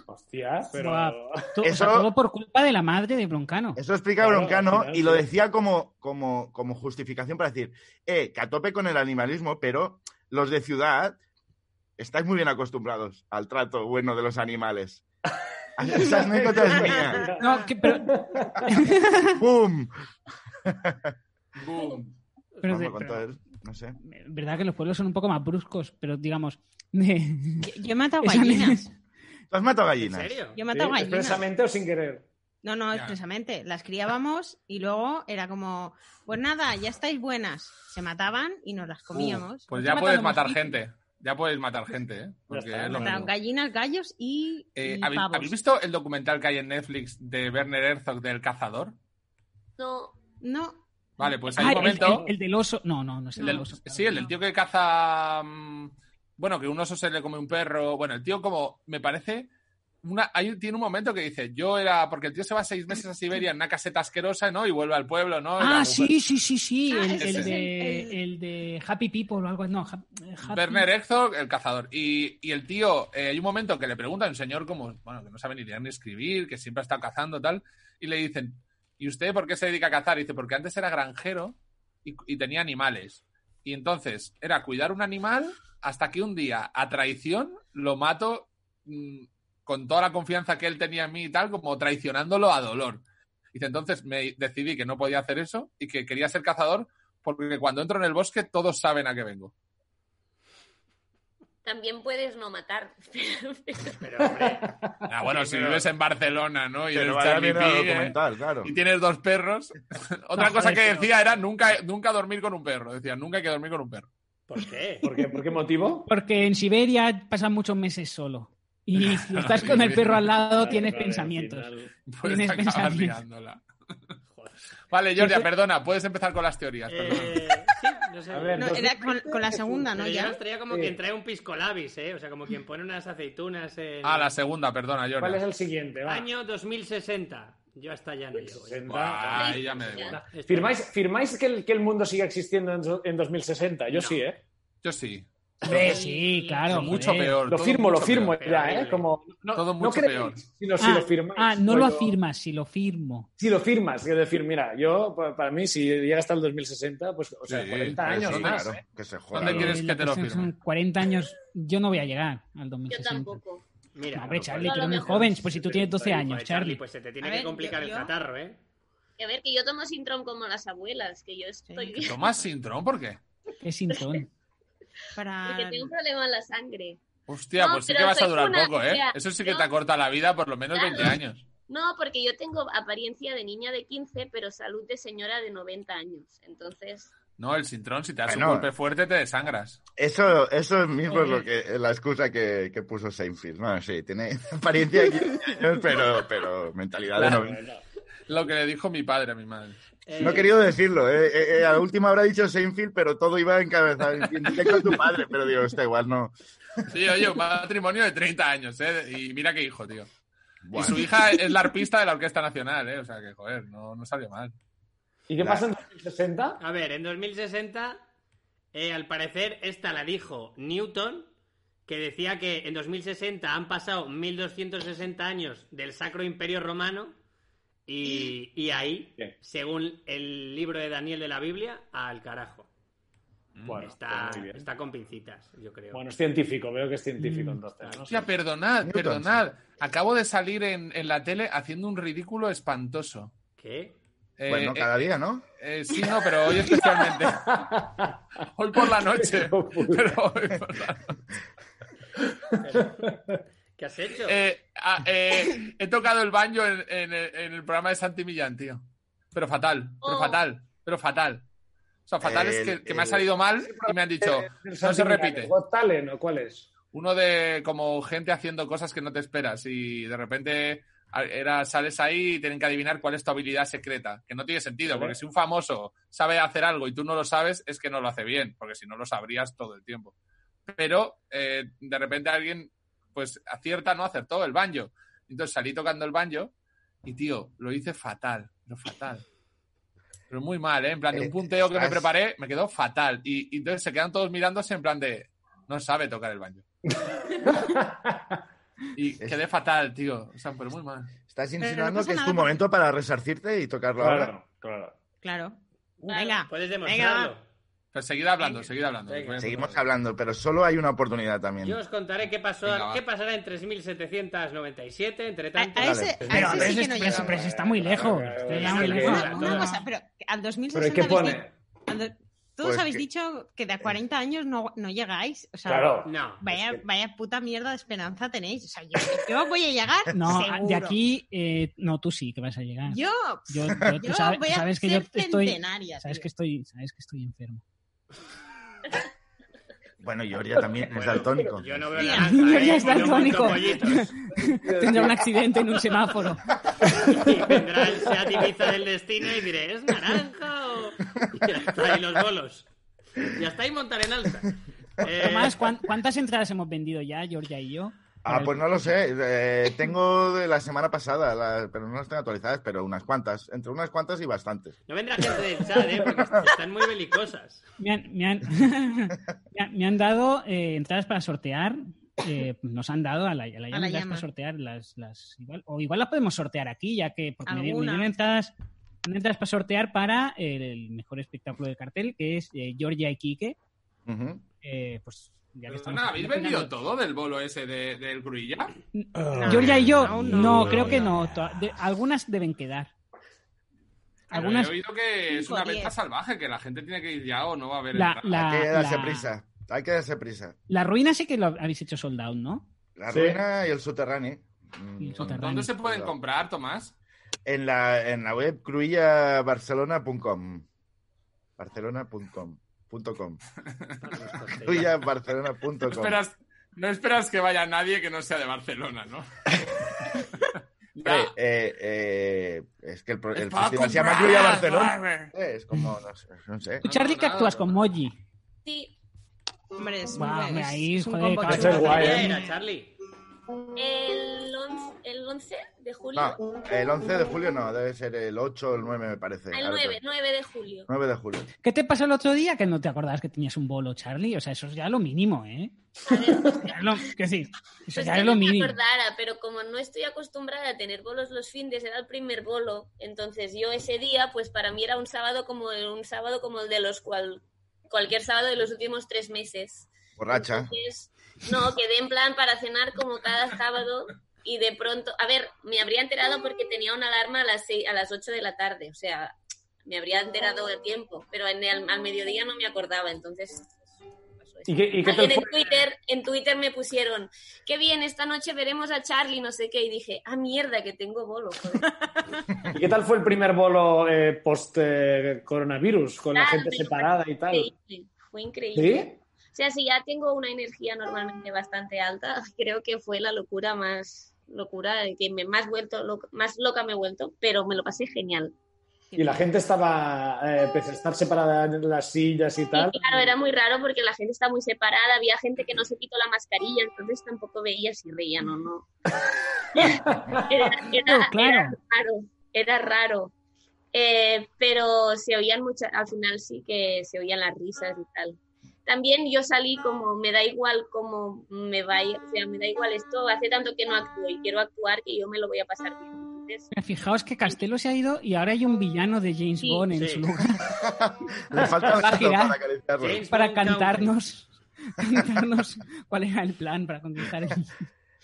[SPEAKER 4] Hostia, pero.
[SPEAKER 3] Buah, to- o sea,
[SPEAKER 5] Eso-
[SPEAKER 3] todo por culpa de la madre de Broncano.
[SPEAKER 5] Eso explica
[SPEAKER 4] Claro, al
[SPEAKER 5] Broncano
[SPEAKER 4] final,
[SPEAKER 5] y lo
[SPEAKER 4] sí.
[SPEAKER 5] decía como, como, como justificación para decir, eh, que a tope con el animalismo, pero los de ciudad estáis muy bien acostumbrados al trato bueno de los animales. Esa anécdota es mía.
[SPEAKER 3] No, que- pero, pero
[SPEAKER 5] ¡Pum!
[SPEAKER 2] Boom.
[SPEAKER 5] Vamos,
[SPEAKER 3] de-
[SPEAKER 5] con
[SPEAKER 3] pero- eh,
[SPEAKER 5] todo el- no sé.
[SPEAKER 3] verdad que los pueblos son un poco más bruscos, pero digamos. de-
[SPEAKER 7] Yo, yo he matado
[SPEAKER 3] esa-
[SPEAKER 7] gallinas.
[SPEAKER 5] ¿Tú has matado
[SPEAKER 1] ¿En
[SPEAKER 5] gallinas?
[SPEAKER 1] serio?
[SPEAKER 7] Yo he matado gallinas.
[SPEAKER 4] ¿Expresamente o sin querer?
[SPEAKER 7] No, no,
[SPEAKER 2] Ya.
[SPEAKER 7] expresamente. Las criábamos y luego era como, pues nada, ya estáis buenas. Se mataban y nos las comíamos.
[SPEAKER 2] Uh, pues
[SPEAKER 3] Nos
[SPEAKER 2] ya
[SPEAKER 3] está
[SPEAKER 2] puedes
[SPEAKER 3] matando
[SPEAKER 2] matar
[SPEAKER 3] mosquitos.
[SPEAKER 2] gente. Ya puedes matar gente, ¿eh? Porque
[SPEAKER 4] está,
[SPEAKER 2] es lo
[SPEAKER 7] Mataban
[SPEAKER 2] mismo.
[SPEAKER 7] gallinas, gallos y,
[SPEAKER 2] Eh,
[SPEAKER 7] y
[SPEAKER 2] ¿habéis,
[SPEAKER 7] pavos.
[SPEAKER 2] habéis visto el documental que hay en Netflix de Werner Herzog del cazador?
[SPEAKER 6] No,
[SPEAKER 7] No,
[SPEAKER 2] Vale, pues hay
[SPEAKER 3] Ah,
[SPEAKER 2] un
[SPEAKER 3] el-
[SPEAKER 2] momento.
[SPEAKER 3] El, el del oso. No, no, no es el
[SPEAKER 2] El
[SPEAKER 3] del
[SPEAKER 2] del-
[SPEAKER 3] oso.
[SPEAKER 2] sí, el del tío que caza. mm, Bueno, que un oso se le come un perro. Bueno, el tío, como me parece. Una, hay, tiene un momento que dice: Yo era. Porque el tío se va seis meses a Siberia en una caseta asquerosa, ¿no? Y vuelve al pueblo, ¿no? Era
[SPEAKER 3] Ah,
[SPEAKER 2] un-
[SPEAKER 3] sí, sí, sí, sí.
[SPEAKER 7] Ah,
[SPEAKER 3] El,
[SPEAKER 7] ese
[SPEAKER 3] el
[SPEAKER 2] es
[SPEAKER 3] de,
[SPEAKER 7] el-
[SPEAKER 3] el de Happy People o algo. No, Hap- Happy-
[SPEAKER 2] Werner Herzog, el cazador. Y, y el tío, eh, hay un momento que le pregunta a un señor como, bueno, que no sabe ni leer ni escribir, que siempre ha estado cazando tal, y le dicen, ¿y usted por qué se dedica a cazar? Y dice, porque antes era granjero y, y tenía animales. Y entonces era cuidar un animal hasta que un día, a traición, lo mato mm, con toda la confianza que él tenía en mí y tal, como traicionándolo a dolor. Dice, entonces me decidí que no podía hacer eso y que quería ser cazador porque cuando entro en el bosque todos saben a qué vengo.
[SPEAKER 6] también puedes no matar. Pero- pero-
[SPEAKER 1] Pero, hombre,
[SPEAKER 2] Ah, bueno, si
[SPEAKER 5] Pero-
[SPEAKER 2] vives en Barcelona, ¿no? Y,
[SPEAKER 5] Pero
[SPEAKER 2] eres
[SPEAKER 5] vaya
[SPEAKER 2] Charlie
[SPEAKER 5] bien a
[SPEAKER 2] Pig, ¿eh?
[SPEAKER 5] documental, claro.
[SPEAKER 2] y tienes dos perros. Otra
[SPEAKER 3] No,
[SPEAKER 2] cosa
[SPEAKER 3] joder,
[SPEAKER 2] que
[SPEAKER 3] pero-
[SPEAKER 2] decía era nunca, nunca dormir con un perro. Decía, nunca hay que dormir con un perro.
[SPEAKER 1] ¿por qué?
[SPEAKER 4] ¿Por qué, ¿Por qué motivo?
[SPEAKER 3] Porque en Siberia pasan muchos meses solo. Y si estás con el perro al lado, tienes
[SPEAKER 1] Vale,
[SPEAKER 3] pensamientos.
[SPEAKER 1] al final-
[SPEAKER 2] Pues
[SPEAKER 3] Tienes
[SPEAKER 2] acabas
[SPEAKER 3] pensamientos.
[SPEAKER 2] liándola.
[SPEAKER 1] Joder.
[SPEAKER 2] Vale, Georgia,
[SPEAKER 3] Yo-
[SPEAKER 2] perdona, puedes empezar con las teorías. perdona.
[SPEAKER 1] Eh, sí, no sé.
[SPEAKER 4] A ver,
[SPEAKER 7] no,
[SPEAKER 4] Entonces,
[SPEAKER 7] era con, con la segunda, ¿no?
[SPEAKER 1] Pero yo
[SPEAKER 7] Ya.
[SPEAKER 1] las traía como
[SPEAKER 4] Sí.
[SPEAKER 1] quien trae un pisco labis, ¿eh? O sea, como quien pone unas aceitunas en...
[SPEAKER 2] Ah, la segunda, perdona,
[SPEAKER 4] ¿Cuál es
[SPEAKER 2] Georgia.
[SPEAKER 4] el siguiente? Va.
[SPEAKER 1] Año 2060. Yo hasta ya no llego. eh. ya.
[SPEAKER 4] 60.
[SPEAKER 2] Buah, Ahí ya me da igual.
[SPEAKER 1] Esto-
[SPEAKER 4] ¿Firmáis, firmáis que, el, que el mundo siga existiendo en, do- en 2060? Yo
[SPEAKER 1] No.
[SPEAKER 4] sí, ¿eh?
[SPEAKER 2] Yo sí.
[SPEAKER 3] Hombre, sí, claro.
[SPEAKER 2] mucho
[SPEAKER 3] joder.
[SPEAKER 2] peor.
[SPEAKER 4] Lo
[SPEAKER 2] todo
[SPEAKER 4] firmo, lo
[SPEAKER 2] mucho
[SPEAKER 4] firmo
[SPEAKER 2] peor.
[SPEAKER 4] ya,
[SPEAKER 1] Terrible.
[SPEAKER 4] ¿eh? Como, no,
[SPEAKER 2] Todo
[SPEAKER 4] no
[SPEAKER 2] mucho
[SPEAKER 4] creéis,
[SPEAKER 2] peor.
[SPEAKER 4] Sino si
[SPEAKER 3] Ah,
[SPEAKER 4] lo firmáis.
[SPEAKER 3] ah, no lo
[SPEAKER 4] rollo-
[SPEAKER 3] afirmas, si lo firmo.
[SPEAKER 4] Si lo firmas, quiero decir, mira, yo, pa- para mí, si llega hasta el 2060, pues, o sea,
[SPEAKER 2] Sí,
[SPEAKER 4] 40
[SPEAKER 2] pero
[SPEAKER 4] años
[SPEAKER 2] sí,
[SPEAKER 4] más.
[SPEAKER 5] claro,
[SPEAKER 4] ¿eh?
[SPEAKER 5] que se joda.
[SPEAKER 2] ¿Dónde
[SPEAKER 5] lo-
[SPEAKER 2] quieres
[SPEAKER 3] Eh,
[SPEAKER 2] que te lo
[SPEAKER 3] cuestión
[SPEAKER 2] firme?
[SPEAKER 3] Son 40 años, yo no voy a llegar al
[SPEAKER 6] Yo
[SPEAKER 3] 2060.
[SPEAKER 6] tampoco.
[SPEAKER 1] Mira,
[SPEAKER 3] No, hombre,
[SPEAKER 1] no,
[SPEAKER 3] Charlie,
[SPEAKER 6] pues,
[SPEAKER 3] tú
[SPEAKER 6] no,
[SPEAKER 3] eres muy
[SPEAKER 6] no,
[SPEAKER 3] joven, pues si tú
[SPEAKER 1] Pero,
[SPEAKER 3] tienes 12
[SPEAKER 1] joder,
[SPEAKER 3] años,
[SPEAKER 1] Charlie,
[SPEAKER 3] Charlie.
[SPEAKER 1] Pues se te tiene
[SPEAKER 7] A
[SPEAKER 1] que
[SPEAKER 7] ver,
[SPEAKER 1] complicar
[SPEAKER 7] yo-
[SPEAKER 1] el
[SPEAKER 7] yo-
[SPEAKER 1] catarro, ¿eh?
[SPEAKER 6] A ver, que yo tomo Sintrom como las abuelas, que yo estoy bien.
[SPEAKER 2] ¿Tomas Sintrón? ¿Por qué?
[SPEAKER 3] Qué sintón.
[SPEAKER 7] Para...
[SPEAKER 6] Porque tengo un problema en la sangre.
[SPEAKER 2] Hostia,
[SPEAKER 6] No,
[SPEAKER 2] pues sí
[SPEAKER 6] pero
[SPEAKER 2] que vas a
[SPEAKER 6] soy
[SPEAKER 2] durar
[SPEAKER 6] una-
[SPEAKER 2] poco, ¿eh?
[SPEAKER 6] mira,
[SPEAKER 2] Eso sí que
[SPEAKER 6] yo-
[SPEAKER 2] te acorta la vida por lo menos
[SPEAKER 6] Claro.
[SPEAKER 2] 20 años.
[SPEAKER 6] No, porque yo tengo apariencia de niña de 15, pero salud de señora de 90 años. Entonces,
[SPEAKER 2] No, el Sintrón, si te das un
[SPEAKER 5] Bueno.
[SPEAKER 2] golpe fuerte, te desangras.
[SPEAKER 5] Eso, eso mismo es lo que, la excusa que, que puso Seinfeld. No, sí, tiene apariencia de 15 años, pero, pero mentalidad de 90.
[SPEAKER 2] Lo que le dijo mi padre a mi madre.
[SPEAKER 5] No he querido decirlo, eh, eh, eh, a última hora he dicho Seinfeld, pero todo iba encabezado en directo a tu padre, pero digo, está igual, no.
[SPEAKER 2] Sí, oye, un matrimonio de 30 años, ¿eh? Y mira qué hijo, tío.
[SPEAKER 5] Bueno.
[SPEAKER 2] Y su hija es la arpista de la Orquesta Nacional, ¿eh? O sea que, joder, no, no salió mal.
[SPEAKER 4] ¿Y qué
[SPEAKER 5] Claro.
[SPEAKER 4] pasa en 2060?
[SPEAKER 2] Ah,
[SPEAKER 1] A ver, en 2060, eh, al parecer, esta la dijo Newton, que decía que en 2060 han pasado 1260 años del Sacro Imperio Romano, y, y ahí,
[SPEAKER 4] Bien.
[SPEAKER 1] según el libro de Daniel de la Biblia, al carajo.
[SPEAKER 4] Bueno,
[SPEAKER 1] está,
[SPEAKER 4] pues muy bien.
[SPEAKER 1] está con pincitas, yo creo.
[SPEAKER 4] Bueno, es científico, veo que es científico
[SPEAKER 3] Mm.
[SPEAKER 4] entonces. ¿no?
[SPEAKER 2] Hostia, perdonad,
[SPEAKER 5] Newton,
[SPEAKER 2] perdonad. Acabo de salir en, en la tele haciendo un ridículo espantoso.
[SPEAKER 1] ¿Qué?
[SPEAKER 2] Eh,
[SPEAKER 5] Bueno,
[SPEAKER 2] eh,
[SPEAKER 5] cada día, Pues ¿no?
[SPEAKER 2] eh, sí, no, pero hoy especialmente. hoy por la noche.
[SPEAKER 4] Qué locura.
[SPEAKER 2] Pero hoy por la
[SPEAKER 1] ¿Qué has hecho?
[SPEAKER 2] Eh, ah, eh, he tocado el baño en, en el- en el programa de Santi Millán, tío. Pero fatal, pero
[SPEAKER 6] Oh.
[SPEAKER 2] fatal, pero fatal. O sea, fatal es
[SPEAKER 5] El-
[SPEAKER 2] que, que me ha
[SPEAKER 5] el-
[SPEAKER 2] salido mal y me han dicho,
[SPEAKER 4] Eh, el
[SPEAKER 2] no se
[SPEAKER 4] Santi
[SPEAKER 2] repite.
[SPEAKER 4] Miralles, Got Talent, ¿o cuál es?
[SPEAKER 2] Uno de como gente haciendo cosas que no te esperas y de repente a- era, sales ahí y tienen que adivinar cuál es tu habilidad secreta, que no tiene sentido,
[SPEAKER 4] Vale.
[SPEAKER 2] porque si un famoso sabe hacer algo y tú no lo sabes, es que no lo hace bien, porque si no lo sabrías todo el tiempo. Pero eh, de repente alguien pues acierta, no acertó el banjo. Entonces salí tocando el banjo y tío, lo hice fatal, pero fatal. Pero muy mal, ¿eh? En plan, de un
[SPEAKER 5] Eh,
[SPEAKER 2] punteo que me
[SPEAKER 5] has-
[SPEAKER 2] preparé, me quedó fatal. Y, y entonces se quedan todos mirándose en plan de, no sabe tocar el banjo. y quedé fatal, tío. O sea, pero muy mal.
[SPEAKER 5] Estás
[SPEAKER 7] no
[SPEAKER 5] insinuando
[SPEAKER 7] pasa
[SPEAKER 5] que es
[SPEAKER 7] nada
[SPEAKER 5] tu
[SPEAKER 7] porque-
[SPEAKER 5] momento para resarcirte y tocarlo ahora.
[SPEAKER 4] Claro, claro.
[SPEAKER 7] Claro.
[SPEAKER 6] Claro.
[SPEAKER 7] Venga.
[SPEAKER 1] Puedes demostrarlo.
[SPEAKER 2] Pero seguid hablando, seguid hablando.
[SPEAKER 1] Venga.
[SPEAKER 2] Voy a-
[SPEAKER 5] Seguimos hablando, pero solo hay una oportunidad también.
[SPEAKER 1] Yo os contaré qué pasó,
[SPEAKER 2] Venga, va. Eh,
[SPEAKER 1] qué pasará en 3797, entre
[SPEAKER 7] A,
[SPEAKER 1] tanto.
[SPEAKER 7] a ese, a
[SPEAKER 3] Pero,
[SPEAKER 7] ese
[SPEAKER 3] pero
[SPEAKER 7] sí que no
[SPEAKER 3] es- pero-
[SPEAKER 7] llegamos.
[SPEAKER 3] pero se está muy lejos. Está ya muy
[SPEAKER 1] Una-
[SPEAKER 3] lejos.
[SPEAKER 7] Una, una
[SPEAKER 1] no.
[SPEAKER 7] cosa, pero al 2060
[SPEAKER 4] Pero ¿y qué
[SPEAKER 7] habéis
[SPEAKER 4] pone?
[SPEAKER 7] dicho- al do- todos
[SPEAKER 5] Pues
[SPEAKER 7] habéis
[SPEAKER 5] que-
[SPEAKER 7] dicho que de a 40 años no, no llegáis. O sea,
[SPEAKER 4] eh. Claro.
[SPEAKER 1] No.
[SPEAKER 7] Vaya,
[SPEAKER 4] Es que-
[SPEAKER 7] vaya puta mierda de esperanza tenéis. O sea, yo, yo voy a llegar.
[SPEAKER 3] No,
[SPEAKER 7] seguro.
[SPEAKER 3] de aquí, eh, no, tú sí que vas a llegar.
[SPEAKER 7] Yo,
[SPEAKER 3] Yo, yo- tú
[SPEAKER 7] yo
[SPEAKER 3] sabes,
[SPEAKER 7] voy a
[SPEAKER 3] sabes que yo
[SPEAKER 7] ser
[SPEAKER 3] estoy,
[SPEAKER 7] centenaria.
[SPEAKER 3] sabes
[SPEAKER 7] tío.
[SPEAKER 3] que estoy, sabes que estoy enfermo.
[SPEAKER 5] Bueno, Georgia también es daltónico.
[SPEAKER 1] Yo no veo
[SPEAKER 7] Mira,
[SPEAKER 1] naranja,
[SPEAKER 3] yo ya
[SPEAKER 1] ¿eh?
[SPEAKER 3] es
[SPEAKER 1] Yo no
[SPEAKER 3] daltónico.
[SPEAKER 1] cuento pollitos.
[SPEAKER 3] Tendrá un accidente en un semáforo.
[SPEAKER 1] Y vendrá el Seat Ibiza del destino y diré, ¡es naranjo! Y hasta ahí los bolos. Y hasta ahí montar en alta. Eh,
[SPEAKER 3] Tomás, ¿cuán- ¿cuántas entradas hemos vendido ya, Georgia y yo?
[SPEAKER 5] Ah, pues no lo sé. Eh, tengo de la semana pasada, la- pero no las tengo actualizadas, pero unas cuantas. Entre unas cuantas y bastantes.
[SPEAKER 1] no vendrá gente del chat, ¿eh? Porque están muy belicosas.
[SPEAKER 3] Me han, me han- me han- me han dado eh, entradas para sortear. eh, nos han dado a la, a la llama
[SPEAKER 7] la
[SPEAKER 3] entradas
[SPEAKER 7] llama.
[SPEAKER 3] para sortear las, las igual- o igual las podemos sortear aquí, ya que porque me, di- me
[SPEAKER 7] Alguna.
[SPEAKER 3] dieron entradas, me dieron entradas para sortear para el mejor espectáculo del cartel, que es eh, Georgia y Quique.
[SPEAKER 5] Ujú.
[SPEAKER 3] eh, pues ya que estamos
[SPEAKER 2] Perdona, ¿habéis
[SPEAKER 3] haciendo-
[SPEAKER 2] vendido todo del bolo ese de- del Gruilla?
[SPEAKER 3] Georgia y yo,
[SPEAKER 7] Aún
[SPEAKER 3] no,
[SPEAKER 7] no,
[SPEAKER 2] no,
[SPEAKER 3] creo que
[SPEAKER 7] no.
[SPEAKER 3] no. to- de- algunas deben quedar.
[SPEAKER 2] Pero
[SPEAKER 3] Algunas.
[SPEAKER 2] He oído que es
[SPEAKER 7] Cinco,
[SPEAKER 2] una venta
[SPEAKER 7] diez.
[SPEAKER 2] salvaje, que la gente tiene que ir ya o no va a haber
[SPEAKER 3] La,
[SPEAKER 2] entrada.
[SPEAKER 3] la,
[SPEAKER 5] Hay que darse
[SPEAKER 3] la-
[SPEAKER 5] prisa. Hay que darse prisa.
[SPEAKER 3] la ruina sí que lo habéis hecho sold out, ¿no?
[SPEAKER 5] La
[SPEAKER 4] Sí.
[SPEAKER 5] ruina y el subterráneo. Mm,
[SPEAKER 3] Y el
[SPEAKER 5] son-
[SPEAKER 3] soterráneo.
[SPEAKER 2] ¿Dónde se pueden comprar, Tomás?
[SPEAKER 5] En la, en la web cruillabarcelona.com. Barcelona.com. punto com.
[SPEAKER 2] No
[SPEAKER 5] Cruillabarcelona.com.
[SPEAKER 2] esperas, no esperas que vaya nadie que no sea de Barcelona, ¿no?
[SPEAKER 5] Hombre,
[SPEAKER 2] Ya.
[SPEAKER 5] eh, eh, es que el, pro-
[SPEAKER 2] Es
[SPEAKER 5] el
[SPEAKER 2] para
[SPEAKER 5] festival se llama
[SPEAKER 2] comprar,
[SPEAKER 5] Cruilla Barcelona.
[SPEAKER 2] joder.
[SPEAKER 5] Eh, Es como, no sé, no sé.
[SPEAKER 3] Tú, Charlie, que
[SPEAKER 2] nada,
[SPEAKER 3] actúas
[SPEAKER 2] no.
[SPEAKER 3] con Moji.
[SPEAKER 6] Sí,
[SPEAKER 7] Hombre, es,
[SPEAKER 3] Guau,
[SPEAKER 7] muy-
[SPEAKER 3] hombre,
[SPEAKER 7] es-
[SPEAKER 3] ahí,
[SPEAKER 7] es un
[SPEAKER 3] joder,
[SPEAKER 7] combo
[SPEAKER 3] cabrón.
[SPEAKER 7] chulo.
[SPEAKER 4] Eso es guay,
[SPEAKER 1] ¿Qué
[SPEAKER 4] ¿eh?
[SPEAKER 1] era, Charlie?
[SPEAKER 6] el, once- el 11 de julio. Ah,
[SPEAKER 5] No, Ah, el 11 de julio no, debe ser el 8 o el 9, me parece.
[SPEAKER 6] Ah, el
[SPEAKER 5] Ahora
[SPEAKER 6] 9,
[SPEAKER 5] te-
[SPEAKER 6] 9 de julio.
[SPEAKER 5] 9 de julio.
[SPEAKER 3] ¿Qué te pasó el otro día que no te acordabas que tenías un bolo, Charlie? O sea, eso es ya lo mínimo, ¿eh? Ya es lo, que sí, eso
[SPEAKER 6] Pues
[SPEAKER 3] ya
[SPEAKER 6] que
[SPEAKER 3] es lo
[SPEAKER 6] no me
[SPEAKER 3] mínimo.
[SPEAKER 6] acordara, pero como no estoy acostumbrada a tener bolos los fines, era el primer bolo, entonces yo ese día, pues para mí era un sábado como el, un sábado como el de los cual, cualquier sábado de los últimos tres meses.
[SPEAKER 5] Borracha.
[SPEAKER 6] Entonces, no, quedé en plan para cenar como cada sábado y de pronto, a ver, me habría enterado porque tenía una alarma a las, seis- a las 8 de la tarde, o sea, me habría enterado de tiempo, pero en el, al mediodía no me acordaba, entonces... pasó eso.
[SPEAKER 4] ¿Y qué, y qué tal
[SPEAKER 6] Alguien en
[SPEAKER 4] fue?
[SPEAKER 6] Twitter, en Twitter me pusieron, qué bien, esta noche veremos a Charlie, no sé qué, y dije, ah, mierda, que tengo bolo. joder".
[SPEAKER 4] ¿Y qué tal fue el primer bolo eh, post eh, coronavirus con la
[SPEAKER 6] Claro,
[SPEAKER 4] gente
[SPEAKER 6] pero
[SPEAKER 4] separada y tal?
[SPEAKER 6] Increíble, Fue increíble.
[SPEAKER 4] ¿Sí?
[SPEAKER 6] O sea, si ya tengo una energía normalmente bastante alta, creo que fue la locura más locura, que me más vuelto, loca- más loca me he vuelto, pero me lo pasé genial.
[SPEAKER 4] Y la gente estaba, eh, pese a estar separada en las sillas y
[SPEAKER 6] Y
[SPEAKER 4] tal.
[SPEAKER 6] claro, era muy raro porque la gente está muy separada, había gente que no se quitó la mascarilla, entonces tampoco veía si reían o no. era, era-
[SPEAKER 3] No, claro.
[SPEAKER 6] era raro, era raro. Eh, pero se oían muchas, al final sí que se oían las risas y tal. También yo salí como, me da igual cómo me vaya, o sea, me da igual esto, hace tanto que no actúo y quiero actuar que yo me lo voy a pasar bien. Entonces,
[SPEAKER 3] Fijaos que Castelo se ha ido y ahora hay un villano de James
[SPEAKER 6] Sí,
[SPEAKER 3] Bond en
[SPEAKER 1] sí.
[SPEAKER 3] su lugar
[SPEAKER 5] Le falta
[SPEAKER 3] Va a
[SPEAKER 5] el
[SPEAKER 3] girar.
[SPEAKER 5] para acariciarlo.
[SPEAKER 1] James
[SPEAKER 3] para
[SPEAKER 1] Bond Country.
[SPEAKER 3] cantarnos, cantarnos cuál era el plan para conquistar el...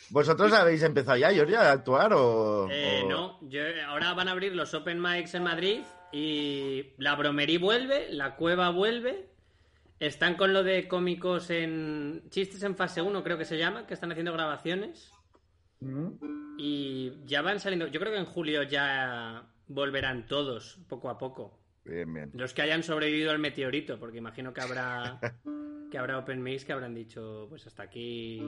[SPEAKER 5] ¿Vosotros habéis empezado ya, Georgia, a actuar o...?
[SPEAKER 1] Eh,
[SPEAKER 5] o-
[SPEAKER 1] no, yo, ahora van a abrir los Open Mics en Madrid y la bromerí vuelve, la cueva vuelve. Están con lo de cómicos en. Chistes en fase 1, creo que se llama, que están haciendo grabaciones.
[SPEAKER 4] Mm.
[SPEAKER 1] Y ya van saliendo. Yo creo que en julio ya volverán todos, poco a poco.
[SPEAKER 5] Bien, bien.
[SPEAKER 1] Los que hayan sobrevivido al meteorito, porque imagino que habrá. que habrá Open Mics que habrán dicho, pues hasta aquí.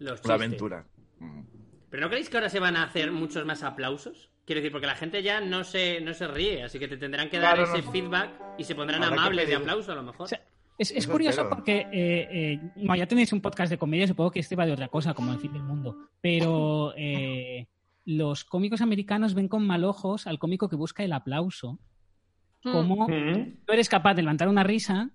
[SPEAKER 1] Los chistes.
[SPEAKER 5] La aventura. Mm.
[SPEAKER 1] ¿Pero no creéis que ahora se van a hacer muchos más aplausos? Quiero decir, porque la gente ya no se, no se ríe, así que te tendrán que dar
[SPEAKER 5] Claro,
[SPEAKER 1] ese
[SPEAKER 5] no.
[SPEAKER 1] feedback y se pondrán
[SPEAKER 5] Habrá que
[SPEAKER 1] amables de
[SPEAKER 5] pedir-
[SPEAKER 1] aplauso a lo mejor.
[SPEAKER 3] O sea, Es, es
[SPEAKER 5] Eso
[SPEAKER 3] curioso
[SPEAKER 5] espero.
[SPEAKER 3] porque, eh, eh, bueno, ya tenéis un podcast de comedia, supongo que este va de otra cosa, como el fin del mundo, pero eh, los cómicos americanos ven con mal ojos al cómico que busca el aplauso, como
[SPEAKER 4] Mm.
[SPEAKER 3] no eres capaz de levantar una risa,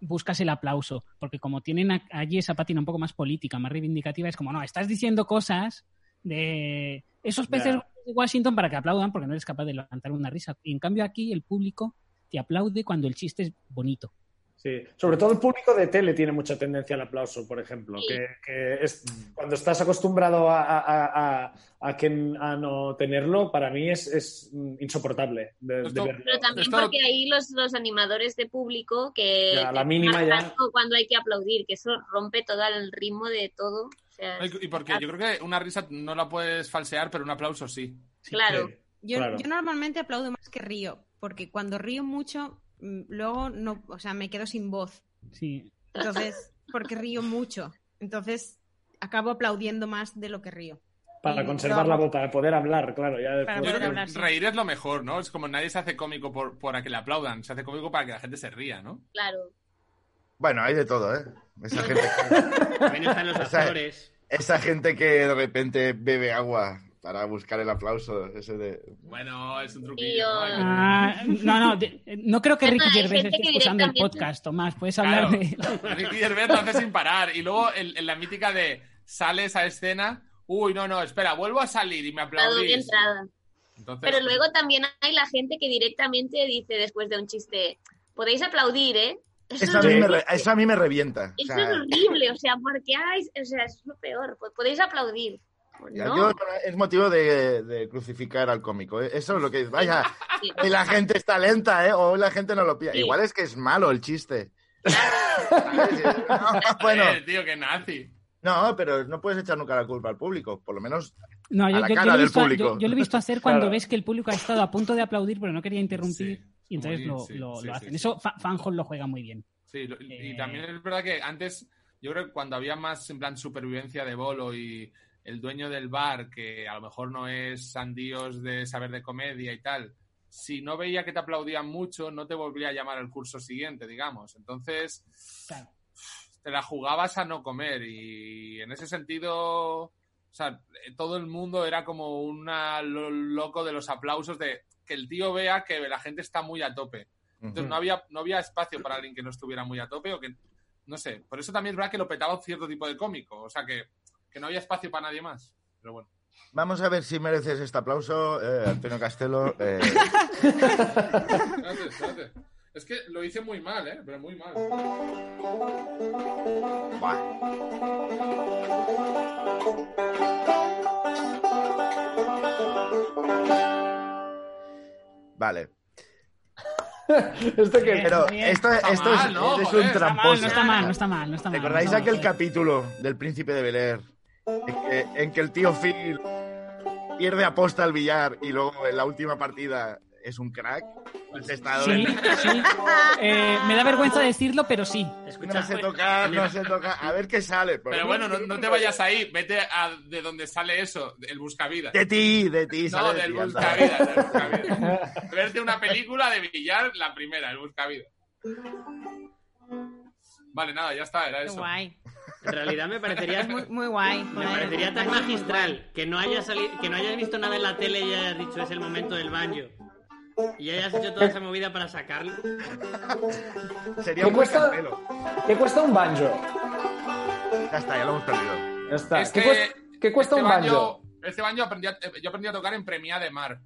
[SPEAKER 3] buscas el aplauso. Porque como tienen a- allí esa pátina un poco más política, más reivindicativa, es como, no, estás diciendo cosas de esos peces
[SPEAKER 4] Ya.
[SPEAKER 3] de Washington para que aplaudan porque no eres capaz de levantar una risa. Y en cambio aquí el público te aplaude cuando el chiste es bonito.
[SPEAKER 4] Sí. Sobre todo el público de tele tiene mucha tendencia al aplauso, por ejemplo.
[SPEAKER 6] Sí.
[SPEAKER 4] Que, que es, cuando estás acostumbrado a, a- a- a- a que, a no tenerlo, para mí es, es insoportable de, de
[SPEAKER 2] Esto-
[SPEAKER 4] verlo.
[SPEAKER 6] Pero también
[SPEAKER 2] Esto-
[SPEAKER 6] porque ahí los, los animadores de público que
[SPEAKER 4] Ya, la
[SPEAKER 6] te
[SPEAKER 4] mínima ya.
[SPEAKER 6] marcan cuando hay que aplaudir, que eso rompe todo el ritmo de todo. O sea,
[SPEAKER 2] Y porque yo creo que una risa no la puedes falsear, pero un aplauso sí.
[SPEAKER 6] claro.
[SPEAKER 4] Sí.
[SPEAKER 7] Yo,
[SPEAKER 4] Claro.
[SPEAKER 7] yo normalmente aplaudo más que río, porque cuando río mucho, mm, luego no, o sea, me quedo sin voz.
[SPEAKER 3] Sí.
[SPEAKER 7] Entonces, porque río mucho. Entonces, acabo aplaudiendo más de lo que río.
[SPEAKER 4] Para conservar la voz, para poder hablar, claro. Ya
[SPEAKER 7] Para
[SPEAKER 4] después-
[SPEAKER 2] Yo
[SPEAKER 7] poder
[SPEAKER 2] creo que
[SPEAKER 7] hablar, sí.
[SPEAKER 2] reír es lo mejor, ¿no? Es como nadie se hace cómico por, por a que le aplaudan, se hace cómico para que la gente se ría, ¿no?
[SPEAKER 6] claro.
[SPEAKER 5] Bueno, hay de todo, ¿eh? Esa gente,
[SPEAKER 1] También están los
[SPEAKER 5] Esa-
[SPEAKER 1] actores.
[SPEAKER 5] esa gente que de repente bebe agua para buscar el aplauso. Ese de...
[SPEAKER 2] Bueno, es un
[SPEAKER 6] Y
[SPEAKER 2] truquillo.
[SPEAKER 6] yo-
[SPEAKER 2] ¿no? Hay que-
[SPEAKER 3] Ah, no, no, de- no creo que
[SPEAKER 6] Bueno,
[SPEAKER 3] Ricky
[SPEAKER 6] hay
[SPEAKER 3] Gervais
[SPEAKER 6] gente
[SPEAKER 3] esté
[SPEAKER 6] que
[SPEAKER 3] escuchando el
[SPEAKER 6] directamente-
[SPEAKER 3] podcast, Tomás. Puedes hablar
[SPEAKER 2] Claro.
[SPEAKER 3] de...
[SPEAKER 2] Ricky Gervais lo hace sin parar. Y luego el- en la mítica de sales a escena, uy, no, no, espera, vuelvo a salir y me
[SPEAKER 6] La doble
[SPEAKER 2] aplaudís.
[SPEAKER 6] entrada.
[SPEAKER 2] Entonces, eh,
[SPEAKER 6] Pero luego también hay la gente que directamente dice después de un chiste, podéis aplaudir, ¿eh? Eso,
[SPEAKER 5] Eso, a
[SPEAKER 6] es,
[SPEAKER 5] mí
[SPEAKER 6] horrible.
[SPEAKER 5] me re- eso a mí me revienta. O
[SPEAKER 6] Eso
[SPEAKER 5] sea,
[SPEAKER 6] es horrible, o sea, porque hay, o sea, es lo peor, po- podéis aplaudir. Pues
[SPEAKER 5] ya,
[SPEAKER 6] no,
[SPEAKER 5] yo- es motivo de, de crucificar al cómico. ¿eh? Eso es lo que... Vaya,
[SPEAKER 6] sí.
[SPEAKER 5] hoy la gente está lenta, ¿eh? O hoy la gente no lo pilla.
[SPEAKER 6] Sí.
[SPEAKER 5] Igual es que es malo el chiste. No, bueno,
[SPEAKER 2] joder, tío, qué nazi.
[SPEAKER 5] no, pero no puedes echar nunca la culpa al público. Por lo menos
[SPEAKER 3] No, yo,
[SPEAKER 5] la
[SPEAKER 3] yo- yo
[SPEAKER 5] cara
[SPEAKER 3] lo he
[SPEAKER 5] del
[SPEAKER 3] visto,
[SPEAKER 5] público.
[SPEAKER 3] yo- yo lo he visto hacer cuando
[SPEAKER 4] Claro.
[SPEAKER 3] ves que el público ha estado a punto de aplaudir, pero no quería interrumpir.
[SPEAKER 2] Sí,
[SPEAKER 3] y entonces
[SPEAKER 2] muy bien,
[SPEAKER 3] lo,
[SPEAKER 2] sí,
[SPEAKER 3] lo-
[SPEAKER 2] sí,
[SPEAKER 3] lo
[SPEAKER 2] sí,
[SPEAKER 3] hacen.
[SPEAKER 2] sí.
[SPEAKER 3] Eso Fa- Fanhol lo juega muy bien.
[SPEAKER 2] Sí, lo- y
[SPEAKER 3] Eh.
[SPEAKER 2] también es verdad que antes, yo creo que cuando había más en plan supervivencia de bolo y el dueño del bar, que a lo mejor no es sandíos de saber de comedia y tal, si no veía que te aplaudían mucho, no te volvía a llamar al curso siguiente, digamos. Entonces,
[SPEAKER 3] Claro.
[SPEAKER 2] te la jugabas a no comer y en ese sentido, o sea, todo el mundo era como un loco de los aplausos de que el tío vea que la gente está muy a tope. Entonces no había, no había espacio para alguien que no estuviera muy a tope o que, no sé, por eso también es verdad que lo petaba cierto tipo de cómico, o sea que, que no había espacio para nadie más. Pero bueno,
[SPEAKER 5] Vamos a ver si mereces este aplauso, eh, Antonio Castelo. eh.
[SPEAKER 2] espérate, espérate. Es que lo hice muy mal, ¿eh? Pero muy mal.
[SPEAKER 5] Buah. Vale,
[SPEAKER 4] Esto que...
[SPEAKER 5] pero
[SPEAKER 3] Bien.
[SPEAKER 5] esto,
[SPEAKER 2] Está
[SPEAKER 5] esto es,
[SPEAKER 2] mal, ¿no?
[SPEAKER 5] es
[SPEAKER 2] Joder,
[SPEAKER 5] un
[SPEAKER 2] está
[SPEAKER 3] Está mal,
[SPEAKER 5] tramposo.
[SPEAKER 3] no está mal, no está mal. No está mal
[SPEAKER 5] ¿Recordáis
[SPEAKER 3] Ah, no eh, está mal.
[SPEAKER 5] aquel capítulo del Príncipe de Bel Air? En que, en que el tío Phil pierde aposta al billar y luego en la última partida es un crack. Has estado
[SPEAKER 3] Sí,
[SPEAKER 5] en-
[SPEAKER 3] sí. Eh, me da vergüenza decirlo, pero sí.
[SPEAKER 1] Escucha,
[SPEAKER 5] No sé tocar,
[SPEAKER 1] mira,
[SPEAKER 5] no sé tocar. A ver qué sale. pues. por
[SPEAKER 2] Pero
[SPEAKER 5] favor.
[SPEAKER 2] bueno, no, no te vayas ahí, vete a de donde sale eso, el buscavidas.
[SPEAKER 5] De ti, de ti.
[SPEAKER 2] No,
[SPEAKER 5] sale de
[SPEAKER 2] del
[SPEAKER 5] ti, anda.
[SPEAKER 2] buscavidas, del buscavidas. Verte una película de billar, la primera, el buscavidas. Vale, nada, ya está, era
[SPEAKER 7] Qué
[SPEAKER 2] eso.
[SPEAKER 7] guay.
[SPEAKER 1] en realidad me parecería,
[SPEAKER 7] Muy, muy guay.
[SPEAKER 1] me
[SPEAKER 7] joder.
[SPEAKER 1] parecería tan magistral que no, hayas sali- que no hayas visto nada en la tele y hayas dicho es el momento del banjo. Y hayas hecho toda esa movida para sacarlo.
[SPEAKER 5] Sería
[SPEAKER 4] ¿Qué
[SPEAKER 5] un buen
[SPEAKER 4] cuesta,
[SPEAKER 5] campelo.
[SPEAKER 4] ¿Qué cuesta un banjo?
[SPEAKER 5] Ya está, ya lo hemos perdido.
[SPEAKER 4] Ya está.
[SPEAKER 2] Este-
[SPEAKER 4] ¿Qué, cuesta, qué cuesta
[SPEAKER 2] este
[SPEAKER 4] un banjo?
[SPEAKER 2] Este baño aprendí a- yo aprendí a tocar en Premia de Mar.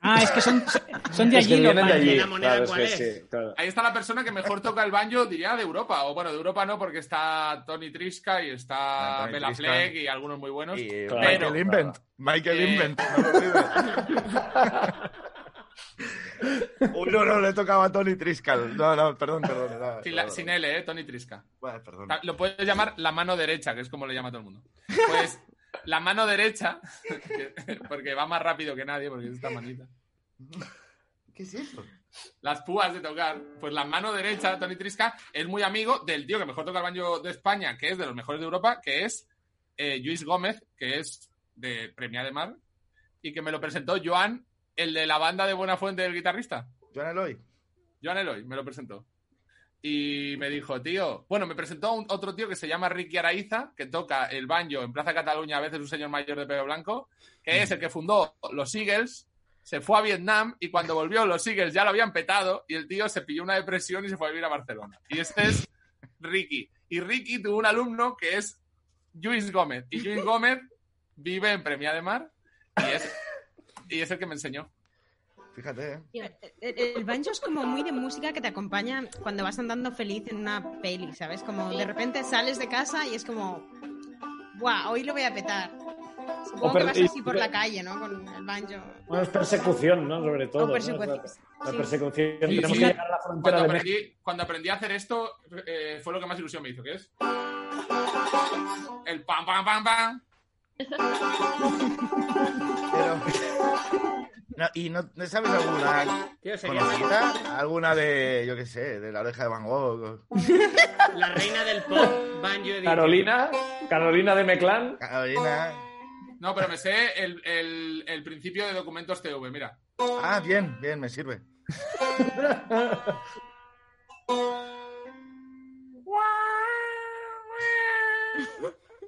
[SPEAKER 3] Ah, es que son, son de
[SPEAKER 4] Es que
[SPEAKER 3] allí los
[SPEAKER 4] vienen de
[SPEAKER 3] banjos.
[SPEAKER 4] allí,
[SPEAKER 1] ¿La moneda
[SPEAKER 4] claro, es
[SPEAKER 1] cuál
[SPEAKER 4] que
[SPEAKER 1] es?
[SPEAKER 4] sí, claro.
[SPEAKER 2] Ahí está la persona que mejor toca el banjo, diría, de Europa. O bueno, de Europa no, porque está Tony Trisca y
[SPEAKER 5] Ah,
[SPEAKER 2] está
[SPEAKER 5] Tony
[SPEAKER 2] Bela
[SPEAKER 5] Trisca.
[SPEAKER 2] Fleck y algunos muy buenos.
[SPEAKER 5] Y,
[SPEAKER 4] Claro.
[SPEAKER 5] Michael
[SPEAKER 2] Pero-
[SPEAKER 5] Invent. Michael
[SPEAKER 2] Eh.
[SPEAKER 5] Invent. no lo olvides. Uy, no, no, le tocaba a Tony Triscal. No, no, perdón, perdón. no,
[SPEAKER 2] Sin, la-
[SPEAKER 5] no,
[SPEAKER 2] sin
[SPEAKER 5] no.
[SPEAKER 2] L, ¿eh? Tony Trisca.
[SPEAKER 5] Bueno, perdón.
[SPEAKER 2] Ta- Lo puedes llamar la mano derecha, que es como le llama todo el mundo. Pues la mano derecha, que- porque va más rápido que nadie, porque es esta manita.
[SPEAKER 5] ¿Qué es eso?
[SPEAKER 2] Las púas de tocar. Pues la mano derecha, Tony Trisca, es muy amigo del tío que mejor toca el banjo de España, que es de los mejores de Europa, que es eh, Luis Gómez, que es de Premia de Mar, y que me lo presentó Joan, el de la banda de Buenafuente, el guitarrista.
[SPEAKER 5] Joan Eloy.
[SPEAKER 2] Joan Eloy me lo presentó. Y me dijo, tío, bueno, me presentó un, otro tío que se llama Ricky Araiza, que toca el banjo en Plaza Cataluña, a veces un señor mayor de pelo blanco, que es el que fundó los Eagles, se fue a Vietnam y cuando volvió los Eagles ya lo habían petado y el tío se pilló una depresión y se fue a vivir a Barcelona. Y este es Ricky. Y Ricky tuvo un alumno que es Luis Gómez. Y Luis Gómez vive en Premia de Mar y es, y es el que me enseñó.
[SPEAKER 5] Fíjate, ¿eh?
[SPEAKER 7] El, el banjo es como muy de música que te acompaña cuando vas andando feliz en una peli, ¿sabes? Como de repente sales de casa y es como, ¡guau! Hoy lo voy a petar.
[SPEAKER 4] O
[SPEAKER 7] Supongo
[SPEAKER 4] per-
[SPEAKER 7] que vas
[SPEAKER 4] y-
[SPEAKER 7] así por la calle, ¿no? Con el banjo.
[SPEAKER 4] Bueno, es persecución, ¿no? Sobre todo.
[SPEAKER 7] O
[SPEAKER 4] ¿no?
[SPEAKER 7] persecución,
[SPEAKER 4] Es La, la
[SPEAKER 7] sí.
[SPEAKER 4] persecución.
[SPEAKER 2] Sí,
[SPEAKER 4] Tenemos
[SPEAKER 2] sí.
[SPEAKER 4] que llegar a la
[SPEAKER 2] Cuando
[SPEAKER 4] frontera de México.
[SPEAKER 2] aprendí, cuando aprendí a hacer esto, eh, fue lo que más ilusión me hizo, que es. El pam, pam, pam, pam.
[SPEAKER 5] Pero... No, ¿Y no, no sabes alguna
[SPEAKER 1] Tío, sería
[SPEAKER 5] conocida? ¿Alguna de, yo qué sé, de la oreja de Van Gogh? o-
[SPEAKER 1] la reina del pop, banjo edition.
[SPEAKER 4] Carolina, Carolina de Meclán.
[SPEAKER 5] Carolina.
[SPEAKER 2] No, pero me sé el, el- el principio de documentos TV, mira.
[SPEAKER 5] Ah, bien, bien, me sirve.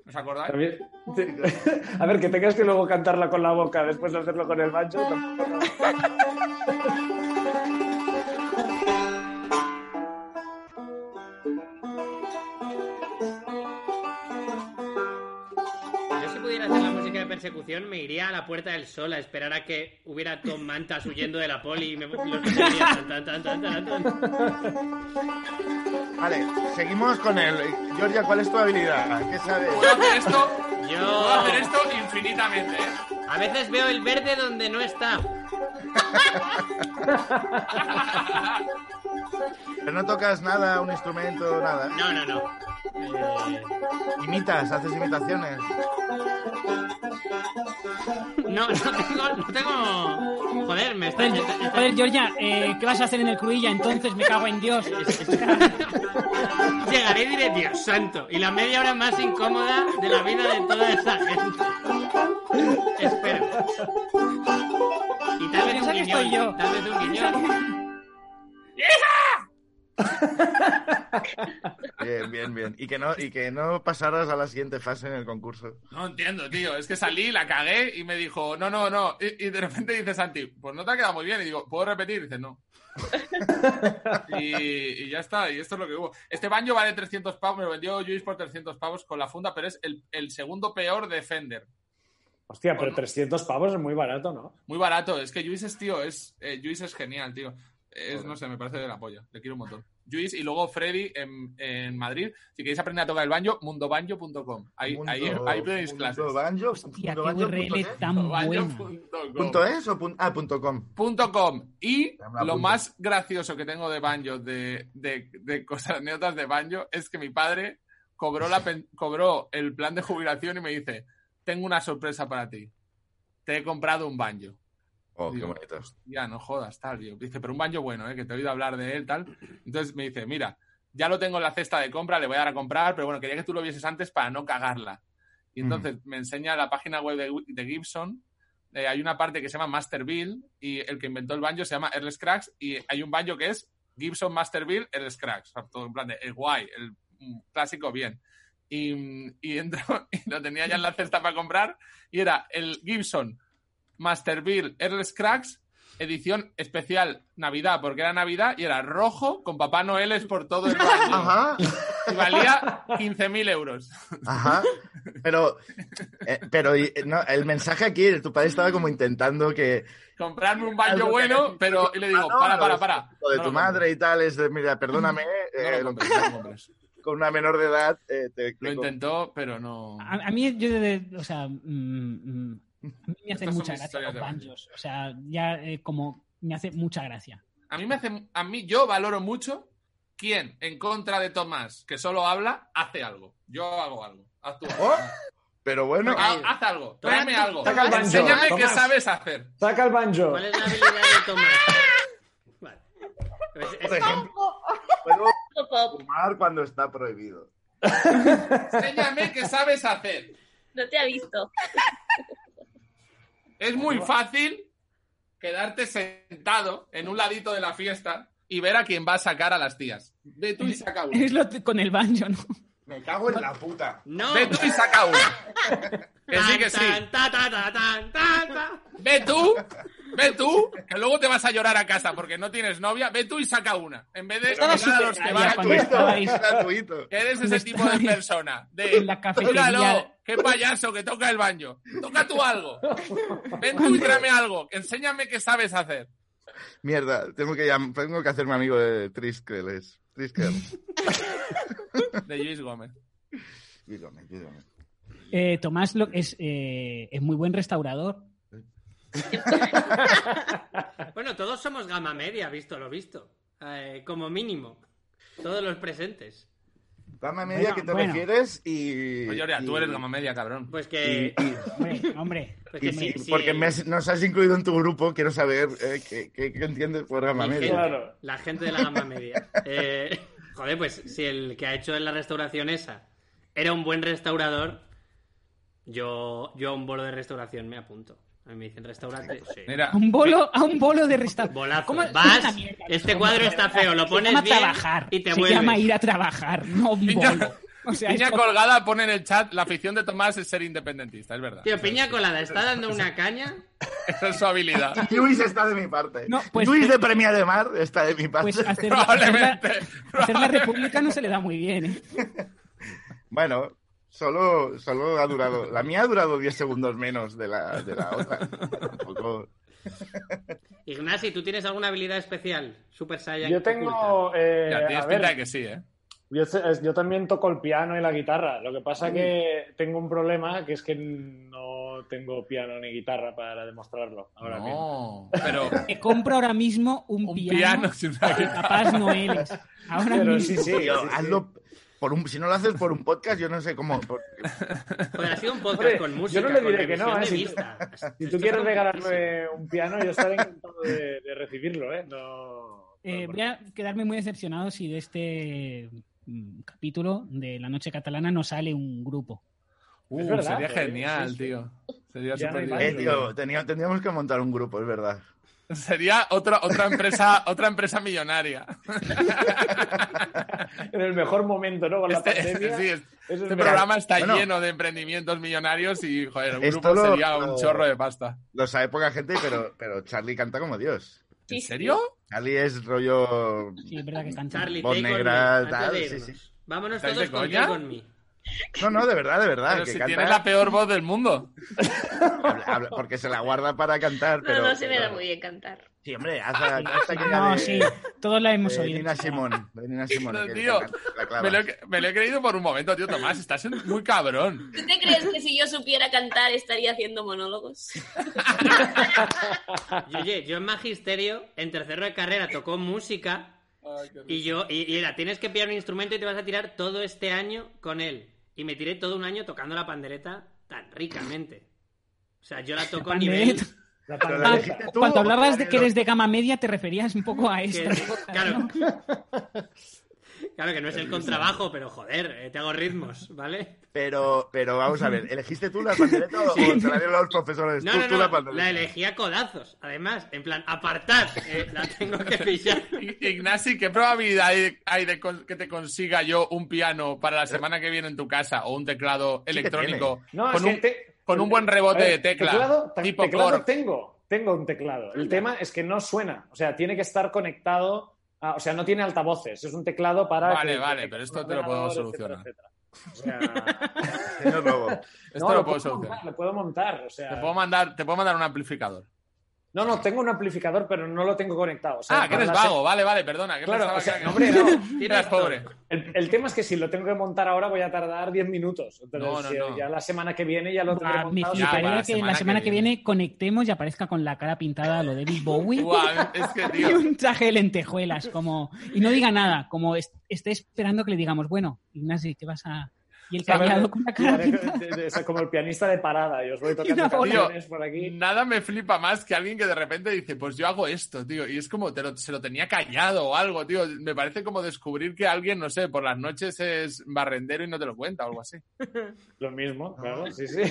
[SPEAKER 2] ¿Os acordáis?
[SPEAKER 4] También- A ver, que tengas que luego cantarla con la boca después de hacerlo con el banjo.
[SPEAKER 1] Yo si pudiera hacer la música de persecución me iría a la Puerta del Sol a esperar a que hubiera Tom Mantas huyendo de la poli y me los metería, tan, tan, tan, tan, tan, tan.
[SPEAKER 5] Vale, seguimos con el. Georgia, ¿cuál es tu habilidad? ¿Qué sabes?
[SPEAKER 2] Puedo hacer esto, puedo
[SPEAKER 1] Yo
[SPEAKER 2] hacer esto infinitamente, ¿eh?
[SPEAKER 1] a veces veo el verde donde no está.
[SPEAKER 5] Pero no tocas nada, un instrumento, nada.
[SPEAKER 1] No, no, no. Eh,
[SPEAKER 5] Imitas, haces imitaciones.
[SPEAKER 1] no, no tengo, no tengo. Joder, me está.
[SPEAKER 3] Joder, joder, Georgia, eh, ¿qué vas a hacer en el Cruilla entonces? Me cago en Dios.
[SPEAKER 1] Llegaré y diré, Dios santo, y la media hora más incómoda de la vida de toda esa gente. Espero. Y tal vez
[SPEAKER 3] Piensa
[SPEAKER 1] un
[SPEAKER 3] que
[SPEAKER 1] guiñón,
[SPEAKER 3] estoy yo.
[SPEAKER 1] tal vez un guiñón.
[SPEAKER 5] Bien, bien, bien. Y que no, y que no pasaras a la siguiente fase en el concurso.
[SPEAKER 2] No entiendo, tío. Es que salí, la cagué y me dijo, no, no, no. Y, y de repente dice Santi, pues no te ha quedado muy bien. Y digo, ¿puedo repetir? Y dice, no. y, y ya está, y esto es lo que hubo. Este baño vale 300 pavos, me lo vendió Luis por 300 pavos con la funda, pero es el, el segundo peor de Fender.
[SPEAKER 4] Hostia, pero 300 pavos es muy barato, ¿no?
[SPEAKER 2] Muy barato, es que Luis es, tío, es, eh, Lluís es genial, tío. Es, no sé, me parece de la polla, le quiero un montón. Luis y luego Freddy en, en Madrid. Si queréis aprender a tocar el baño, mundobanjo.com. Ahí, ahí, ahí tenéis
[SPEAKER 5] Mundo
[SPEAKER 2] clases.
[SPEAKER 5] banjo,
[SPEAKER 3] Tía, qué
[SPEAKER 5] mundo banjo punto
[SPEAKER 3] URL
[SPEAKER 5] net.
[SPEAKER 3] tan buena.
[SPEAKER 2] Mundobanjo.com.
[SPEAKER 5] ¿Punto es o punto, ah, punto com?
[SPEAKER 2] .com y
[SPEAKER 5] Ya me la
[SPEAKER 2] lo
[SPEAKER 5] apunto.
[SPEAKER 2] más gracioso que tengo de Banjo, de, de, de cosas, anécdotas de Banjo, es que mi padre cobró, la, pen- cobró el plan de jubilación y me dice, tengo una sorpresa para ti, te he comprado un Banjo.
[SPEAKER 5] Oh, qué
[SPEAKER 2] Digo,
[SPEAKER 5] bonito.
[SPEAKER 2] Ya, no jodas, tal, tío. Dice, pero un Banjo bueno, ¿eh? que te he oído hablar de él, tal. Entonces me dice, mira, ya lo tengo en la cesta de compra, le voy a dar a comprar, pero bueno, quería que tú lo vieses antes para no cagarla. Y entonces me enseña la página web de, de Gibson. eh, hay una parte que se llama Masterville y el que inventó el banjo se llama Earl Scruggs y hay un banjo que es Gibson Masterville Earl Scruggs. O sea, todo en plan de el guay, el mm, clásico bien. Y, mm, y entro y lo tenía ya en la cesta para comprar y era el Gibson Masterville Earl Scruggs edición especial Navidad porque era Navidad y era rojo con Papá Noel es por todo el banjo.
[SPEAKER 5] Ajá,
[SPEAKER 2] Y valía 15.000 euros.
[SPEAKER 5] ajá. Pero, eh, pero y- no, el mensaje aquí, tu padre estaba como intentando que.
[SPEAKER 2] Comprarme un
[SPEAKER 5] Algo
[SPEAKER 2] baño
[SPEAKER 5] que Ah,
[SPEAKER 2] bueno,
[SPEAKER 5] necesito
[SPEAKER 2] pero.
[SPEAKER 5] tu
[SPEAKER 2] Y le digo,
[SPEAKER 5] hermano,
[SPEAKER 2] para, para,
[SPEAKER 5] es
[SPEAKER 2] para.
[SPEAKER 5] Lo de
[SPEAKER 2] No
[SPEAKER 5] tu
[SPEAKER 2] lo
[SPEAKER 5] madre y tal, es de, mira, perdóname,
[SPEAKER 2] compres,
[SPEAKER 5] eh,
[SPEAKER 2] no lo compres, no lo compres.
[SPEAKER 5] con una menor de edad eh, te,
[SPEAKER 2] Lo
[SPEAKER 5] te-
[SPEAKER 2] intentó, pero no.
[SPEAKER 3] A, a mí, yo, de- de- o sea, mm, mm, a mí me
[SPEAKER 2] Estas
[SPEAKER 3] hacen
[SPEAKER 2] son
[SPEAKER 3] mucha
[SPEAKER 2] mis
[SPEAKER 3] gracia
[SPEAKER 2] historias
[SPEAKER 3] los
[SPEAKER 2] de
[SPEAKER 3] banjos. O sea, ya eh, como me hace mucha gracia.
[SPEAKER 2] A mí me hace. A mí, yo valoro mucho quien, en contra de Tomás, que solo habla, hace algo. Yo hago algo. Haz tú.
[SPEAKER 5] Oh, pero bueno, ah,
[SPEAKER 2] Ha- Haz algo.
[SPEAKER 1] Tomás,
[SPEAKER 2] Tráeme algo.
[SPEAKER 4] saca el banjo,
[SPEAKER 2] Enséñame qué
[SPEAKER 4] Tomás.
[SPEAKER 2] sabes hacer.
[SPEAKER 4] Saca el banjo.
[SPEAKER 1] ¿Cuál es la habilidad de Tomás? Vale. Es- es-
[SPEAKER 5] por ejemplo, puedo
[SPEAKER 6] Pop,
[SPEAKER 5] fumar cuando está prohibido.
[SPEAKER 2] Enséñame qué sabes hacer.
[SPEAKER 6] no te ha visto.
[SPEAKER 2] Es muy fácil quedarte sentado en un ladito de la fiesta y ver a quién va a sacar a las tías. Ve tú y saca uno.
[SPEAKER 3] Es lo t- con el banjo, ¿no?
[SPEAKER 5] Me cago en la puta.
[SPEAKER 1] No.
[SPEAKER 2] Ve tú y saca uno. Que sí, que sí.
[SPEAKER 1] Tan, tan, tan, tan, tan, tan, tan.
[SPEAKER 2] Ve tú, ve tú, que luego te vas a llorar a casa porque no tienes novia. Ve tú y saca una. En vez de
[SPEAKER 3] Estaba
[SPEAKER 2] mirar a los que
[SPEAKER 3] súper
[SPEAKER 2] van a
[SPEAKER 3] raya
[SPEAKER 2] tu
[SPEAKER 3] cuando
[SPEAKER 2] hijo.
[SPEAKER 3] estaba ahí.
[SPEAKER 5] Gratuito.
[SPEAKER 2] Que eres
[SPEAKER 3] Cuando
[SPEAKER 2] ese tipo de
[SPEAKER 3] estaba ahí.
[SPEAKER 2] persona. De,
[SPEAKER 3] En la cafetería.
[SPEAKER 2] "Tócalo, qué payaso que toca el baño. Toca tú algo. Ven tú y tráeme algo. Enséñame qué sabes hacer.
[SPEAKER 5] Mierda, tengo que, llam- tengo que hacerme amigo de Triskeles. Triskeles.
[SPEAKER 2] De Luis Gómez.
[SPEAKER 5] Dígame, dígame.
[SPEAKER 3] Eh, Tomás lo, es, eh, es muy buen restaurador.
[SPEAKER 1] Bueno, todos somos gama media, visto lo visto. Eh, como mínimo. Todos los presentes.
[SPEAKER 5] Gama media
[SPEAKER 3] Bueno,
[SPEAKER 5] que te
[SPEAKER 3] bueno.
[SPEAKER 5] refieres y.
[SPEAKER 2] Oye, Orea,
[SPEAKER 5] y-
[SPEAKER 2] Pues tú eres gama media, cabrón.
[SPEAKER 1] Pues
[SPEAKER 5] y-
[SPEAKER 1] que.
[SPEAKER 5] y-
[SPEAKER 3] Hombre, hombre.
[SPEAKER 1] pues
[SPEAKER 5] y
[SPEAKER 1] que
[SPEAKER 5] sí,
[SPEAKER 1] sí, sí,
[SPEAKER 5] porque
[SPEAKER 1] el-
[SPEAKER 5] me has- nos has incluido en tu grupo, quiero saber eh, qué, qué- qué entiendes por gama
[SPEAKER 1] Mi
[SPEAKER 5] media.
[SPEAKER 1] gente,
[SPEAKER 4] Claro.
[SPEAKER 1] La gente de la gama media. Eh, joder, pues si el que ha hecho en la restauración esa era un buen restaurador, Yo, yo a un bolo de restauración me apunto. A mí me dicen restaurante. Sí.
[SPEAKER 2] Mira,
[SPEAKER 3] A un bolo, a un bolo de restaurante.
[SPEAKER 1] Bolazo.
[SPEAKER 3] ¿Cómo- es una
[SPEAKER 1] Vas,
[SPEAKER 3] mierda,
[SPEAKER 1] este
[SPEAKER 3] es una
[SPEAKER 1] cuadro
[SPEAKER 3] mierda,
[SPEAKER 1] está feo, lo
[SPEAKER 3] se
[SPEAKER 1] pones
[SPEAKER 3] llama
[SPEAKER 1] bien
[SPEAKER 3] trabajar,
[SPEAKER 1] y te
[SPEAKER 3] se
[SPEAKER 1] vuelves.
[SPEAKER 3] llama ir a trabajar, no un
[SPEAKER 2] Piña-
[SPEAKER 3] bolo. O sea,
[SPEAKER 2] Piña
[SPEAKER 3] esto-
[SPEAKER 2] Colgada pone en el chat la afición de Tomás es ser independentista, es verdad.
[SPEAKER 1] Tío, piña colada, está dando una caña.
[SPEAKER 2] Esa es su habilidad.
[SPEAKER 5] Luis está de mi parte.
[SPEAKER 3] No, pues-
[SPEAKER 5] Luis de Premia de Mar está de mi parte.
[SPEAKER 3] pues hacer,
[SPEAKER 2] Probablemente.
[SPEAKER 3] hacer la, hacer la república no se le da muy bien. ¿eh?
[SPEAKER 5] Bueno, solo, solo ha durado. La mía ha durado 10 segundos menos de la, de la otra. Tampoco-
[SPEAKER 1] Ignasi, ¿tú tienes alguna habilidad especial? Super Saiyan.
[SPEAKER 4] Yo tengo. eh,
[SPEAKER 2] Ya,
[SPEAKER 4] a
[SPEAKER 2] tienes
[SPEAKER 4] ver,
[SPEAKER 2] pinta de que sí, ¿eh?
[SPEAKER 4] Yo, es- yo también toco el piano y la guitarra. Lo que
[SPEAKER 2] Mm.
[SPEAKER 4] pasa que tengo un problema, que es que no tengo piano ni guitarra para demostrarlo. Ahora mismo.
[SPEAKER 2] No, pero
[SPEAKER 3] Te compro ahora mismo un,
[SPEAKER 2] un
[SPEAKER 3] piano,
[SPEAKER 2] piano sin una
[SPEAKER 3] de
[SPEAKER 2] guitarra.
[SPEAKER 3] Papás Noeles. Ahora
[SPEAKER 4] Pero
[SPEAKER 3] mismo.
[SPEAKER 4] sí, sí.
[SPEAKER 5] Tío,
[SPEAKER 4] sí, sí.
[SPEAKER 5] hazlo por un, si no lo haces por un podcast, yo no sé cómo. por-
[SPEAKER 1] Joder, ha sido un podcast
[SPEAKER 4] Hombre,
[SPEAKER 1] con
[SPEAKER 4] yo
[SPEAKER 1] música.
[SPEAKER 4] no le
[SPEAKER 1] con
[SPEAKER 4] diré que no, ¿eh?
[SPEAKER 1] revisión de
[SPEAKER 4] Si tú-
[SPEAKER 1] vista.
[SPEAKER 4] Si tú quieres regalarme un piano, yo estaré encantado de, de recibirlo, ¿eh? No.
[SPEAKER 3] Eh, voy a quedarme muy decepcionado si de este mm, capítulo de La Noche Catalana no sale un grupo.
[SPEAKER 2] Uh,
[SPEAKER 4] Es verdad,
[SPEAKER 2] sería
[SPEAKER 4] pero
[SPEAKER 2] genial,
[SPEAKER 4] sí, sí.
[SPEAKER 2] tío. Sería
[SPEAKER 4] Ya no
[SPEAKER 2] súper
[SPEAKER 4] hay
[SPEAKER 5] Eh, tío,
[SPEAKER 2] divertido.
[SPEAKER 5] tenía- tendríamos que montar un grupo, es verdad.
[SPEAKER 2] Sería otra, otra, empresa, otra empresa millonaria.
[SPEAKER 4] En el mejor momento, ¿no? Con la
[SPEAKER 2] Este,
[SPEAKER 4] pandemia.
[SPEAKER 2] sí, este
[SPEAKER 4] Eso es verdad.
[SPEAKER 2] programa está
[SPEAKER 5] Bueno.
[SPEAKER 2] lleno de emprendimientos millonarios y, joder, un
[SPEAKER 5] Esto
[SPEAKER 2] grupo
[SPEAKER 5] lo-
[SPEAKER 2] sería un chorro de pasta.
[SPEAKER 5] Lo sabe poca gente, pero, pero Charlie canta como Dios.
[SPEAKER 2] ¿En serio?
[SPEAKER 5] Charlie es rollo.
[SPEAKER 3] Sí, es verdad que canta.
[SPEAKER 1] Charlie,
[SPEAKER 5] Voz
[SPEAKER 1] take on
[SPEAKER 5] negra,
[SPEAKER 1] me, antes
[SPEAKER 5] tal,
[SPEAKER 1] de
[SPEAKER 5] sí,
[SPEAKER 1] irnos.
[SPEAKER 5] sí.
[SPEAKER 1] Vámonos
[SPEAKER 2] ¿Estáis
[SPEAKER 1] todos
[SPEAKER 2] de
[SPEAKER 1] con
[SPEAKER 2] coña?
[SPEAKER 1] Take on Me.
[SPEAKER 5] No, no, de verdad, de verdad.
[SPEAKER 2] Pero
[SPEAKER 5] Ah, que
[SPEAKER 2] si
[SPEAKER 5] canta-
[SPEAKER 2] tienes la peor voz del mundo.
[SPEAKER 5] habla- habla- porque se la guarda para cantar.
[SPEAKER 6] No,
[SPEAKER 5] Pero,
[SPEAKER 6] no se me da
[SPEAKER 5] pero-
[SPEAKER 6] muy bien cantar.
[SPEAKER 5] Sí, hombre, haz, haz esta que eh, era
[SPEAKER 3] No,
[SPEAKER 5] de-
[SPEAKER 3] sí, todos la hemos
[SPEAKER 5] de
[SPEAKER 3] oído.
[SPEAKER 5] Nina Simón. de Nina Simón,
[SPEAKER 2] No,
[SPEAKER 5] que
[SPEAKER 2] tío,
[SPEAKER 5] la- la clava.
[SPEAKER 2] Me lo, he, me lo he creído por un momento, tío Tomás. Estás siendo muy cabrón.
[SPEAKER 6] ¿Tú te crees que si yo supiera cantar estaría haciendo monólogos?
[SPEAKER 1] Y, Oye, yo en magisterio, en tercero de carrera, tocó música.
[SPEAKER 4] Ah,
[SPEAKER 1] Y yo, y, y era, tienes que pillar un instrumento y te vas a tirar todo este año con él. Y me tiré todo un año tocando la pandereta tan ricamente. O sea, yo la toco a nivel.
[SPEAKER 3] pandereta.
[SPEAKER 4] La
[SPEAKER 5] Pero la
[SPEAKER 3] Ah,
[SPEAKER 4] pandereta.
[SPEAKER 5] elegiste tú,
[SPEAKER 3] cuando
[SPEAKER 5] o
[SPEAKER 3] hablabas de
[SPEAKER 5] lo-
[SPEAKER 3] que eres de gama media, te referías un poco a
[SPEAKER 1] que-
[SPEAKER 3] esto.
[SPEAKER 1] claro, claro que no es el contrabajo, pero joder, eh, te hago ritmos, ¿vale?
[SPEAKER 5] Pero, pero vamos a ver, ¿elegiste tú la pandereta o te la dieron los profesores?
[SPEAKER 1] No,
[SPEAKER 5] tú,
[SPEAKER 1] no,
[SPEAKER 5] tú
[SPEAKER 1] no,
[SPEAKER 5] la
[SPEAKER 1] la,
[SPEAKER 5] pandereta.
[SPEAKER 1] elegí a codazos. Además, en plan, apartad, eh, la tengo que pillar.
[SPEAKER 2] I- Ignasi, ¿qué probabilidad hay, hay de con- que te consiga yo un piano para la semana que viene en tu casa o un teclado
[SPEAKER 5] que
[SPEAKER 2] electrónico
[SPEAKER 4] No, es
[SPEAKER 2] con,
[SPEAKER 4] que
[SPEAKER 2] un,
[SPEAKER 4] te-
[SPEAKER 2] con un buen rebote
[SPEAKER 4] A ver,
[SPEAKER 2] de tecla?
[SPEAKER 4] Teclado, ta-
[SPEAKER 2] tipo
[SPEAKER 4] teclado
[SPEAKER 2] Korg.
[SPEAKER 4] tengo, tengo un teclado. El tema es que no suena, o sea, tiene que estar conectado, a- o sea, no tiene altavoces, es un teclado para...
[SPEAKER 2] Vale,
[SPEAKER 4] que-
[SPEAKER 2] vale,
[SPEAKER 4] que-
[SPEAKER 2] pero
[SPEAKER 4] que-
[SPEAKER 2] esto
[SPEAKER 4] un
[SPEAKER 2] te lo puedo
[SPEAKER 4] ordenador, etcétera,
[SPEAKER 2] solucionar.
[SPEAKER 4] etcétera. O sea,
[SPEAKER 5] Señor Lobo.
[SPEAKER 2] Esto
[SPEAKER 4] no,
[SPEAKER 2] lo puedo
[SPEAKER 4] montar,
[SPEAKER 2] solucionar.
[SPEAKER 4] lo puedo montar, o
[SPEAKER 2] Te
[SPEAKER 4] sea...
[SPEAKER 2] puedo, mandar, te puedo mandar un amplificador.
[SPEAKER 4] No, no, tengo un amplificador, pero no lo tengo conectado. o sea,
[SPEAKER 2] ah, que
[SPEAKER 4] para
[SPEAKER 2] eres
[SPEAKER 4] la
[SPEAKER 2] vago. Vale, vale, perdona. que
[SPEAKER 4] Claro,
[SPEAKER 2] pensaba
[SPEAKER 4] o sea,
[SPEAKER 2] que-
[SPEAKER 4] no, hombre, no.
[SPEAKER 2] que eras pobre.
[SPEAKER 4] El, el tema es que si lo tengo que montar ahora voy a tardar 10 minutos. Entonces,
[SPEAKER 2] No, no,
[SPEAKER 4] eh,
[SPEAKER 2] no.
[SPEAKER 4] ya la semana que viene ya lo tendré
[SPEAKER 3] Buah, me
[SPEAKER 4] montado.
[SPEAKER 2] Ya,
[SPEAKER 3] fliparía
[SPEAKER 2] para la
[SPEAKER 3] que
[SPEAKER 2] semana
[SPEAKER 3] la semana
[SPEAKER 2] que
[SPEAKER 3] que, viene. conectemos y aparezca con la cara pintada a lo David Bowie.
[SPEAKER 2] Buah, es que,
[SPEAKER 3] Y
[SPEAKER 2] tío.
[SPEAKER 3] un traje de lentejuelas, como. Y no diga nada, como est- esté esperando que le digamos, bueno, Ignacio, ¿qué vas a.? Y el
[SPEAKER 2] Claro,
[SPEAKER 3] callado con la cara
[SPEAKER 4] Haré-
[SPEAKER 3] pintada.
[SPEAKER 4] de- de- o sea, como el pianista de parada, y os voy tocando
[SPEAKER 3] Una bola.
[SPEAKER 4] canciones por aquí.
[SPEAKER 2] Nada me flipa más que alguien que de repente dice, pues yo hago esto, tío. Y es como, te lo- se lo tenía callado o algo, tío. Me parece como descubrir que alguien, no sé, por las noches es barrendero y no te lo cuenta o algo así.
[SPEAKER 4] Lo mismo, claro, sí, sí.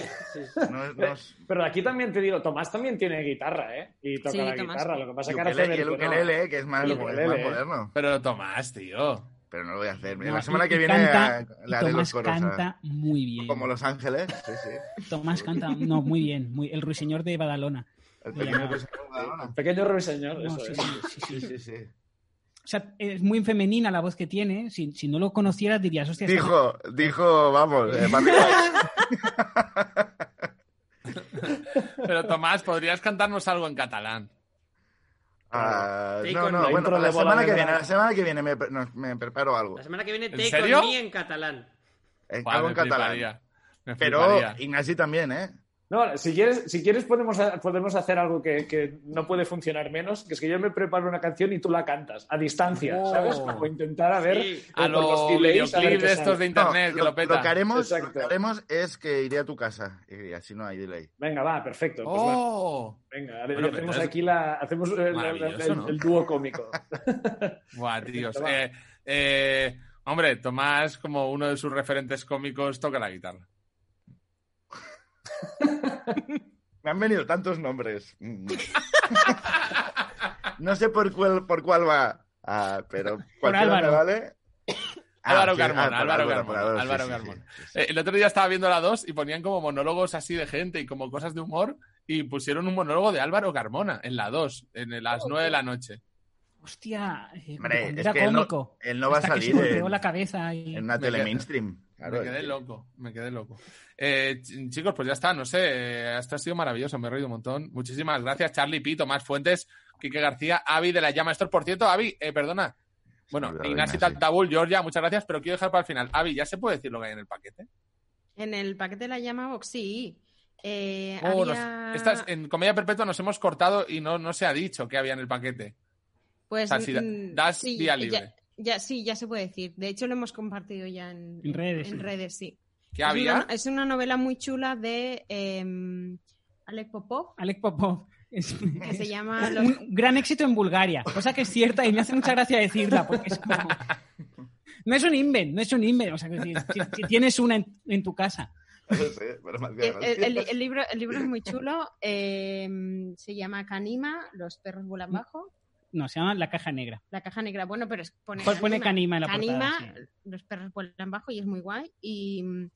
[SPEAKER 5] No, es- no es-
[SPEAKER 4] Pero aquí también te digo, Tomás también tiene guitarra, ¿eh? Y toca
[SPEAKER 7] Sí,
[SPEAKER 4] la
[SPEAKER 7] Tomás.
[SPEAKER 4] guitarra, lo que pasa
[SPEAKER 5] y
[SPEAKER 4] que ahora
[SPEAKER 5] ukelele,
[SPEAKER 4] hace
[SPEAKER 5] y el
[SPEAKER 4] verano.
[SPEAKER 5] ukelele, eh, que es más,
[SPEAKER 4] Y
[SPEAKER 5] es más
[SPEAKER 4] ukelele, eh.
[SPEAKER 5] moderno.
[SPEAKER 2] Pero Tomás, tío.
[SPEAKER 5] Pero no lo voy a hacer.
[SPEAKER 3] No,
[SPEAKER 5] la semana
[SPEAKER 3] y-
[SPEAKER 5] que
[SPEAKER 3] y
[SPEAKER 5] viene
[SPEAKER 3] canta-
[SPEAKER 5] eh,
[SPEAKER 3] y
[SPEAKER 5] le haré los
[SPEAKER 3] Tomás
[SPEAKER 5] coros. a-
[SPEAKER 3] canta muy bien.
[SPEAKER 5] Como Los Ángeles. Sí, sí.
[SPEAKER 3] Tomás canta, no, muy bien. Muy, el ruiseñor de Badalona.
[SPEAKER 5] El
[SPEAKER 3] Mira.
[SPEAKER 5] pequeño que se llama
[SPEAKER 4] Pequeño ruiseñor,
[SPEAKER 3] No,
[SPEAKER 4] eso
[SPEAKER 3] sí,
[SPEAKER 4] es.
[SPEAKER 3] sí, sí, sí.
[SPEAKER 5] Sí, sí, sí.
[SPEAKER 3] O sea, es muy femenina la voz que tiene. Si, si no lo conocieras, dirías, hostia, esta
[SPEAKER 5] Dijo, dijo, vamos, eh, Barry White.
[SPEAKER 2] Pero Tomás, podrías cantarnos algo en catalán.
[SPEAKER 5] Ah,
[SPEAKER 1] Take
[SPEAKER 5] no,
[SPEAKER 1] on
[SPEAKER 5] no,
[SPEAKER 1] me.
[SPEAKER 5] bueno,
[SPEAKER 4] Intro
[SPEAKER 5] la
[SPEAKER 4] de bola
[SPEAKER 5] semana
[SPEAKER 4] de
[SPEAKER 5] que viene,
[SPEAKER 4] verano.
[SPEAKER 5] la semana que viene me, pre- nos- me preparo algo.
[SPEAKER 1] La semana que viene,
[SPEAKER 2] Pues, ¿En
[SPEAKER 1] Take
[SPEAKER 2] serio?
[SPEAKER 1] on Me en catalán.
[SPEAKER 5] Eh,
[SPEAKER 2] Buah,
[SPEAKER 5] algo
[SPEAKER 2] me
[SPEAKER 5] en catalán.
[SPEAKER 2] fliparía. Me
[SPEAKER 5] Pero
[SPEAKER 2] fliparía.
[SPEAKER 5] Ignasi también, ¿eh?
[SPEAKER 4] No, si quieres, si quieres podemos, ha- podemos hacer algo que, que no puede funcionar menos, que es que yo me preparo una canción y tú la cantas, a distancia,
[SPEAKER 2] Oh.
[SPEAKER 4] ¿sabes? Como intentar a ver...
[SPEAKER 1] Sí.
[SPEAKER 4] eh,
[SPEAKER 2] A
[SPEAKER 4] por
[SPEAKER 2] los
[SPEAKER 4] delays, a ver
[SPEAKER 2] videoclips
[SPEAKER 4] qué
[SPEAKER 2] de estos
[SPEAKER 4] sale.
[SPEAKER 2] de internet
[SPEAKER 5] No,
[SPEAKER 2] que lo peta.
[SPEAKER 5] que haremos,
[SPEAKER 4] Exacto.
[SPEAKER 5] lo que haremos es que iré a tu casa y así no hay delay.
[SPEAKER 4] Venga, va, perfecto. pues va.
[SPEAKER 2] ¡Oh!
[SPEAKER 4] Venga, a ver,
[SPEAKER 2] Bueno,
[SPEAKER 4] y hacemos
[SPEAKER 2] pero es
[SPEAKER 4] aquí la, hacemos eh, la- la-
[SPEAKER 2] maravilloso,
[SPEAKER 4] el,
[SPEAKER 2] ¿no?
[SPEAKER 4] el dúo cómico.
[SPEAKER 2] Buah, tíos.
[SPEAKER 4] va.
[SPEAKER 2] Eh, eh, hombre, Tomás, como uno de sus referentes cómicos, toca la guitarra.
[SPEAKER 5] Me han venido tantos nombres. Mm. no sé por cuál, por cuál va, Ah, pero cualquiera me
[SPEAKER 3] Álvaro.
[SPEAKER 5] vale. Ah,
[SPEAKER 2] Álvaro
[SPEAKER 5] sí, ah,
[SPEAKER 2] Carmona,
[SPEAKER 5] por
[SPEAKER 2] Álvaro
[SPEAKER 5] por
[SPEAKER 2] Carmona,
[SPEAKER 5] sí,
[SPEAKER 2] Álvaro
[SPEAKER 5] sí,
[SPEAKER 2] Carmona.
[SPEAKER 5] sí, sí, sí.
[SPEAKER 2] Eh, El otro día estaba viendo la 2 y ponían como monólogos así de gente y como cosas de humor y pusieron un monólogo de Álvaro Carmona en la 2, en el- las 9 de la noche.
[SPEAKER 3] Hostia, eh,
[SPEAKER 5] Hombre,
[SPEAKER 3] cuando
[SPEAKER 5] es
[SPEAKER 3] era
[SPEAKER 5] que él no-
[SPEAKER 3] cómico.
[SPEAKER 5] él no va a
[SPEAKER 3] Hasta que se
[SPEAKER 5] salir
[SPEAKER 3] golpeó
[SPEAKER 5] en-
[SPEAKER 3] la cabeza y...
[SPEAKER 5] En una
[SPEAKER 2] Me
[SPEAKER 5] tele
[SPEAKER 2] queda-
[SPEAKER 5] mainstream. claro.
[SPEAKER 2] me quedé loco, me quedé loco. Eh, ch- chicos, pues ya está, no sé, eh, esto ha sido maravilloso, me he reído un montón. Muchísimas gracias, Charlie Pito, Más Fuentes, Quique García, Avi de la Llama. Esto, por cierto, Avi, eh, perdona. Bueno,
[SPEAKER 5] olvidado,
[SPEAKER 2] Ignacio
[SPEAKER 5] Ignasi.
[SPEAKER 2] Tabul, Georgia, muchas gracias, pero quiero dejar para el final. Avi, ¿ya se puede decir lo que hay en el paquete?
[SPEAKER 7] En el paquete de la llama box, sí. Eh,
[SPEAKER 2] Oh, nos-
[SPEAKER 7] había-
[SPEAKER 2] estas- en Comedia Perpetua nos hemos cortado y no, no se ha dicho qué había en el paquete.
[SPEAKER 7] Pues,
[SPEAKER 2] O sea, si da-
[SPEAKER 7] mm,
[SPEAKER 2] das
[SPEAKER 7] sí,
[SPEAKER 2] vía
[SPEAKER 7] ya-
[SPEAKER 2] libre.
[SPEAKER 7] Ya, sí, ya se puede decir. De hecho, lo hemos compartido ya en,
[SPEAKER 3] En redes,
[SPEAKER 7] En
[SPEAKER 3] sí.
[SPEAKER 7] redes, sí.
[SPEAKER 2] ¿Qué
[SPEAKER 7] Es
[SPEAKER 2] había?
[SPEAKER 7] una, es una novela muy chula de eh, Alec Popov
[SPEAKER 3] Alex Popov. Es-
[SPEAKER 7] que se
[SPEAKER 3] es
[SPEAKER 7] llama Los-
[SPEAKER 3] un gran éxito en Bulgaria, cosa que es cierta y me hace mucha gracia decirla, porque es como... No es un invent, no es un invent. O sea, que si, si- si tienes una en, en tu casa.
[SPEAKER 5] Eso sí, pero me hacía
[SPEAKER 7] Eh, el,
[SPEAKER 5] gracia.
[SPEAKER 7] el- el libro, el libro es muy chulo. eh, se llama Canima, Los perros vuelan bajo.
[SPEAKER 3] No, se llama La Caja Negra.
[SPEAKER 7] La caja negra, bueno, pero es- pone,
[SPEAKER 3] Pues pone Canima en la
[SPEAKER 7] Canima,
[SPEAKER 3] portada. sí.
[SPEAKER 7] los perros vuelan bajo y es muy guay. Y mm,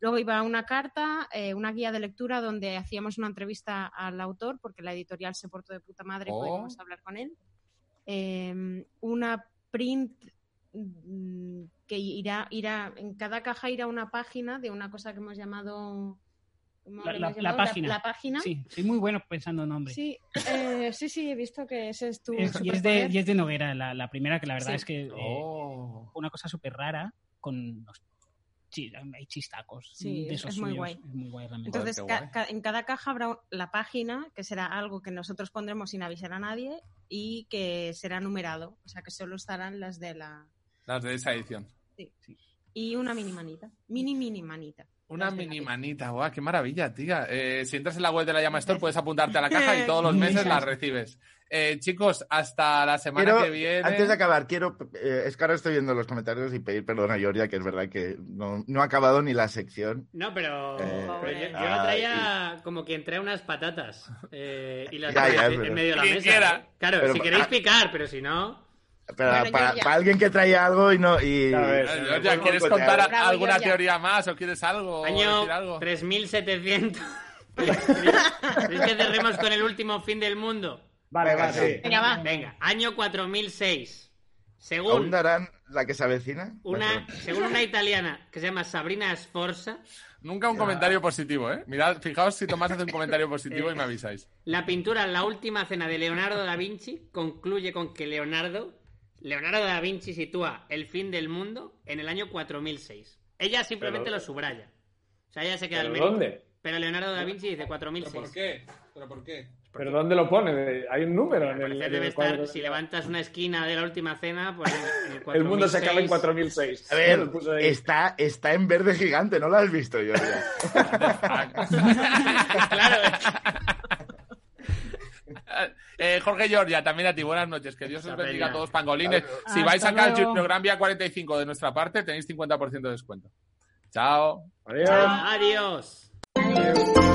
[SPEAKER 7] luego iba una carta, eh, una guía de lectura donde hacíamos una entrevista al autor porque la editorial se portó de puta madre y
[SPEAKER 2] Oh.
[SPEAKER 7] pudimos hablar con él. Eh, una print mm, que irá, irá, en cada caja irá una página de una cosa que hemos llamado... ¿cómo
[SPEAKER 3] La-
[SPEAKER 7] le
[SPEAKER 3] la-
[SPEAKER 7] hemos
[SPEAKER 3] la
[SPEAKER 7] llamado?
[SPEAKER 3] página.
[SPEAKER 7] La página. Sí.
[SPEAKER 3] Sí, soy muy bueno pues, pensando nombres.
[SPEAKER 7] eh, sí, sí, he visto que ese es tu.
[SPEAKER 3] Es- y, es de,
[SPEAKER 7] superpoder.
[SPEAKER 3] y es de Noguera, la, la primera, que la verdad
[SPEAKER 7] Sí.
[SPEAKER 3] es que eh,
[SPEAKER 2] Oh.
[SPEAKER 3] una cosa súper rara con los chi- hay chistacos
[SPEAKER 7] Sí,
[SPEAKER 3] de
[SPEAKER 7] es-
[SPEAKER 3] esos
[SPEAKER 7] es muy
[SPEAKER 3] suyos.
[SPEAKER 7] guay.
[SPEAKER 3] Es muy guay realmente.
[SPEAKER 7] Entonces,
[SPEAKER 2] qué
[SPEAKER 7] ca-
[SPEAKER 2] guay.
[SPEAKER 7] ca- en cada caja habrá un- la página, que será algo que nosotros pondremos sin avisar a nadie y que será numerado. O sea, que solo estarán las de la...
[SPEAKER 2] Las de esa edición.
[SPEAKER 7] Y una mini manita. Mini, mini manita.
[SPEAKER 2] Una
[SPEAKER 7] Las de la
[SPEAKER 2] mini
[SPEAKER 7] vida.
[SPEAKER 2] manita, guau, qué maravilla, tía. Eh, si entras en la web de la Llama Store puedes apuntarte a la caja y todos los meses las recibes. Eh, chicos, hasta la semana
[SPEAKER 5] Quiero,
[SPEAKER 2] que viene.
[SPEAKER 5] Antes de acabar, quiero. eh, es que ahora estoy viendo los comentarios y pedir perdón a Georgia, que es verdad que no, no ha acabado ni la sección.
[SPEAKER 1] No, pero,
[SPEAKER 5] Eh,
[SPEAKER 1] pero yo, yo
[SPEAKER 5] ay.
[SPEAKER 1] la traía como que entré unas patatas eh, y las
[SPEAKER 5] Ya,
[SPEAKER 1] puse
[SPEAKER 5] ya,
[SPEAKER 1] en
[SPEAKER 5] pero-
[SPEAKER 1] medio de la
[SPEAKER 2] Quien
[SPEAKER 1] mesa.
[SPEAKER 2] quiera.
[SPEAKER 1] ¿eh? Claro,
[SPEAKER 5] Pero-
[SPEAKER 1] si queréis
[SPEAKER 5] ah.
[SPEAKER 1] picar, pero si no...
[SPEAKER 5] Pero
[SPEAKER 7] Bueno,
[SPEAKER 5] para,
[SPEAKER 7] Georgia.
[SPEAKER 5] para alguien que traía algo y no. Y...
[SPEAKER 4] Ya ves.
[SPEAKER 2] Eh, Georgia, ¿quieres contar
[SPEAKER 5] Bravo,
[SPEAKER 2] a- alguna
[SPEAKER 7] Georgia.
[SPEAKER 2] teoría más o quieres algo? o
[SPEAKER 1] Año
[SPEAKER 2] decir algo?
[SPEAKER 1] 3700. ¿Crees que cerremos con el último fin del mundo? Ah,
[SPEAKER 4] Vale,
[SPEAKER 5] Venga,
[SPEAKER 4] va, sí.
[SPEAKER 7] Venga, va.
[SPEAKER 1] Venga, año 4006.
[SPEAKER 5] ¿Aún
[SPEAKER 1] Según
[SPEAKER 5] darán la que se avecina?
[SPEAKER 1] una,
[SPEAKER 5] Perdón.
[SPEAKER 1] según una italiana que se llama Sabrina Sforza,
[SPEAKER 2] Nunca un comentario positivo, ¿eh? Mirad, fijaos si Tomás hace un comentario positivo y me avisáis.
[SPEAKER 1] la pintura La última cena de Leonardo da Vinci concluye con que Leonardo, Leonardo da Vinci sitúa el fin del mundo en el año 4006. Ella simplemente
[SPEAKER 4] Pero-
[SPEAKER 1] lo subraya. O sea, ella se queda
[SPEAKER 4] ¿Pero
[SPEAKER 1] al mérito.
[SPEAKER 4] dónde?
[SPEAKER 1] Pero Leonardo da Vinci dice 4006.
[SPEAKER 2] qué? ¿Pero por qué?
[SPEAKER 4] ¿Pero dónde lo pone? Hay un número
[SPEAKER 1] Al
[SPEAKER 4] en el,
[SPEAKER 1] parecer
[SPEAKER 4] en
[SPEAKER 1] debe
[SPEAKER 4] el cuadro.
[SPEAKER 1] estar, si levantas una esquina de la última cena, pues en el,
[SPEAKER 4] El mundo se acaba en
[SPEAKER 1] 4006.
[SPEAKER 4] 4006.
[SPEAKER 5] A
[SPEAKER 4] Lo
[SPEAKER 5] ver,
[SPEAKER 4] puso ahí.
[SPEAKER 5] está, está en verde gigante, no la has visto, Georgia.
[SPEAKER 2] Eh, Jorge Giorgia, también a ti, buenas noches. Que Dios os
[SPEAKER 1] Hasta
[SPEAKER 2] bendiga a
[SPEAKER 1] mañana.
[SPEAKER 2] todos, pangolines. Si
[SPEAKER 3] Hasta
[SPEAKER 2] vais a
[SPEAKER 3] luego.
[SPEAKER 2] Calcio Gran Vía 45 de nuestra parte, tenéis 50% de descuento. Chao.
[SPEAKER 4] Adiós.
[SPEAKER 1] Adiós.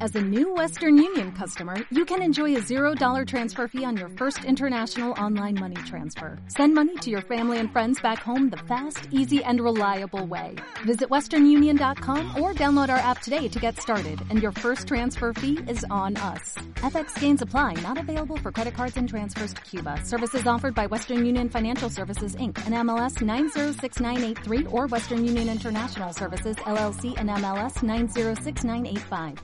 [SPEAKER 8] As a new Western Union customer, you can enjoy a $0 transfer fee on your first international online money transfer. Send money to your family and friends back home the fast, easy, and reliable way. Visit westernunion.com or download our app today to get started, and your first transfer fee is on us. FX gains apply, not available for credit cards and transfers to Cuba. Services offered by Western Union Financial Services Inc. and MLS 906983 or Western Union International Services LLC and MLS 906985.